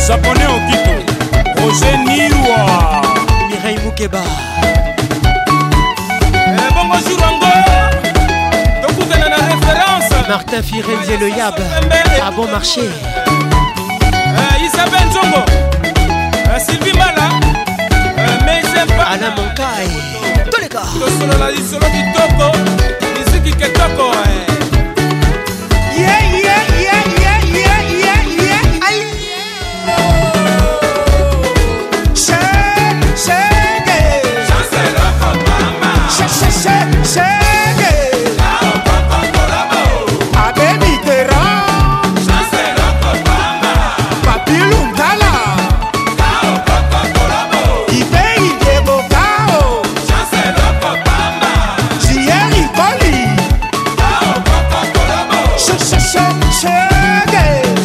Speaker 37: Japonais Okito Roger Niwa
Speaker 7: Mireille Moukeba
Speaker 37: Eh, Bongo Jurango Tokutana na référence
Speaker 7: Martin Firenze Le Yab. À bon marché.
Speaker 37: Eh, Isabelle Nzongo Eh, Sylvie Mala Eh, Mais j'aime pas
Speaker 7: Alain Monkai Tous les gars
Speaker 37: Tosolola isolo kitoko Miziki ketoko eh.
Speaker 9: Yeah, yeah, yeah, yeah, yeah, yeah, yeah. Aïe. Shake, shake it. Shake, shake, shake, shake it. Abe Mitterrand. Papi Lungala. Ibe Idebokao. Thierry Colli. Shake, shake, shake, shake it.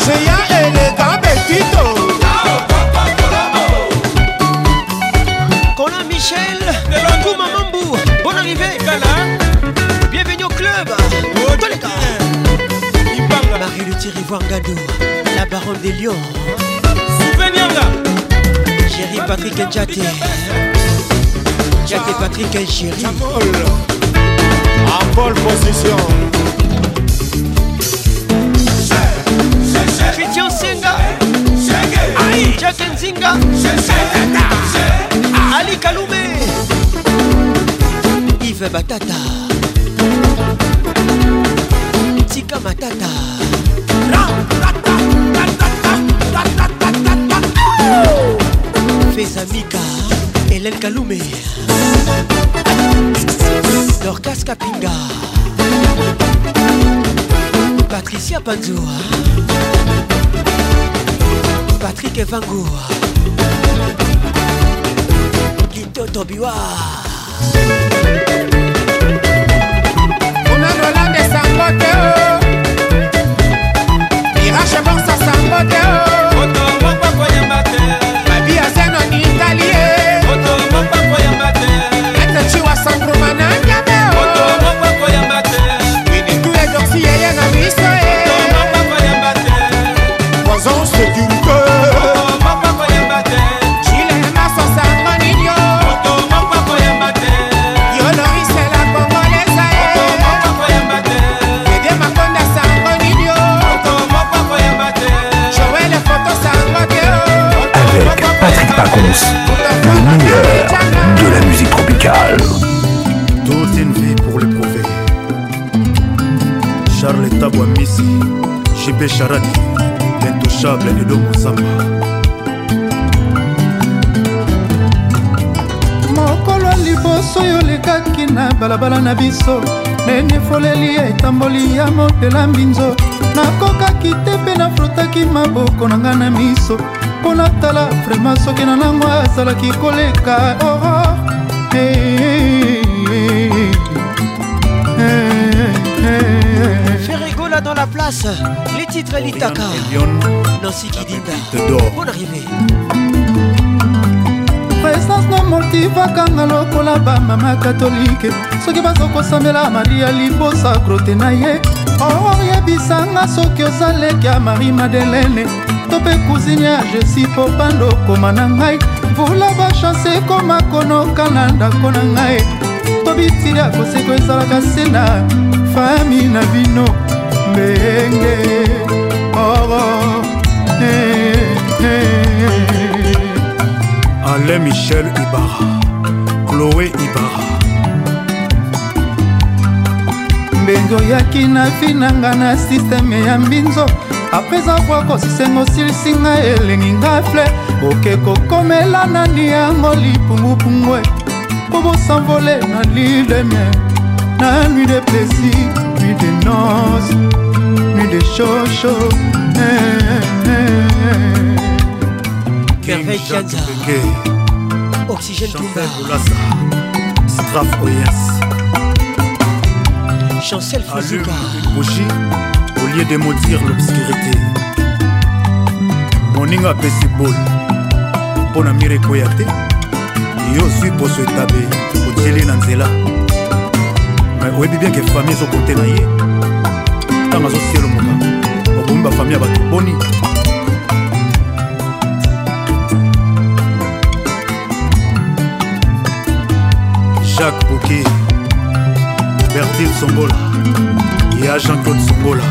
Speaker 9: Seya élégant, Betito.
Speaker 7: Colin Michel Kouma Mambou Bonne arrivée Bienvenue au club Tous les gars Marie le Thierry Wangadou La baronne des lions Chéri Patrick Ndjate Ndjate Patrick et Chéri
Speaker 36: En pole position.
Speaker 7: Christian Senga Jack Nzinga Ali Kaloumé Yves Batata Tika Matata Feza Mika Hélène Kaloumé Dorcas Kapinga Patricia Panzou Patrick Evango Guido Tobiwa
Speaker 10: Kuna Roland sango te o Mirache Bonsa sango te o Babi Azeno ni Itali e Ete Chiwa Sankruma na nyame o Minitu e doksi yeye na miso e
Speaker 36: Poison sécurité.
Speaker 10: Chile na so sango ninyo Yonorise la Congolesa e Dede Makonda sango ninyo Joel Foto sango te o
Speaker 1: Avec Patrick Pacons, le meilleur de la musique tropicale.
Speaker 4: Toute une vie pour l'éprouver. Charles Tabouamisi, JP Charadi, l'intouchable Edo Moussamba.
Speaker 38: mokolo liboso oyo olekaki na balabala na biso nene foleli ya etamboli ya motela mbinzo nakokaki te mpe nafrotaki maboko na ngai na miso mpo natala vraimen soki na nango azalaki koleka Oh, oro
Speaker 7: Fais rigola dans la place, les titres à l'Itaka. Nancy Kidinda. Bonne arrivée.
Speaker 38: presence no motivakanga lokola bamama katolike soki bazokosambela maria libosa grote na ye oyebisanga soki oza leki ya marie madelene to mpe kuzini ya jesi po pando koma na ngai vula bachanse ekoma konoka na ndako na ngai to bitili ya koseko ezalaka se na fami na bino ndenge oro eh, eh, eh.
Speaker 4: Alain Michel Ibarra, Chloé Ibarra,
Speaker 38: mbengo oyaki na finanga na sisteme ya mbinzo apres avoir kosisenga osilisi nga elengi nga fle oke kokomela nani yango lipungupungwe po bosanvole na lile de miel na nuit de plaisir nuit de noce nuit de chocho eh, eh, eh.
Speaker 7: Merveille Kianza. Oxygène Tumba.
Speaker 4: Straf Oyas,
Speaker 7: Chancel
Speaker 4: Allume une bougie au lieu de maudire l'obscurité. Moninga apesi bol mpo na mire ekoya te yo zwi poso etabe otieli na nzela me oyebi bieke fami ezokote na ye ntango azosielomoka obomi bafami ya bato boni jacques boki bertil songola ya jean-claude songola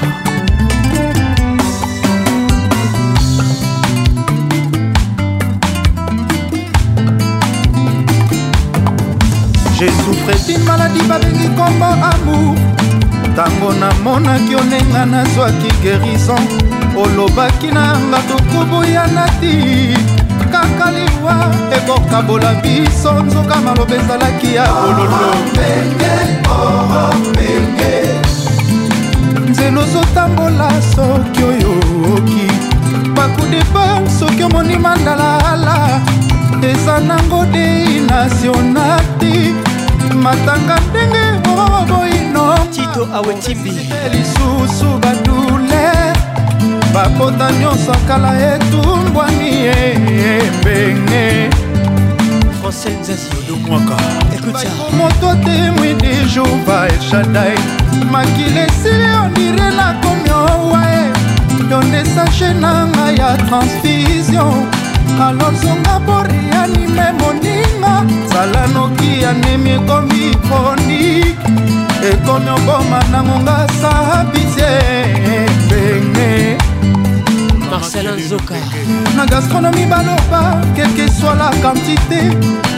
Speaker 38: j'ai souffre d'une maladi babengi kombo amour ntango namonaki onenga nazwaki gerison olobaki na nga tukubu ya nati kaka liwa ekokabola biso nzoka maloba ezalaki ya bololo nzela ozotambola soki oyo oki bakudepa soki omoni mandalaala eza nango dei nationati matanga ndenge oboinotito lisusu badule bakota nyonso akala etumbwani ebenge moto temwi de jova eshadai makili esili ondire na komiowa e yondesashe na ngai ya transfusion alozonga borianime moninga zala noki anemi ekomi fonik ekomi oboma nango nga sabisie ebenge
Speaker 7: Marcelin Zoka.
Speaker 38: na gastronomi baloba kelke swa la kantite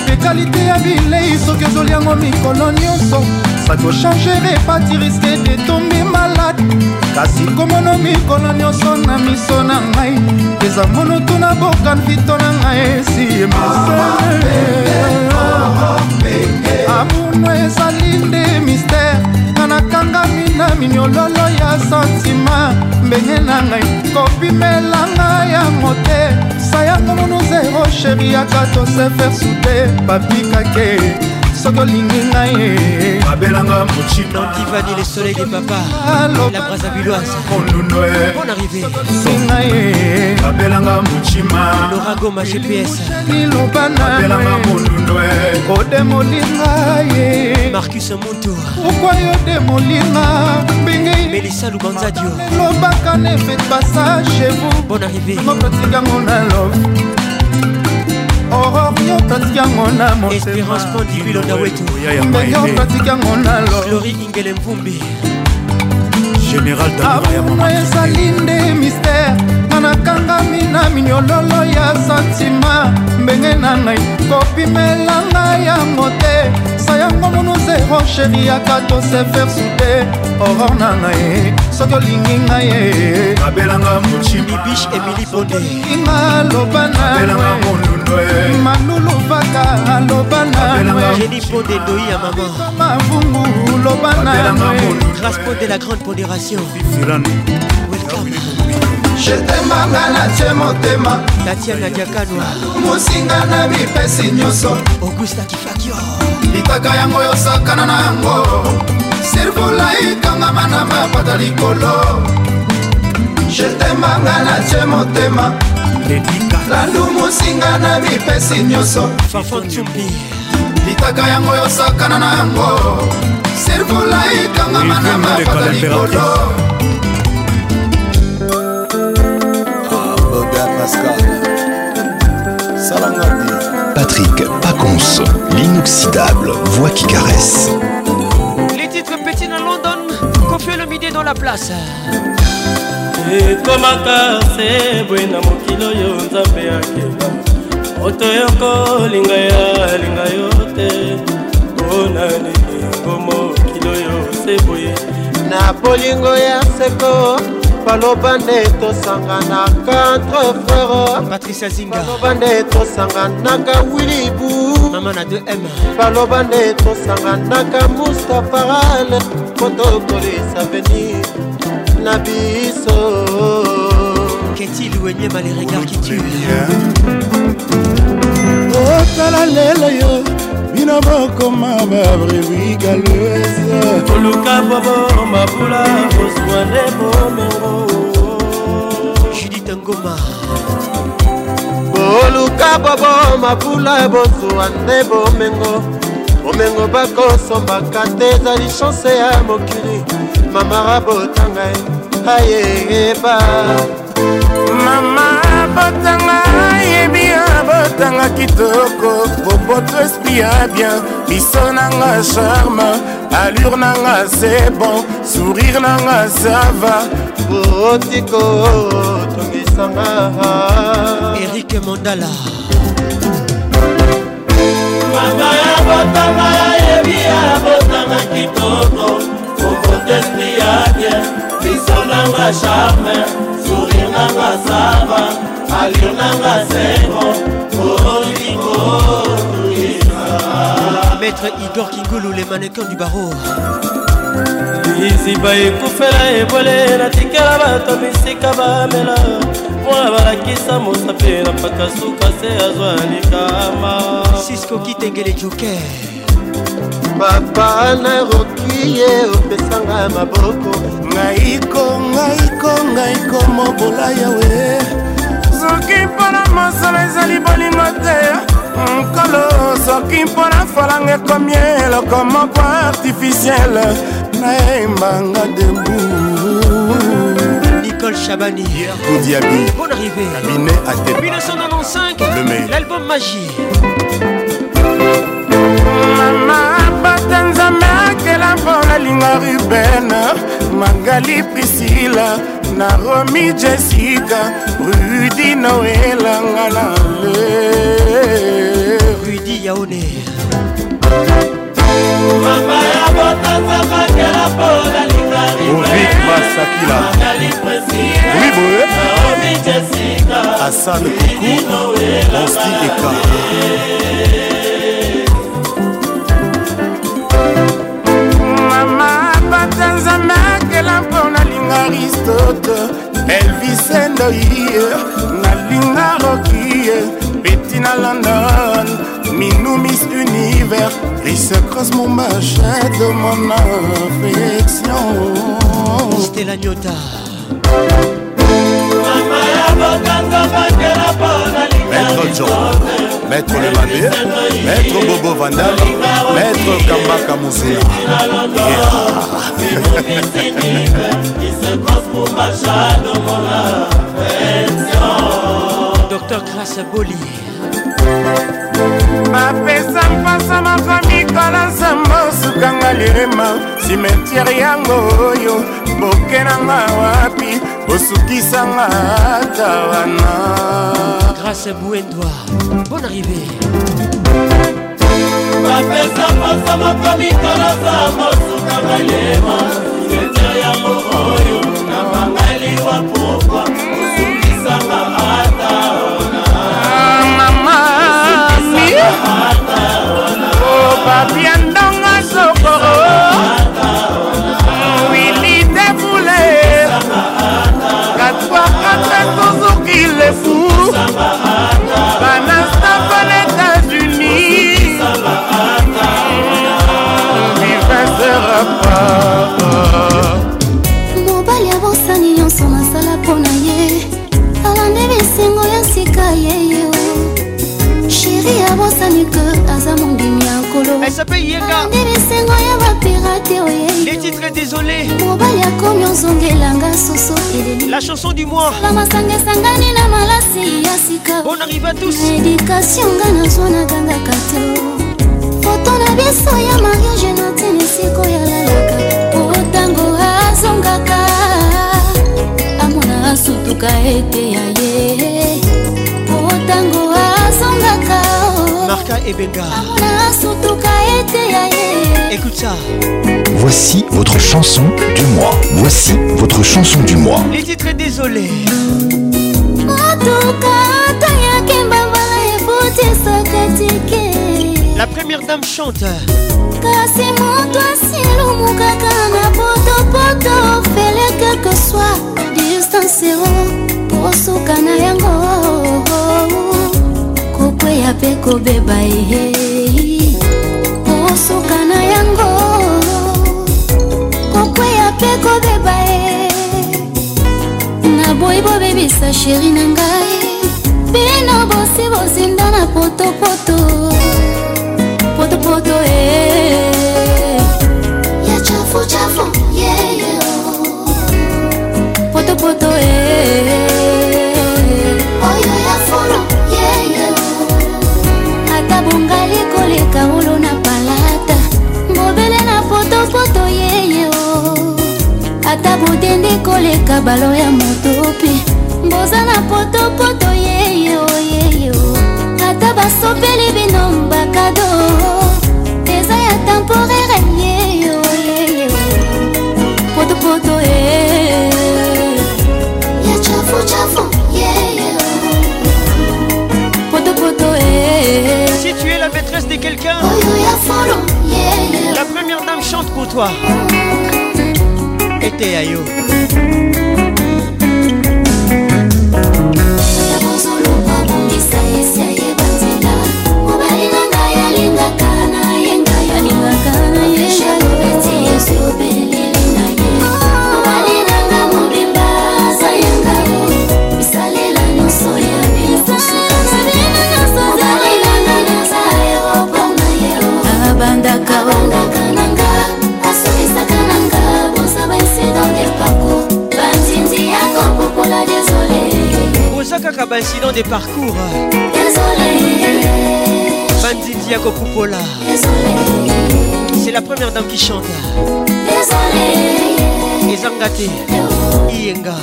Speaker 38: mpe kalite ya bilei soki ozoliango mikolo nyonso sakochange repati riske detombe malade kasi komono mikolo nyonso na miso na ngai eza mono tuna bokanfito na ngai eh, oh, esiyemasee amuno ezali nde mistere nga nakangami na miniololo ya santima mbenge na ngai kopimelanga yango te sayango monu zero sheri yaka tosefer sude babikake soki olingi ngai
Speaker 4: abelanga mochina
Speaker 7: Divani le soleil des papas. La Brazzavilloise. Bonne arrivée.
Speaker 4: abelanga mochima
Speaker 7: Lorago ma GPS.
Speaker 38: lilobana odemolinga ye
Speaker 7: Marcus Mountou.
Speaker 38: pourkua yo demolinga mbenge
Speaker 7: Melissa Lubanzadio.
Speaker 38: lobaka na efet pasa chez vous
Speaker 7: Bonne arrivée.
Speaker 38: Moi, pratique yango na love aurore yo pratique yango na
Speaker 7: Espérance Pandibilo
Speaker 4: Eh,
Speaker 7: Daweto.
Speaker 4: oh,
Speaker 38: mbenge yo pratique yango na love
Speaker 7: Glory Ingele Mvumbi.
Speaker 4: général
Speaker 38: Ah, amono ezali nde mistere nga nakangami na minyololo ya santima mbenge na ngai kopimelanga yango te sayango monu zero sheri yaka tosefer sude oror na ngai soki olingi ngai e
Speaker 4: abelanga
Speaker 7: mochimibish emili bonde
Speaker 38: inga loba na malulu vaka loba na
Speaker 7: Jenny Bonde Doi à maman.
Speaker 38: mavungu loba na
Speaker 7: Grâce Bonde la grande pondération.
Speaker 4: Cyrano.
Speaker 7: Welcome.
Speaker 38: jetemanga natie motema
Speaker 7: tatiana diakano
Speaker 38: mosinga na bipesi nyonso
Speaker 7: augusta kifakio
Speaker 38: litaka yango yosakana na yango servola ekangama na mapata likolo jetemanga natie motema landu mosinga na bipesi nyonso litaka yango yosakana na yango servola ekangama na mapata likolo
Speaker 1: Patrick Pacons, l'inoxydable voix qui caresse.
Speaker 7: Les titres pétinent à London, confieux le midi dans la place.
Speaker 9: ekomaka se boye na mokili oyo nzambe akela moto yokolinga ya linga yo te mpona nini yango mokili oyo se boye
Speaker 5: na bolingo ya seko baloba nde tosanganaka entre frere
Speaker 7: patricia zinga
Speaker 5: baloba nde tosanganaka wilibu
Speaker 7: mama na 2m
Speaker 5: baloba nde tosanganaka mustafaral po tokolisa venir na Oh. biso
Speaker 7: Qu'est-il ou énième à les regards qui tuent
Speaker 4: otala lelo yo bino bokoma babrevi galeuse
Speaker 9: koluka bobo mabula kozwa nde bomengo
Speaker 7: judit ngoma
Speaker 5: boluka bobo mabula bozwa nde bomengo bomengo bakosombaka te ezali chanse ya mokili mamara botanga ye ayeyeba
Speaker 4: mama botanga yebi yo botanga kitoko boboto espia bien biso nanga charme allure nanga c'est bon sourire nanga ça va
Speaker 5: otiko tongisanga
Speaker 7: erik mondala
Speaker 9: mama ya botanga yebi ya botanga kitoko kokotespriabie biso nanga charme sourire nanga sava alio nanga sebo olingo
Speaker 7: maître igor kingulu les mannequins du barreau
Speaker 9: iziba ekufela ebole natikela bato bisika bamela mwana balakisa mosapi na mpaka suka se azwa likama
Speaker 7: sisko kitengele joker
Speaker 5: papa naroki ye opesanga maboko
Speaker 4: ngaiko ngaiko ngaiko mobola yawe soki mpona mosolo ezali bolingo te nkolo soki mpona falanga ekomi eloko moko artificiele nayembanga debu
Speaker 7: nicole chabani
Speaker 4: kodiabi
Speaker 7: bonne arrivée
Speaker 4: cabinet atep
Speaker 7: 1995
Speaker 4: Le meilleur.
Speaker 7: l'album magie
Speaker 4: mama bata nzambe akela mpona linga ruben magali prisila na romi jessica rudi noelanga na le
Speaker 7: rudi yaone
Speaker 9: mama ya botanza makela mpona
Speaker 4: ovik masakila oui boye asan kuku oski eka mama bata nzambe akela mpona linga aristote elvisendoie nalinga rokie peti na london minou miss univers rise croise mon machin de mon affection
Speaker 7: stela nyota
Speaker 9: mama ya botanza makela mpona
Speaker 4: Maître John, Maître Lemandé, Maître Bobo Vandal, Maître Kambaka Moussé.
Speaker 7: docteur grâce boli
Speaker 4: bapesa mpasa mapamikola nsambo sukanga lirema simetiere yango oyo bokenanga wapi bosukisanga ata wana
Speaker 7: grâce bouendoa bonne arrivée
Speaker 9: bapesa mposa moko mikolasa mosuka malema sete yango oyo na bangali wa pokwa osukisanga ata
Speaker 5: Oh,
Speaker 4: opapia ndonga sokoro wili debule katwakata Ah,
Speaker 7: Elle s'appelle Yenga. Les titres désolé. La chanson du mois.
Speaker 8: on arrive à tous éducation nga nazwa nagangaka te foto na biso ya mariage na tene sikoyo alalaka otango azongaka amona asutuka ete ya ye otango azongaka
Speaker 7: Marca et Benga.
Speaker 8: amona asutuka ete ya ye
Speaker 7: écoute ça
Speaker 1: Voici votre chanson du mois. Voici votre chanson du mois.
Speaker 7: Les titres désolé.
Speaker 8: motuka ata yaki mbambala ebuti sokatike
Speaker 7: La première dame chante.
Speaker 8: kasi moto asilumukaka na potopoto fele quelque soit distance o posuka na yango oh, kokweya mpe kobeba eh, ye posuka na yango oh, kokweya mpe kobeba ye naboyi bobebisa sheri na ngai bino bosi bozinda na potopoto potopoto eh. ya chafuchafu yeyo potopoto eh. oyo ya fulu yeyo ata bongali koleka olo na palata mobele na potopoto yeyo ata botende koleka balo ya motope mboza na potopoto yeyo yeyo ata basopeli bino bakado eza ya temporaire yeyo yeyo potopoto e ya chafuchafu yeyo potopoto e
Speaker 7: Si tu es la maîtresse de quelqu'un, la première dame chante pour toi. Et t'es ayo.
Speaker 8: abandaka nanga asolisaka nanga boza baincident de parcours bandindi ya kopukola desole
Speaker 7: Oza kaka ba incident des parcours. Bandit Yako Poupola. C'est la première dame qui chante. Les Zangate. Iyenga.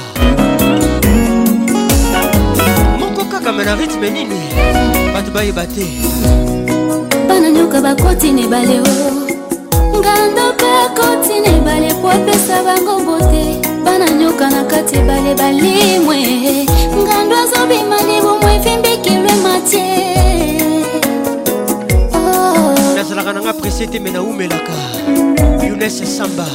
Speaker 7: Mon coca comme un rythme nini. Batba et batté.
Speaker 8: bana nyoka bakoti na ebale o ngando mpe akoti na ebale po apesa bango mbote bana nyoka na kati ebale balimwe ngando azobima libumu efimbikilwe matie Oh,
Speaker 7: nazalaka nanga pressé te me naumelaka younes samba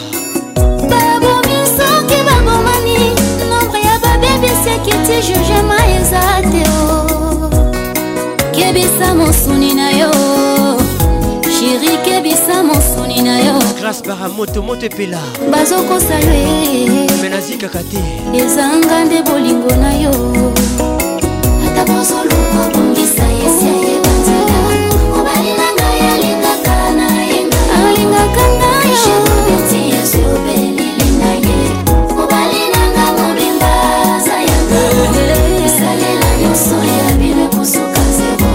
Speaker 8: babomi soki babomani nombre ya babebisi ekiti jugema eza te o kebisa mosuni na yo shiri kebisa mosuni na yo
Speaker 7: grâce bara moto moto epela
Speaker 8: bazokosa yo e.
Speaker 7: me nazikaka te
Speaker 8: ezanga nde bolingo na yo ata bozoluka bongisa yesi ayeba nzela mobali na ngai alingaka na ye alingaka ngai eti yesu obelili na ye mobali na nga mobimba aza yanga esalela nyonso ya bino ekosuka zero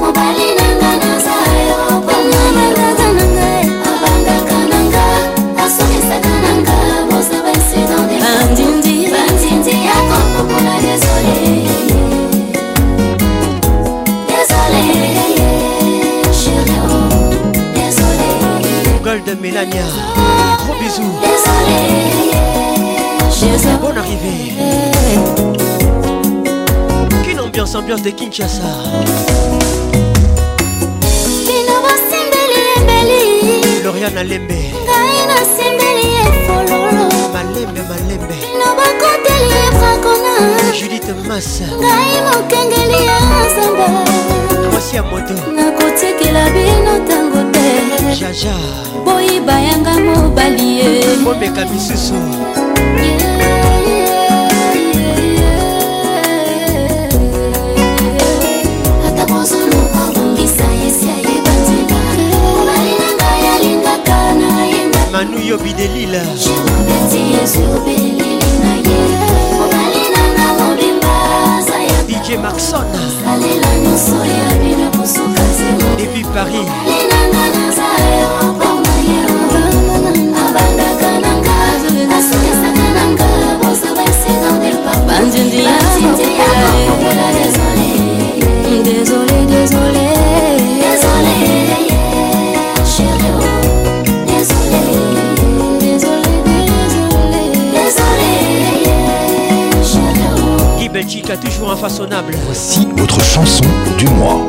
Speaker 8: mobali na nga naza yo mpona bandaka na ngai abandaka na nga asokisaka na nga boza baincident de bandindi ya kokokola desole desole chério desole
Speaker 7: gold melania gros bisous
Speaker 8: Jésus.
Speaker 7: bonne arrivée quelle ambiance ambiance de kinshasa
Speaker 8: bino basimbeli ebeli
Speaker 7: loriana lembe
Speaker 8: ngai nasimbeli efololo
Speaker 7: malembe malembe
Speaker 8: bino bakoteli ebrakona
Speaker 7: judith mas
Speaker 8: ngai mokengeli ya zamba
Speaker 7: mwasi ya moto
Speaker 8: nakotikela bino ntango te
Speaker 7: jaja
Speaker 8: boyi bayanga mobali ye
Speaker 7: bomeka misusu
Speaker 8: ata kozoluka bongisa
Speaker 7: manu yobi delila dj maxon depuis paris
Speaker 39: Bandindi ya mokula ye. Désolé, désolé.
Speaker 7: Guy Belgica toujours infaçonnable
Speaker 1: Voici votre chanson du mois.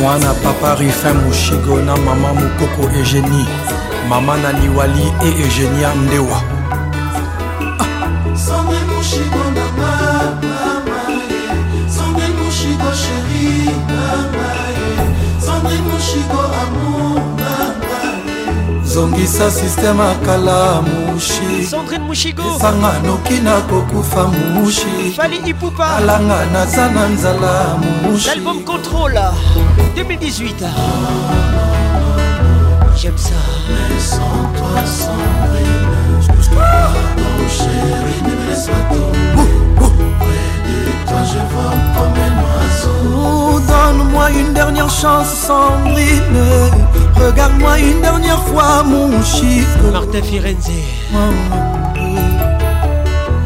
Speaker 8: mwana papa rifin mushigo na mama mokoko egeni mama na liwali e egenia ndewa
Speaker 9: Songe mushigo mama, mama ye. Songe mushigo chéri, mama ye. Songe mushigo amour, mama ye.
Speaker 40: zongisa sisteme akala mushi esanga noki na kokufa mushi
Speaker 7: Fali Ipupa
Speaker 40: alanga naza na nzala mushi
Speaker 7: L'album Contrôle 2018 J'aime ça
Speaker 9: Mais sans toi, sans rien. Pardon, chéri, ne me laisse pas tomber. Près de toi, je vole comme un oiseau.
Speaker 15: Oh, Donne-moi une dernière chance, Sandrine. Regarde-moi une dernière fois, mon chiffre.
Speaker 7: Martin Firenze.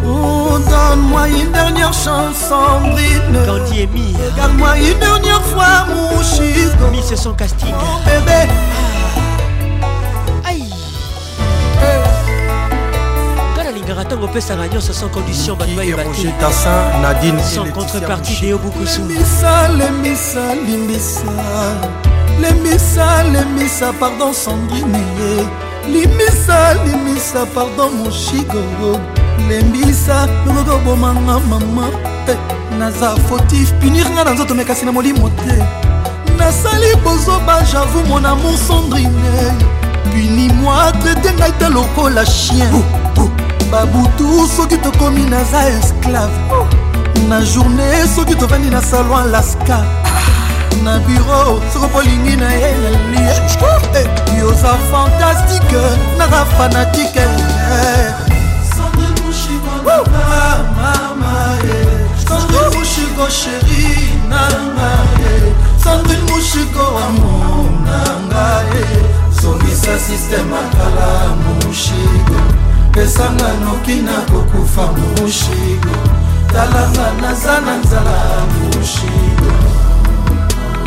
Speaker 15: Oh, donne-moi une dernière chance, Sandrine.
Speaker 7: Candy et Mi.
Speaker 15: Regarde-moi une dernière fois, mon chiffre.
Speaker 7: Mi, c'est son casting.
Speaker 15: Oh, bébé.
Speaker 7: kala lingaka ntango opesaka nyonso sans condition bato
Speaker 8: roger tassin nadine
Speaker 7: sans contrepartie deo bukusu
Speaker 15: Lemisa, lemisa, limisa. Lemisa, lemisa, pardon, Sandrine. Limisa, limisa, pardon, mon chico. Lemisa, lobomanga, mama. Eh, Naza fautif, punir nga na nzoto me kasi na molimo te. Nasali bozoba, j'avoue mon amour, Sandrine. Punis-moi, traite ngai te lokola chien. babutu soki tokomi naza esclave na journée soki tovandi na salon laska na biro soko polingi na ye nalie Eh, yoza fantastique naza fanatike
Speaker 9: Songe mushigo mama, mama ye.
Speaker 15: eh.
Speaker 9: Songe mushigo chéri, nanga
Speaker 15: eh.
Speaker 9: ye. Songe mushigo amour, nanga ye.
Speaker 15: eh.
Speaker 9: Songisa système akala mushigo. pesanga noki na kokufa mushigo talanga naza na nzala mushigo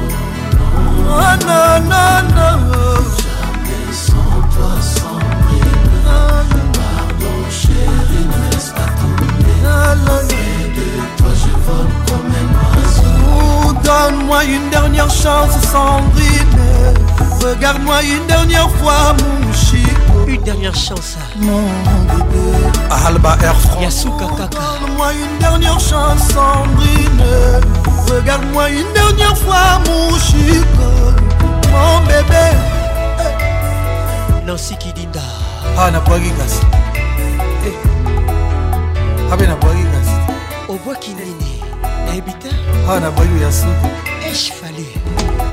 Speaker 15: Oh, non, non, non.
Speaker 9: Jamais sans toi, sans rien. Pardon, chérie, ne me laisse pas tomber. Près de toi, je vole comme un
Speaker 15: Oh, Donne-moi une dernière chance, Sandrine. Regarde-moi une dernière fois, mon chico.
Speaker 7: Une dernière chance.
Speaker 15: Mon bébé.
Speaker 8: alba air france
Speaker 7: yasuka kaka
Speaker 15: Donne-moi une dernière chance, Sandrine. Regarde-moi une dernière fois, mon chico. Mon bébé.
Speaker 7: nansi kidinda
Speaker 8: ah nabwaki kasi
Speaker 3: Ah,
Speaker 8: Eh, abe nabwaki kasi
Speaker 7: obwaki nini nayebi te
Speaker 8: ah nabwaki ya suki
Speaker 7: esh fale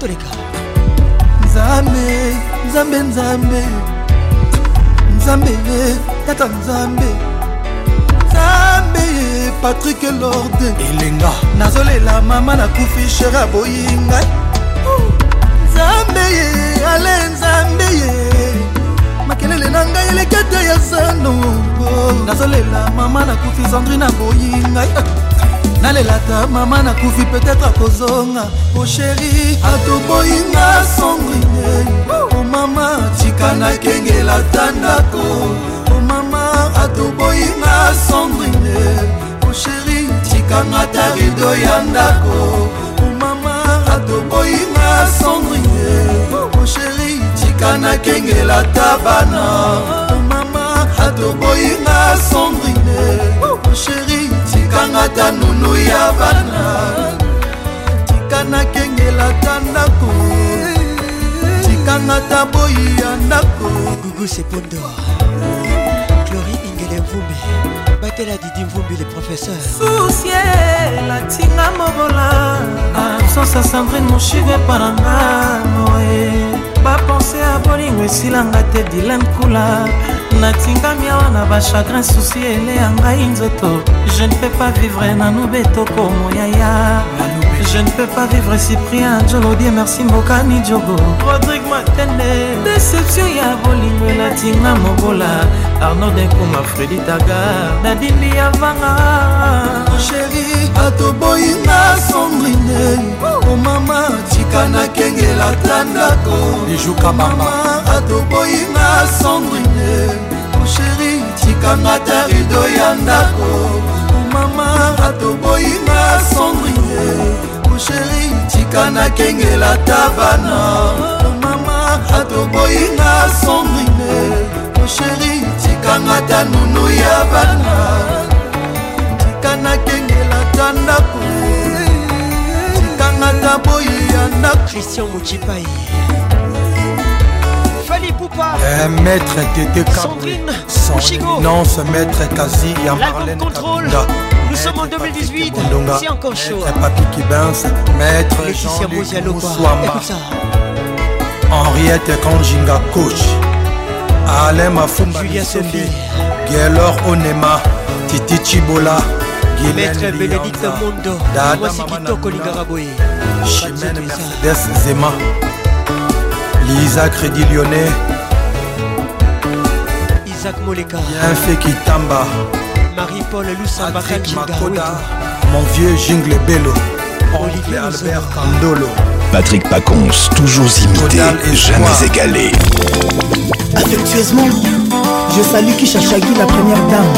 Speaker 7: toleka
Speaker 15: nzambe nzambe nzambe nzambe ye, tata nzambe nzambe ye, patrik lorde
Speaker 8: elenga
Speaker 15: nazolela mama nakufi shere aboyi ngai nzambe ye ale nzambe ye makelele na ngai eleki ete ya sano nazolela mama nakufi sandrine aboyi ngai nalelata mama nakufi peut-être akozonga osheri atoboyi nga sandrine omama Oh, tika nakengela ta ndako Oh, omama atoboyi nga sandrine Oh, osheri tikanga ta rido ya Oh, Oh, ndako omama atoboyi nga sandrine osheri tika nakengela ta bana mama atoboyinga sombrine sheri tikanga ta nunu ya bana tika nakengela ta ndako tikanga ta boyi ya ndako
Speaker 41: gugu sepondo chlori ingele mvumbi batela didi mvumbi le professeur
Speaker 5: susiela tinga mobola absence ya sandrine moshige epa na nga moye bapense ya bolingo esilanga te dilem kula natingami awa na bachagrin susi eleya ngai nzoto je ne peux pas vivre nanu betoko moyaya je ne peux pas vivre cyprien jolodie merci mbokani jogo rodrigue matende deception ya bolingo elatinga mobola arnaud enkuma fredi tagar nadindi ya vanga
Speaker 15: Oh, sheri atoboyinga sombrine omama Oh, tika nakengela ta ndako lijuka mama atoboyinga sombrine sheri tikanga ta rido ya ndako Oh, omama atoboyinga sombrine sheri Oh, tika nakengela ta bana Oh, omama atoboyinga sombrine sheri tikanga ta nunu ya bana tika nakengela ta ndako tikangata boyi ya ndako
Speaker 41: christian mokipai
Speaker 7: Fali Poupa
Speaker 3: Eh, maître Tété Cabré
Speaker 7: Chigo.
Speaker 3: Non, ce maître Kazi y a
Speaker 7: L'album
Speaker 3: Marlène Eh,
Speaker 7: contrôle.
Speaker 3: Kabunda.
Speaker 7: Nous sommes en 2018.
Speaker 3: Mondonga.
Speaker 7: C'est encore chaud. hein.
Speaker 3: Maître Papi Kibens Maître
Speaker 7: Laetitia
Speaker 3: Jean-Luc
Speaker 7: Bozialoba.
Speaker 3: Moussouamba
Speaker 7: Écoute ça.
Speaker 3: Henriette Kanjinga Coach Alain Mafumba
Speaker 7: Julia
Speaker 3: Bissondi,
Speaker 7: Sophie.
Speaker 3: Gaylor Onema Titi Chibola Guylaine
Speaker 7: Maître
Speaker 3: Lianza,
Speaker 7: Bénédicte Mondo.
Speaker 3: Dada
Speaker 7: Voici
Speaker 3: Maman
Speaker 7: Kitoko
Speaker 3: Nakula,
Speaker 7: Lingaraboye.
Speaker 3: Chimène Mercedes Zema Lisa Crédit Lyonnais
Speaker 7: Isaac Moleka.
Speaker 3: Bienfait Kitamba
Speaker 7: Marie-Paul Lusamba Kinga.
Speaker 3: Mon vieux Jingle Bello
Speaker 7: Olivier Albert
Speaker 3: Ndolo
Speaker 1: Patrick Pacons, toujours imité, jamais égalé.
Speaker 9: Affectueusement, je salue Kishachagi, la première dame.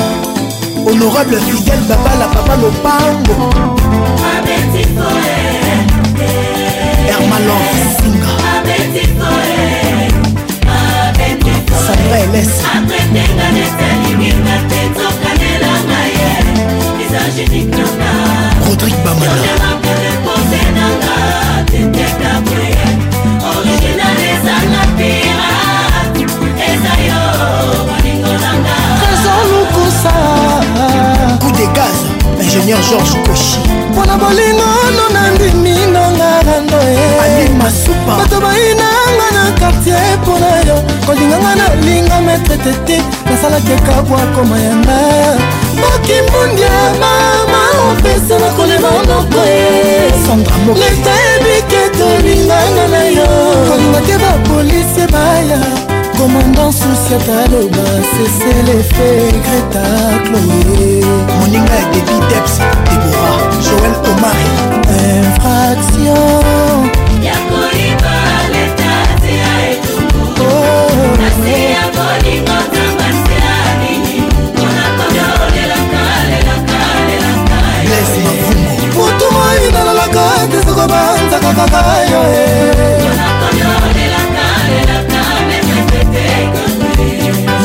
Speaker 9: Honorable fidèle Baba, la Papa Lopango. Hermalon Singa. Sandra Eles. Rodrigue Coup de gaz, ingénieur Georges Kochi.
Speaker 10: mpona bolingo no nandimi nanga rando
Speaker 9: masupa
Speaker 10: bato bayinanga na kartier mpona yo kolinganga nalinga metre tete nasalaki ekabwa koma yanga bokimbundia mama opesa na kolema noko leta ebike tolinganga na yo kolinga te bapolisi baya komandant susi ataloba seselefe greta chloe
Speaker 9: moninga ya debi deps debora joel omari
Speaker 10: Eh. infraction Oh. motu moi nalalaka te soko banzaka kaka yo e.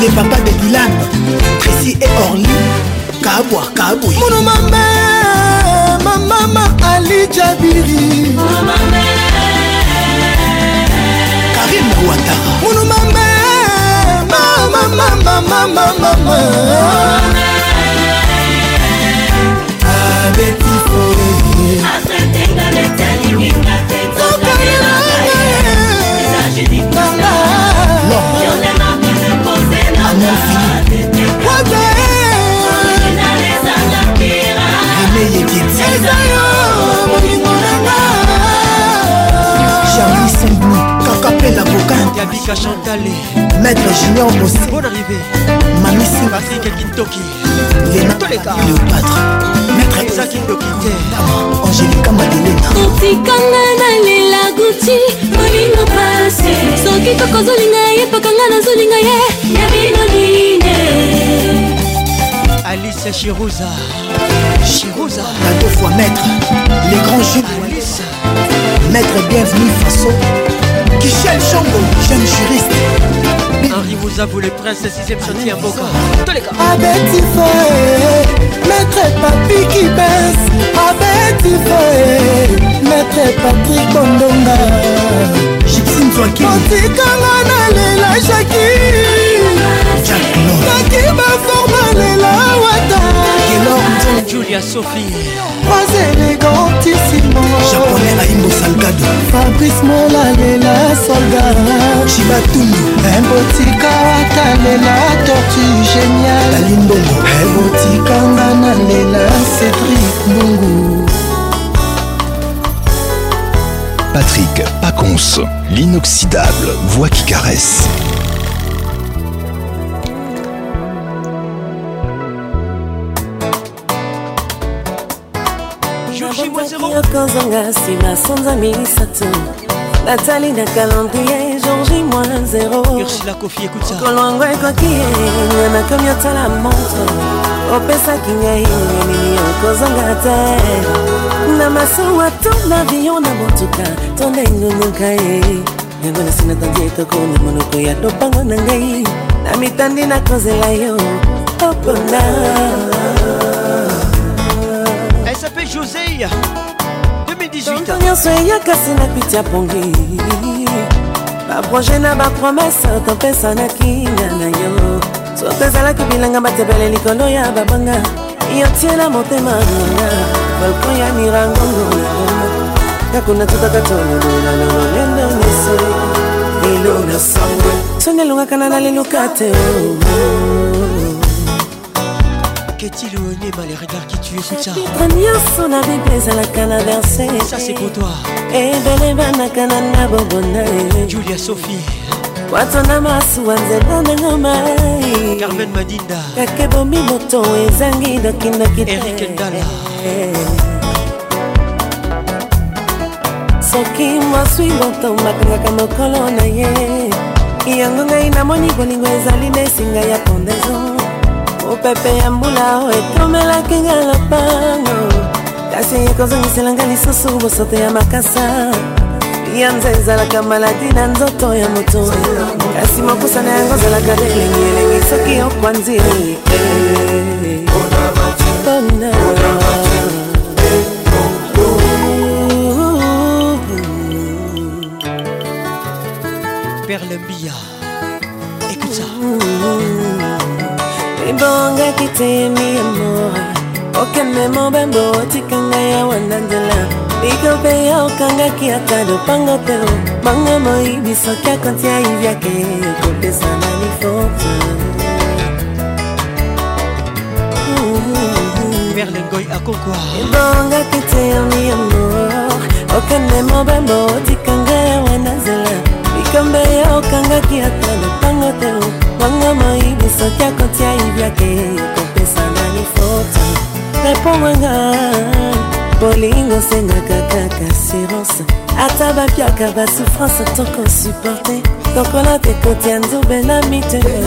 Speaker 9: les papas de dilan tracy et orly kabwa kaboy
Speaker 10: munu mame mamama ali jabiri
Speaker 9: karim ouattara
Speaker 10: munu mame mamamamamamamama
Speaker 9: jean-louis sembou kakape l'avocat
Speaker 7: Yabika Chantal.
Speaker 9: maître junior bosi
Speaker 7: Bonne arrivée.
Speaker 9: mami singa
Speaker 7: Patrick Kintoki. Toleka.
Speaker 9: leopatre maître
Speaker 7: Isaac Kintoki.
Speaker 9: angélika madelena
Speaker 13: otikanga nalela guti molingo pasi soki kaka ozolinga ye pakanga nazolinga ye ya bino nine
Speaker 7: Alice Chirouza. Chirouza.
Speaker 9: la deux fois maître les grands jeux maître bienvenue faso
Speaker 42: Michel Chombo, jeune juriste.
Speaker 7: Henri vous avoue le prince 6ème
Speaker 9: Ah,
Speaker 7: chantier à Boca. Tous les cas.
Speaker 20: Abetifoe, maître papi qui baisse. Abetifoe, maître Patrick Bondonga. Jipsine Zouaki. Otikanga na lela Jackie. Jackie baforma lela wata.
Speaker 7: Julia Sophie.
Speaker 20: Pas élégantissimo. Japonais Aimbo Salgado. Fabrice Molalela soldat. Chibatundu. Embotika watalela tortue géniale. Lalimbongo. Embotika ngana lela Cédric Mbungu.
Speaker 1: Patrick Paconce, l'inoxydable voix qui caresse.
Speaker 33: yokozanga nsima sanza misato natali na kalandrie georgi mwa zerokolwango ekoki ye nakomi otala montre opesaki ngai nini okozanga te na masuwa to na avion na motuka to ndengunuka ye yango nasi natandi etoko na monoko ya lopango na ngai na mitandi nakozela yo opona
Speaker 7: Elle s'appelle José 2018.
Speaker 33: tongo nyonso eyaka nsina piti ya pongi baproje na bapromese topesanaki nga na yo soki ezalaki bilanga batebele likolo oh, ya babanga yo tiela motema nanga balkon ya mirangongo na goma kakuna tutaka tolololololendonese lelo na sango soni elongaka na naliluka te
Speaker 7: Qu'est-il au nez bah, les regards qui tuent Koucha
Speaker 33: chapitre nyonso na bible ezalaka na verse
Speaker 7: Ça c'est pour toi
Speaker 33: ebele banaka na nga bobona
Speaker 7: Julia Sophie
Speaker 33: wato na masuwa nzela nango mai
Speaker 7: Carmen Madinda
Speaker 33: kaka ebomi moto ezangi dokindoki
Speaker 7: Eric Ndala
Speaker 33: Eh, soki mwaswi moto bakangaka mokolo na ye yango ngai namoni bolingo ezali na esinga ya pondaison mopepe ya mbula oyo etomelaki nga lopango kasi ekozongiselanga lisusu bosoto ya makasa yanza ezalaka maladi na nzoto ya moto kasi mokusa na yango ezalaka de elengi elengi soki okwanzi mpona
Speaker 7: Perle Mbia Écoute ça
Speaker 33: ebongaki te mi amor okendemo bambo otikanga yawa na nzela biko mpe ya okangaki ata lopango te bango moyibi soki akonti aivyake kopesa na lifoto
Speaker 7: Perle Ngoy Akokwa
Speaker 33: ebongaki te mi amor okendemo bambo otikanga yawa na nzela biko mpe ya okangaki ata lopango te bango moyibi soki akonti aivyake kopesa na lifoto reponganga bolingo osengaka kaka assurance ata bapiaka basouffrance toko supporte tokola tekoti ya nzube na mitele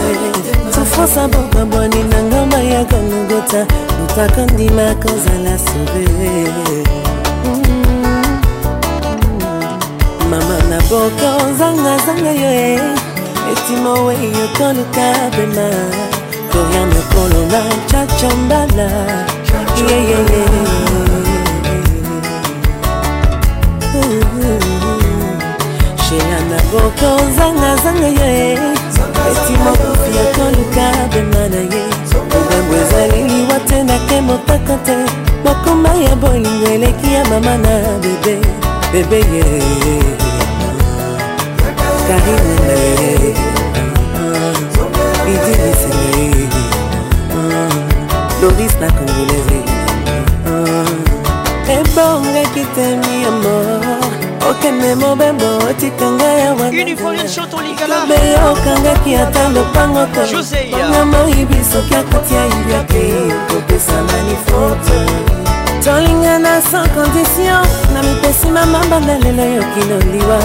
Speaker 33: souffrance bokaboni na ngomba ya konogota motako ndima kozala sauve Mm-hmm. mama na boko zangazanga yo e etimo wei yokoluka pema koyan kolona chachambala yeah, yeah, yeah. mm. Ooh. sheyana boko zangazanga ye etimokofi akoluka bema na ye ogambo ezali liwa te nake motaka te makoma ya bolingo eleki ya mama na bebe bebe ye karinene idinisene doris na congolaise Ah. ebongaki te mi amor okende mobembo otikanga ya wanabe okangaki ata lopango tobanga moyibi soki akoti ayibiaki kopesana lifoto tolingana sans condition na mipesi mamamba na lelo yokino liwa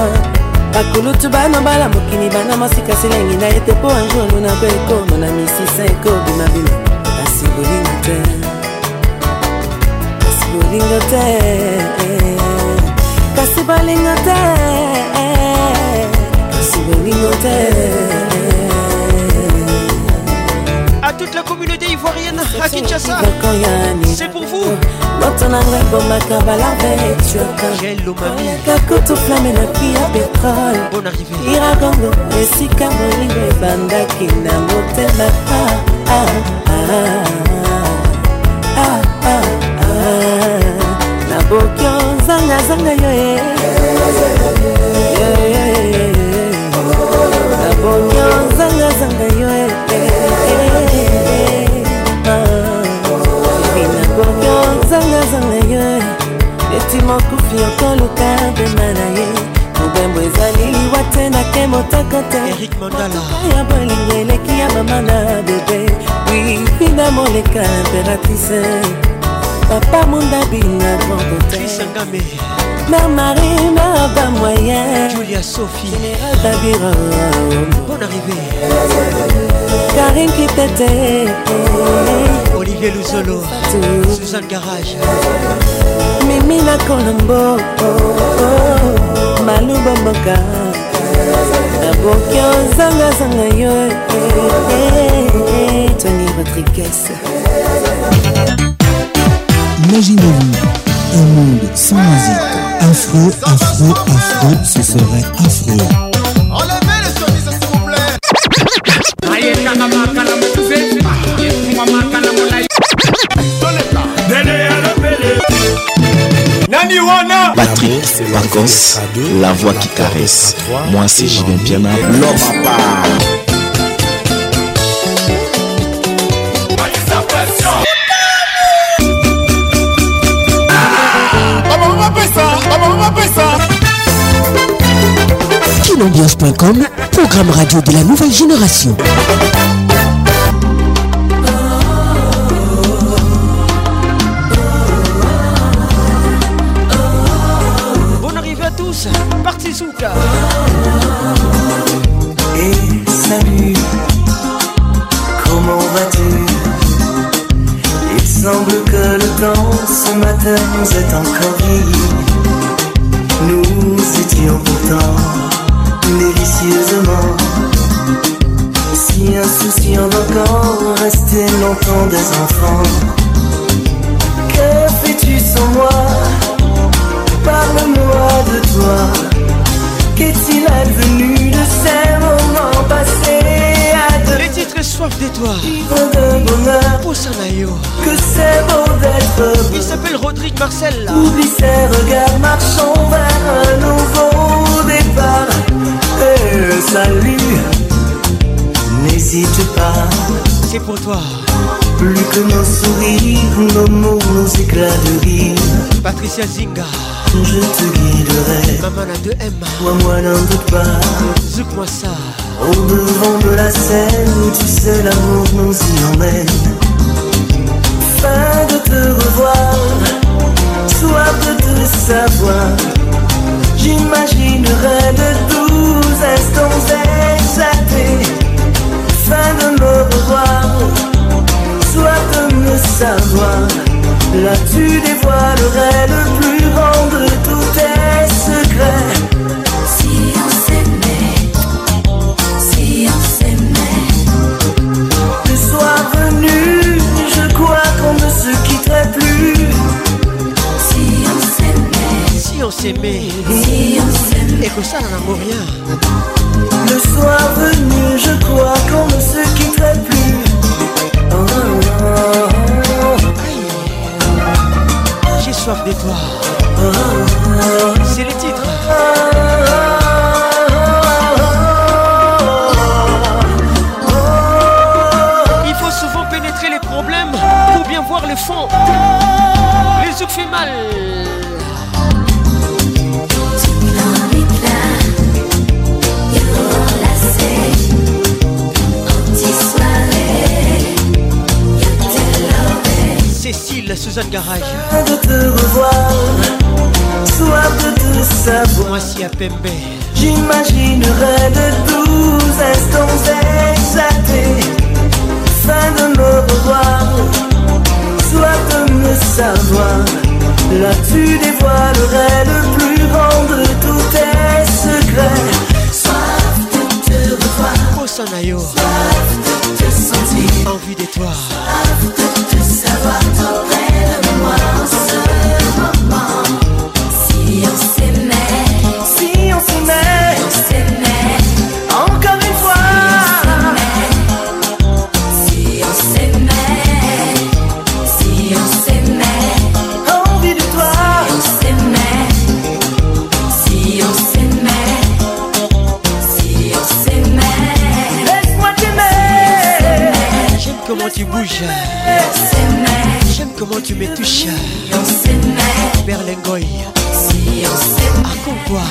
Speaker 33: bakulutu bana bala mokili bana mosika silengi na ete mpo anjolu na bo ekomona misisa ekobima bino kasi bolingo te kasi bolingo te kasi bolingo te
Speaker 7: Kinshasa. C'est pour vous.
Speaker 33: moto na ngai bomaka balavetuakaoyaka kutu flame na pi ya petrole iragongo esika molingo ebandaki na motema Ah, ah, ah, ah, ah, ah. naboki ozangazanga yo e. Yo, yo, yo, yo, yo. naboki ozangazanga yo e. eh, Ah. zangazanga yo neti mokufi okoluka pema na ye mobembo ezali liwa te nake motoko te motoka ya bolingo eleki ya mama na bebe wifina moleka imperatrise papa mondabi na grandote mère marie marda moyen julia sophie général dabira bon arrivé karine kitete
Speaker 7: Olivier Luzolo, Suzanne Garage,
Speaker 33: mimi na kolombo maluba mboka naboki ozangazanga yo eh, eh, eh, tony rodriguez
Speaker 21: Imaginez-vous un monde sans musique. Afro, afro, afro, ce serait affreux.
Speaker 16: Nani wana
Speaker 10: Patrick Vacances, la voix qui caresse. Moi, c'est Julien Piana, l'homme à part.
Speaker 21: Kinambiance.com, programme radio de la nouvelle génération.
Speaker 7: Bonne arrivée à tous. Parti Souka.
Speaker 9: Et salut, comment vas-tu Il semble que le temps ce matin nous est encore vieilli. Nous étions pourtant délicieusement si insouciants d'encore rester longtemps des enfants. Que fais-tu sans moi Parle-moi de toi. Qu'est-il advenu de ces moments passés à deux Les titres soif de toi. de bonheur. Pour Que c'est beau d'être. Il s'appelle Rodrigue Marcel. Oublie ces regards, marchons vers un nouveau départ. Et salut, n'hésite pas. C'est pour toi. Plus que nos sourires, nos mots, nos éclats de rire.
Speaker 7: Patricia Zinga.
Speaker 9: Je te guiderai.
Speaker 7: Maman la 2M.
Speaker 9: Toi, moi, n'en doute pas.
Speaker 7: Zouk-moi ça.
Speaker 9: Au devant de la scène, tu sais, l'amour nous y emmène. Fin de te revoir, soif de te savoir. J'imaginerai de doux instants échappés. Fin de me revoir, soif de me savoir. Là, tu dévoilerais le plus grand de tous tes secrets. Si on s'aimait. Si on s'aimait, le soir venu, je crois qu'on ne se quitterait plus. Si on s'aimait,
Speaker 7: Si on s'aimait.
Speaker 9: Si on
Speaker 7: Et que ça n'en vaut rien.
Speaker 9: le soir venu, je crois qu'on ne se quitterait plus. Oh, oh,
Speaker 7: J'ai soif de toi.
Speaker 9: Oh,
Speaker 7: C'est le titre. Il faut souvent pénétrer les problèmes pour bien voir le fond. Les yeux fait mal. Cécile, Suzanne Garage.
Speaker 9: Fin de te revoir, soif de te savoir.
Speaker 7: Moi, si à Pembe.
Speaker 9: J'imaginerai de doux instants échappés. Fin de me revoir, soif de me savoir. Là tu dévoilerais le plus grand de tous tes secrets. Soif de te revoir,
Speaker 7: Osanayo.
Speaker 9: soif de te sentir.
Speaker 7: Envie de toi.
Speaker 9: Soif de te
Speaker 7: tu bouges. J'aime comment tu me touches. Berlingoy. Ah, Accompagnois.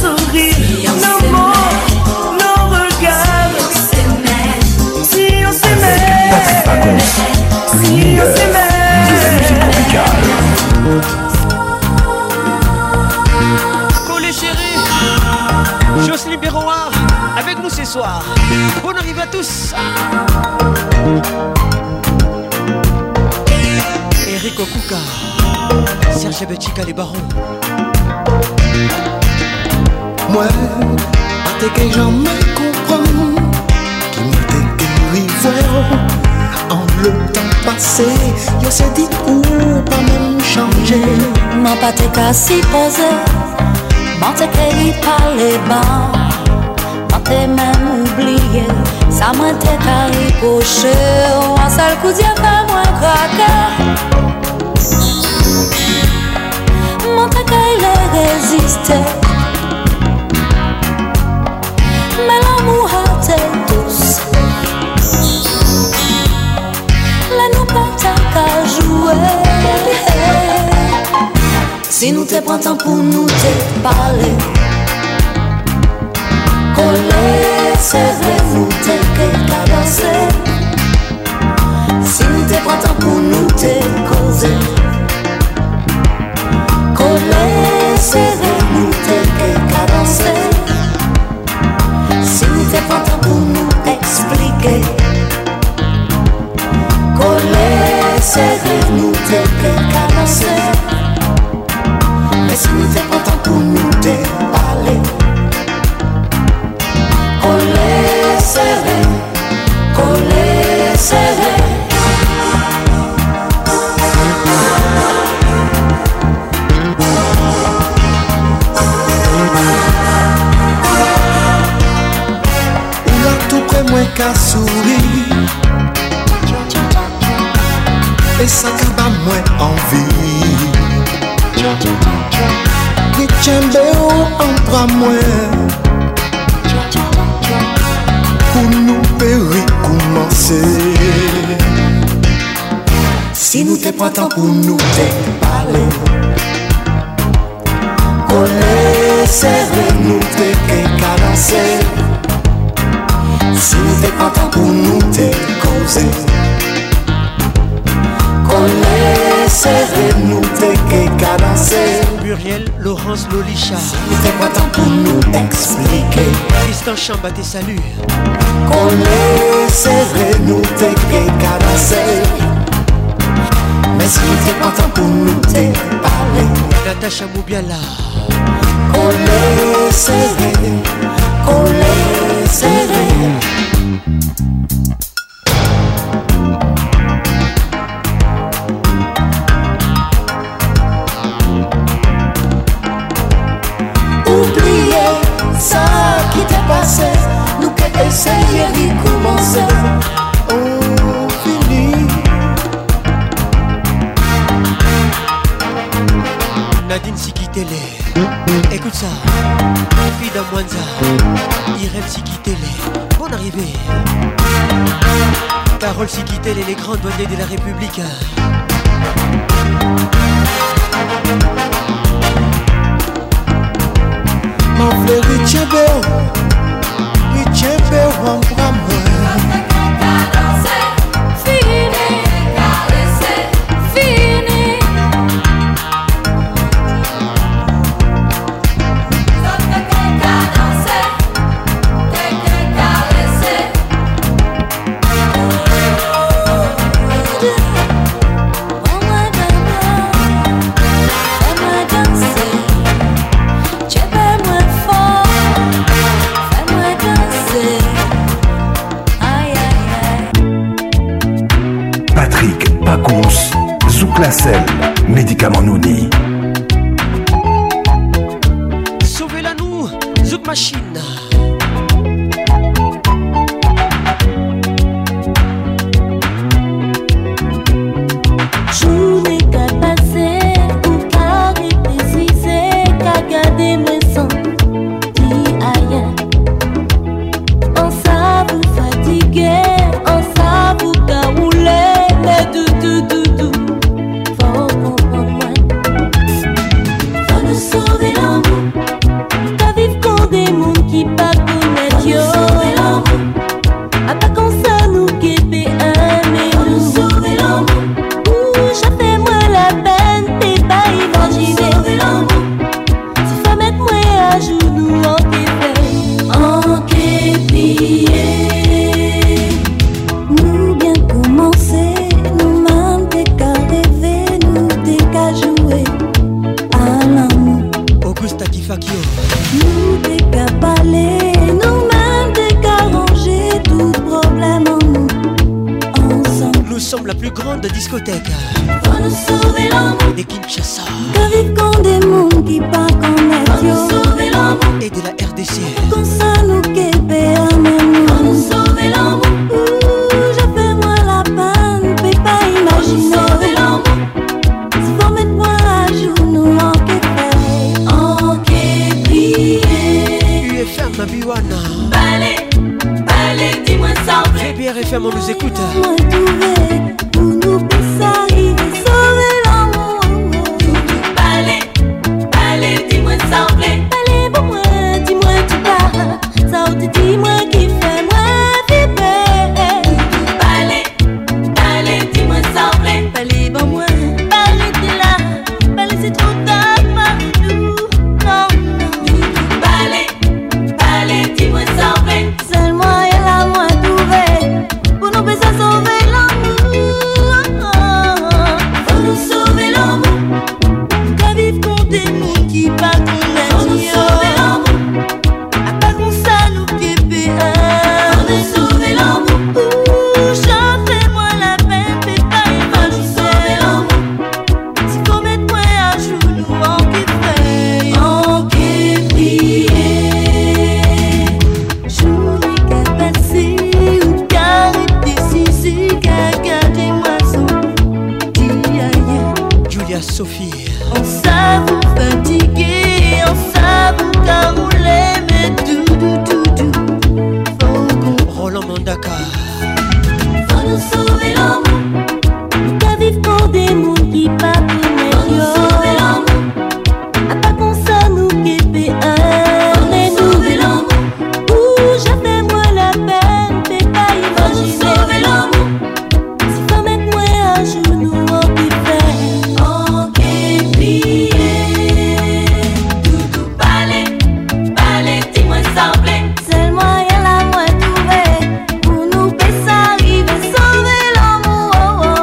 Speaker 43: sourire, nos mots, nos regards. Si on s'aimait, si on s'aimait.
Speaker 7: Collé chéri. Jocelyne Béroir avec nous ce soir. Bonne arrivée à tous. Eric Okuka. Serge Betchika les barons.
Speaker 15: Moi, t'es que jamais comprends Qui m'était que rivière En le temps passé Yo se dit ou pas même changer
Speaker 9: Mwen pa te ka si peze Mwen te ke li pale ban Mwen te men oubliye Sa mwen te ka ripoche Ou an sal kou diya pa mwen krake Mwen te ka ile reziste Men l'amou hate tous Le nou pa ta ka joue Si nou te pran tan pou nou te pale Kon lese vre nou te ke kadase Si nou te pran tan pou nou te koze Kon lese vre nou te ke kadase E Si nou te pran tan pou nou eksplike Kon lese vre nou te ke kadase Mais si nous t'es content pour nous te parler Qu'on laisse rêver, qu'on laisse rêver
Speaker 15: Ou la tout près moi qu'à sourire Et ça qui va moins envie Ni tchembe ou en bras moins Pour nous périr commencer Si nous t'es printemps pour nous t'es parler
Speaker 9: Qu'on laisse rêver, nous te ke kadase
Speaker 15: Si nous t'es printemps pour nous t'es causé
Speaker 9: Qu'on laisse rêver, nous te ke kadase
Speaker 7: Muriel Laurence Lolicha.
Speaker 9: T'es content pour nous expliquer
Speaker 7: Tristan Chamba, tes saluts.
Speaker 9: Qu'on laisse rêver, nous te ke kadase
Speaker 15: Mais si nous t'es printemps pour nous t'es parler
Speaker 7: Natacha Moubiala.
Speaker 9: Qu'on laisse rêver, qu'on laisse rêver
Speaker 15: Oubliye sa ki te pase Nou ke eseye rikoumanse
Speaker 9: um
Speaker 15: Oh, fini
Speaker 7: Nadine Sikitele. Écoute ça. Fida Mwanza. Irem Sikitele. Bonne arrivée. Carole Sikitele et les grandes douaniers de la République.
Speaker 15: M'en vle richebe ou Richebe ou
Speaker 5: hein.
Speaker 15: an bra mwen
Speaker 1: Patrick Pacons, Zouklacel, médicament nous dit.
Speaker 7: Sauvez-la nous, Zouk Machine.
Speaker 13: Jounè ka pase ou ka repesize Ka gade mwen san ti aya An sa vou fatige, an sa vou ka oule
Speaker 7: grande discothèque
Speaker 9: Va nous sauver l'amour
Speaker 7: de Kinshasa
Speaker 9: Qu'arrive quand des mondes qui partent
Speaker 7: Va
Speaker 9: en
Speaker 7: nous
Speaker 9: avion
Speaker 7: sauver l'amour.
Speaker 9: Et
Speaker 7: de la RDC
Speaker 9: Quand ça nous québé à même Va nous sauver l'amour Ouh, j'ai fait moi la panne Peux pas imaginer Va nous sauver l'amour Si vous mettez moi à jour Nous en québé En québé
Speaker 7: UFM Biwana
Speaker 9: Balai, balai, dis-moi ça en vrai
Speaker 7: Pierre FM on nous écoute
Speaker 9: Dis-moi qui fait moi vibrer Palais, palais, dis-moi ça en vrai Palais, bon moi, palais t'es là Palais c'est trop tard pour nous Non, non Palais, palais, dis-moi ça en vrai Seulement elle a moi trouvé Pour nous baisser sauver l'amour Faut nous sauver l'amour Qu'à vivre contre des mondes qui partent en Faut nous sauver l'amour pas qu'on s'alloue bébé On est sauvé l'amour Chantez-moi la peine Pépé va nous sauver l'amour Si vous mettez moi à jour Nous en kiffer En kiffer Jour qui a passé Ou car était si Gardez-moi son Dis ailleurs
Speaker 7: Julia Sophie
Speaker 9: on s'avoue fatigué, on s'avoue caroulé, mais tout, tout, tout, tout. Faut qu'on
Speaker 7: Roland Mandaka
Speaker 9: faut nous sauver l'amour. Qu'à vivre pour des mondes qui partent Faut nous sauver l'amour. À pas qu'on ça nous guépé un. Faut nous sauver l'amour. Ouh, j'avais moi la peine, mais pas imaginer. Faut nous sauver l'amour. Si faut mettre moi à jour, nous en guépé. En guépé. Toutou palais, palais, dis-moi ça en plaît. Seulement elle a moi trouvé. Pour nous baisser, arriver, sauver l'amour.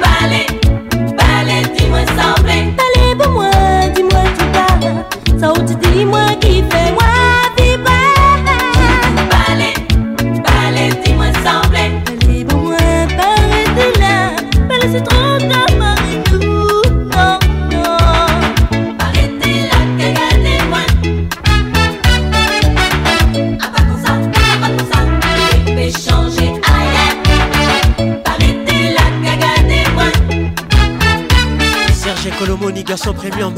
Speaker 9: Balai, balai, dis-moi ça en plaît. Balai pour moi, dis-moi tout à Ça ou tu dis-moi qui fait moi vibrer. Balai, balai, dis-moi ça en plaît. Balai pour moi, balai, t'es là. Balai, c'est trop tard, Marie, nous. Non, non. Balai, t'es là, que gardez-moi. Changer ailleurs, arrêtez la cagadez-moi.
Speaker 7: Serge Colomoni garçon premium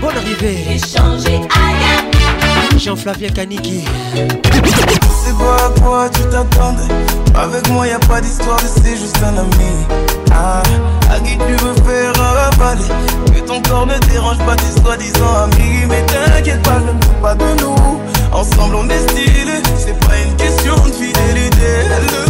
Speaker 7: Bonne arrivée
Speaker 9: Changer ailleurs.
Speaker 7: Jean-Flavien Kaniki
Speaker 5: C'est quoi à quoi tu t'attendais Avec moi y a pas d'histoire, c'est juste un ami. Ah, à qui tu veux faire avaler Que ton corps ne dérange pas tes soi-disant amis. Mais t'inquiète pas, je ne doute pas de nous. Ensemble on est stylé, c'est pas une question de fidélité.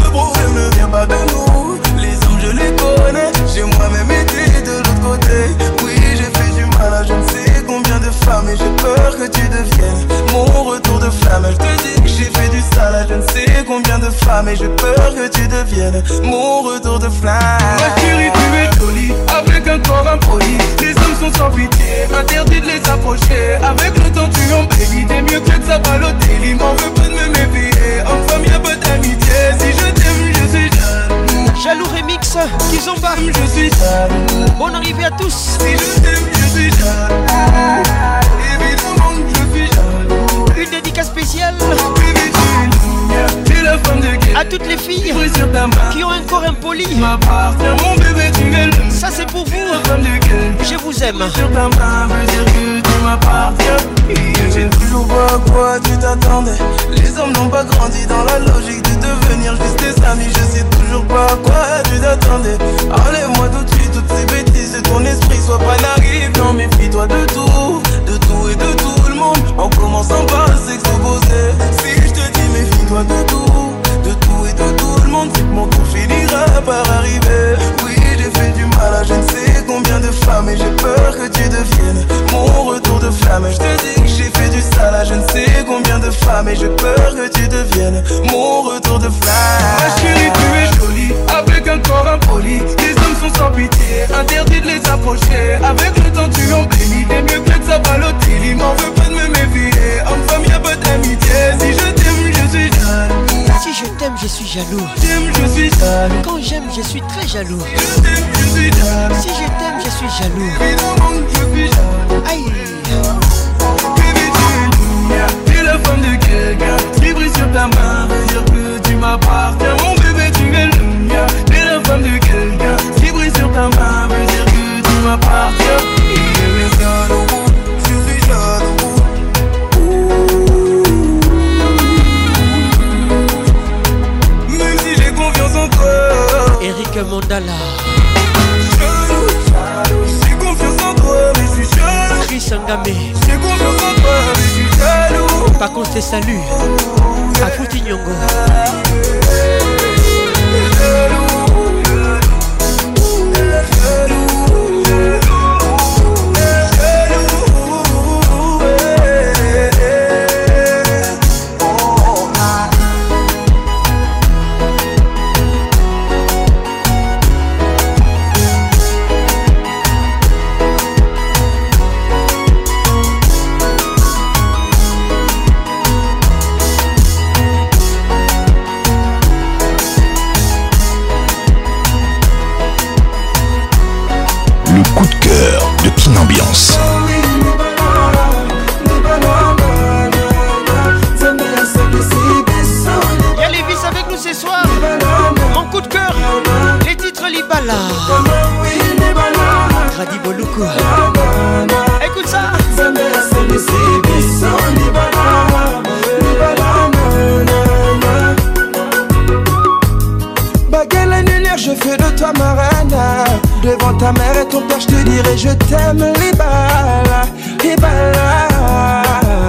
Speaker 5: Le problème ne vient pas de nous. Les hommes je les connais, j'ai moi-même été de l'autre côté. Oui, j'ai fait du mal à je ne sais combien de femmes et j'ai peur que tu deviennes mon retour de flamme. Je te dis que j'ai fait du sale à je ne sais combien de femmes et j'ai peur que tu deviennes mon retour de flamme. Ma chérie, tu es jolie avec un corps impoli. Les hommes sont sans pitié, interdit de les approcher. Avec le temps, tu embellis. T'es mieux que ça balle au délit. M'en veux pas de me méfier. En femme, y'a pas d'amitié. Si je t'aime, je suis jaloux.
Speaker 7: Jaloux remix Kizomba
Speaker 5: Je suis jaloux.
Speaker 7: Bonne arrivée à
Speaker 5: Si
Speaker 7: tous
Speaker 5: je t'aime, je suis jaloux. Évidemment que je suis jaloux.
Speaker 7: Une dédicace spéciale
Speaker 5: Baby, tu es mignonne. Tu es la femme de
Speaker 7: à toutes les filles
Speaker 5: Libre sur ta main.
Speaker 7: qui ont un corps impoli
Speaker 5: M'appartient mon bébé, tu es le
Speaker 7: Ça c'est pour vous
Speaker 5: femme de gueule.
Speaker 7: Je vous aime
Speaker 5: Sur ta main veut dire que tu m'appartiens. Et J'ai toujours pas à quoi tu t'attendais. Les hommes n'ont pas grandi dans la logique de devenir juste des amis. Je sais toujours pas à quoi tu t'attendais. Enlève-moi tout de suite toutes ces bêtises de ton esprit. Sois pas naïf, non, méfie-toi de tout, de tout et de tout le monde. En commençant par s'exposer. Si je te dis, méfie-toi de tout, de tout et de tout le monde. C'est que mon tour finira par arriver. Oui, j'ai fait du mal à je ne sais combien de femmes et j'ai peur que tu deviennes mon retour de flamme. Je te dis que j'ai fait du sale à je ne sais combien de femmes et j'ai peur que tu deviennes mon retour de flamme. Ma chérie, tu es jolie avec un corps impoli. Les hommes sont sans pitié, interdit de les approcher. Avec le temps, tu embellis. T'es mieux que ça balle au délit. M'en veux pas de me méfier. Homme, femme, y a pas d'amitié. Si je t'aime, je suis jaloux.
Speaker 7: Si je t'aime je suis jaloux
Speaker 5: Si je t'aime, je suis jaloux.
Speaker 7: jaloux. Quand j'aime, je suis très jaloux. Si je t'aime, je suis jaloux. Aïe.
Speaker 10: Tu es la femme de quelqu'un qui brille sur ta main, veut dire que tu m'appartiens. Mon bébé, tu es le mien. Tu es la femme de quelqu'un qui brille sur ta main, veut dire que tu m'appartiens. Il est jaloux, tu es jaloux. Même si j'ai confiance en toi.
Speaker 9: Eric Mandala,
Speaker 10: Jaloux, jaloux. J'ai confiance en toi, mais je suis jaloux.
Speaker 9: Chris Angame,
Speaker 10: J'ai confiance en toi, mais je suis jaloux.
Speaker 9: par contre, tes saluts. Akouti Nyongo,
Speaker 1: Le coup de cœur de Kin Ambiance.
Speaker 9: Y'a Lévis avec nous ce soir. Mon coup de cœur, les titres Libala. Radi Boloukou. Écoute ça.
Speaker 10: Baguette annulaire, je fais de toi ma reine Devant ta mère et ton père, je te dirai je t'aime Libala, Libala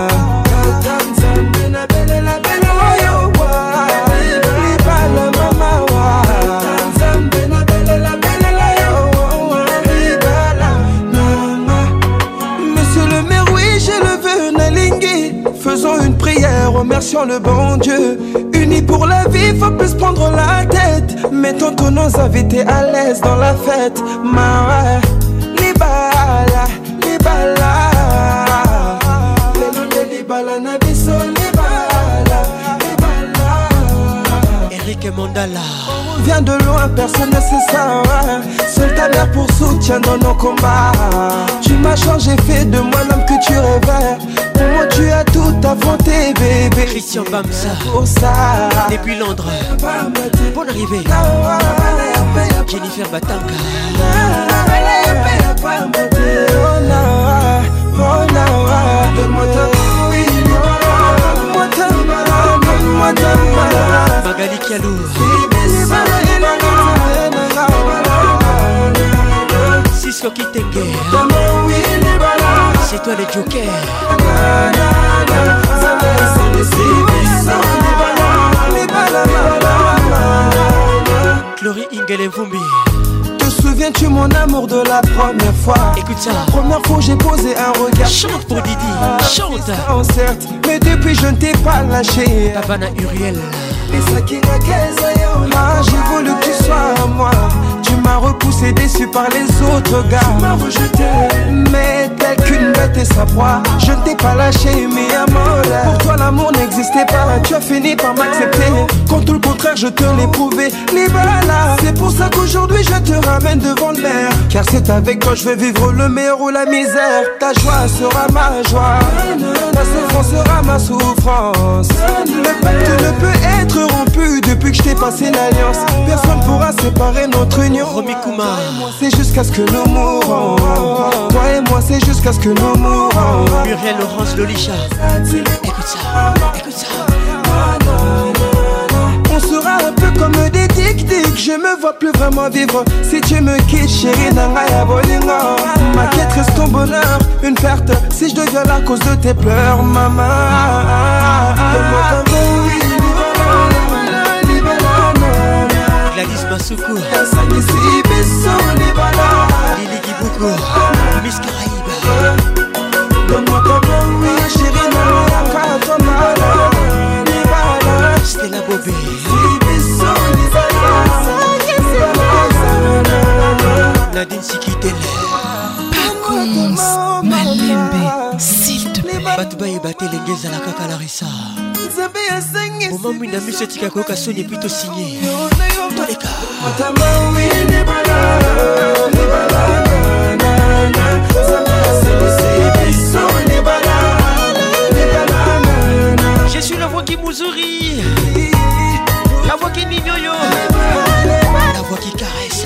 Speaker 10: Libala, mama, wa. Libala, mama. Monsieur le maire, oui, j'ai levé Nalingui. Faisons une prière, remercions le bon Dieu. Unis pour la vie, faut plus prendre la tête. Mettons tous nos invités à l'aise dans la fête. Ma Libala, Libala. Lelonde Libala, Nabiso Libala, Libala.
Speaker 9: Eric Mandala,
Speaker 10: Viens de loin, personne ne sait ça. Seule ta mère pour soutien dans nos combats. Tu m'as changé, fait de moi l'homme que tu rêvais. Pour moi, tu as tout affronté, bébé.
Speaker 9: Christian Bamsa,
Speaker 10: Pour ça,
Speaker 9: depuis Londres. Bonne arrivée. Jennifer Batanga, Magali Kialou, Cisco Kitenge. C'est toi le Joker. Glory Ingele Vumbi.
Speaker 10: Te souviens-tu mon amour de la première fois
Speaker 9: Écoute ça.
Speaker 10: La première fois j'ai posé un regard
Speaker 9: Chante pour Didi. Chante.
Speaker 10: Oh, certes, mais depuis je ne t'ai pas lâché
Speaker 9: Tabana Uriel.
Speaker 10: Ah, j'ai voulu que tu sois à moi Tu m'as repoussé, déçu par les autres gars Tu m'as rejeté Mais telle qu'une bête et sa proie Je ne t'ai pas lâché, mais amour Pour toi l'amour n'existait pas Tu as fini par m'accepter Quand tout le contraire je te l'ai prouvé Libala C'est pour ça qu'aujourd'hui je te ramène devant le maire Car c'est avec toi je vais vivre le meilleur ou la misère Ta joie sera ma joie Ta souffrance sera ma souffrance Le pacte ne peut être rompu depuis que je t'ai passé l'alliance. Personne pourra séparer notre union.
Speaker 9: Romy Kuma.
Speaker 10: C'est jusqu'à ce que nous mourons. Toi et moi, c'est jusqu'à ce que nous mourons.
Speaker 9: Muriel Laurence Lolisha. Écoute ça. Écoute ça.
Speaker 10: On sera un peu comme des tic-tic. Je me vois plus vraiment vivre. Si tu me quittes, chérie, n'arrête bolingo. Ma quête reste ton bonheur, une perte. Si je deviens la cause de tes pleurs, maman. Donne-moi ta main.
Speaker 9: Gladys Masuku. Lili Kibuko. Miss Caraïbe. Stella Bobé. Nadine Sikitele. Paconce. Malembe. S'il te plaît. Batouba et Baté les gays à la caca Larissa. nzambe asengi
Speaker 7: moma mwindamu so etika koyoka soni epui tosinye
Speaker 9: toleka motama owine balala libala nanana nzambe asilisi biso libala
Speaker 7: Je suis la voix qui mouzourit La voix qui nignoyo La voix qui caresse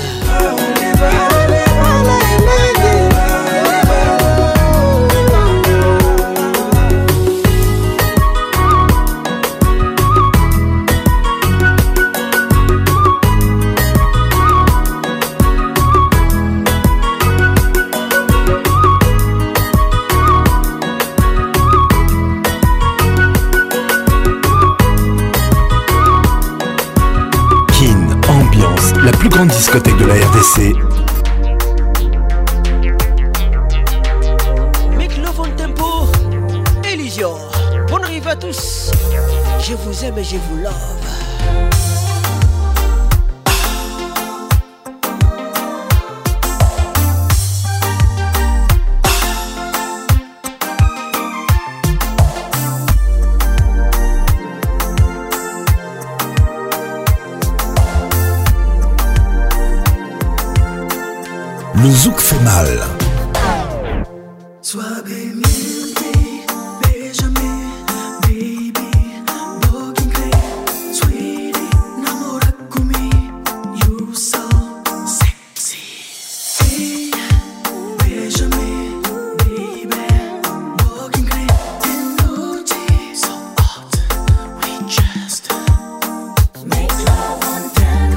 Speaker 1: Kin Ambiance, la plus grande discothèque de la RDC.
Speaker 7: Make Love on Tempo Elysion Bonne arrivée à tous Je vous aime et je vous love
Speaker 1: Le zouk fait mal.
Speaker 9: Sois béni, Benjamin, baby, Bogging Clay, sweetie, Namora Kumi, you so sexy. Benjamin, baby, Bogging Clay, Emoji, so hot, we just make love on tempo.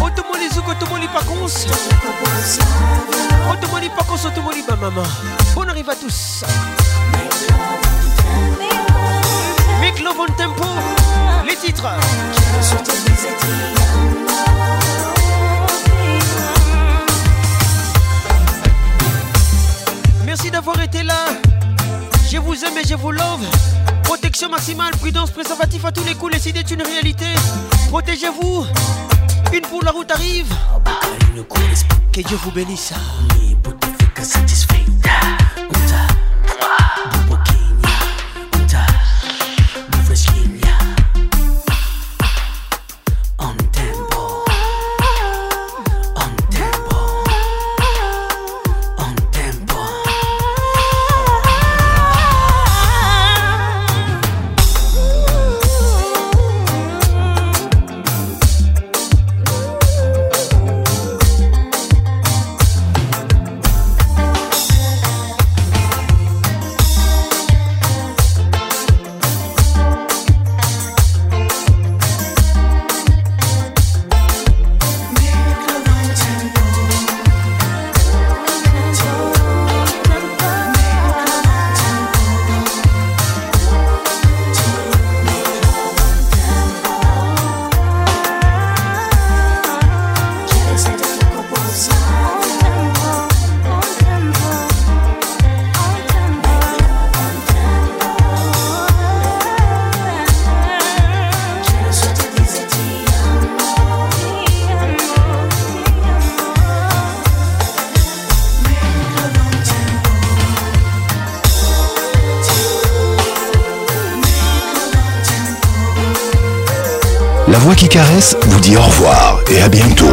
Speaker 7: Otomoli zouk, otomoli pakons Otomoli pakons, otomoli ba maman Bonne arrivée à tous Make Love on Tempo Les titres Merci d'avoir été là. Je vous aime et je vous love. Protection maximale, prudence, préservatif à tous les coups. Les idées est une réalité. Protégez-vous. Une pour la route arrive. Que Dieu vous bénisse.
Speaker 1: La voix qui caresse vous dit au revoir et à bientôt.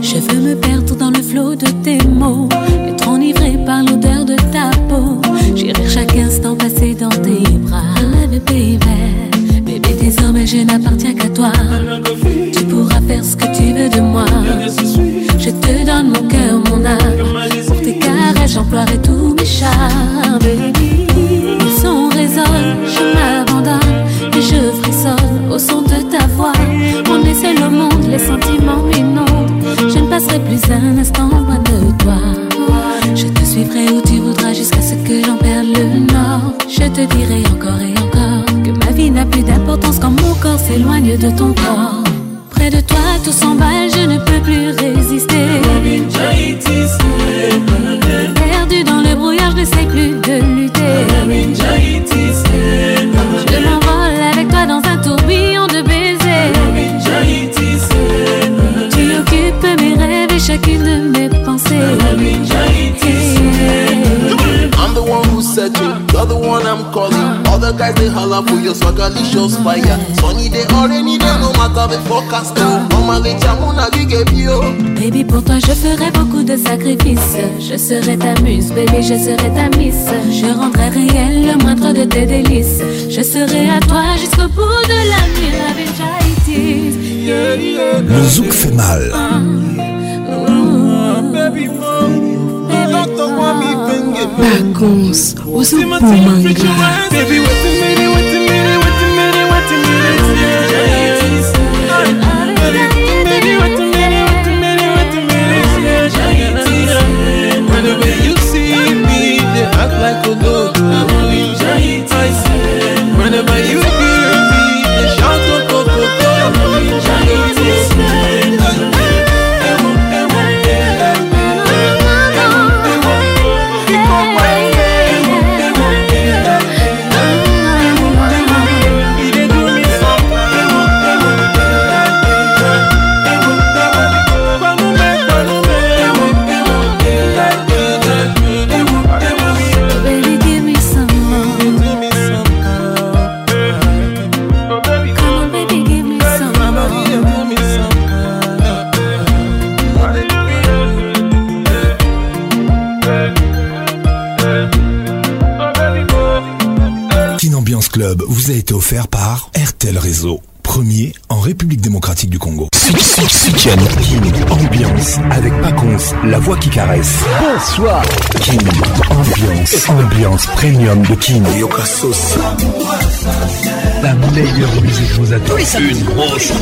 Speaker 13: Je veux me perdre dans le flot de tes mots, être enivré par l'odeur de ta peau. J'irai chaque instant passer dans tes bras. Love you, baby, baby, désormais je je n'appartiens qu'à toi. Tu pourras faire ce que tu veux de moi. Je te donne mon cœur, mon âme. Pour tes caresses, j'emploierai tous mes charmes. Ils sont résonnent, je m'abandonne et je frissonne au son de ta voix. On est seul au monde, les sentiments m'inondent. Je ne passerai plus un instant loin de toi. Je te suivrai où tu voudras jusqu'à ce que j'en perde le nord. Je te dirai encore et encore que ma vie n'a plus d'importance quand mon corps s'éloigne de ton corps. Près de toi, tout s'emballe, je ne peux plus résister. Perdu dans le brouillard, je ne sais plus de lutter. Je m'envole avec toi dans un tourbillon de baisers. Tu occupes mes rêves et chacune de mes pensées.
Speaker 5: I'm the one who's searching, you're the one I'm calling. All the guys they holler for your swagger, it shows fire. Sunny they already they no matter the forecast. oh. Mama rich, I'm gonna give you.
Speaker 13: Baby, pour toi, je ferai beaucoup de sacrifices. Je serai ta muse, baby, je serai ta miss. Je rendrai réel le moindre de tes délices. Je serai à toi jusqu'au bout de la nuit. La vérité. Yeah, yeah,
Speaker 1: Le zouk fait mal.
Speaker 44: Bakons, ozo pou manga
Speaker 9: Baby, wait a minute, wait a minute, wait a minute, wait a minute. Baby, wait a minute, wait a minute, wait a minute. When the way you see me, they act like a dog. Whenever you hear me, they shout out, "Oh, oh,
Speaker 13: Baby, give me some more. Come on, Oh, baby, give me some
Speaker 1: Kin Ambiance Club vous a été offert par RTL Réseau, premier en République démocratique du Congo. Kin Ambiance avec Paconce, la voix qui caresse. Bonsoir. Kin Ambiance, ambiance premium de Kin. La meilleure musique vous attend. Une grosse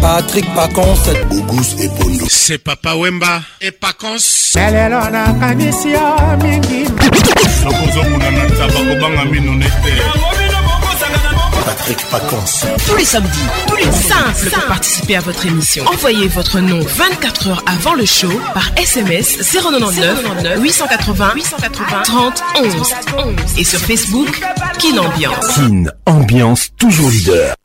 Speaker 3: Patrick Pacons, Auguste et Bondo. C'est Papa Wemba et Pacons.
Speaker 45: lelo nakanisi yo mingi
Speaker 4: nakozomona na taba kobanga mino ne te
Speaker 3: Patrick Pacons.
Speaker 6: Tous les samedis, tous les simples pour participer à votre émission. Envoyez votre nom 24 heures avant le show par SMS 099 880 880 30 11 et sur Facebook Kin Ambiance.
Speaker 1: Kin Ambiance toujours leader.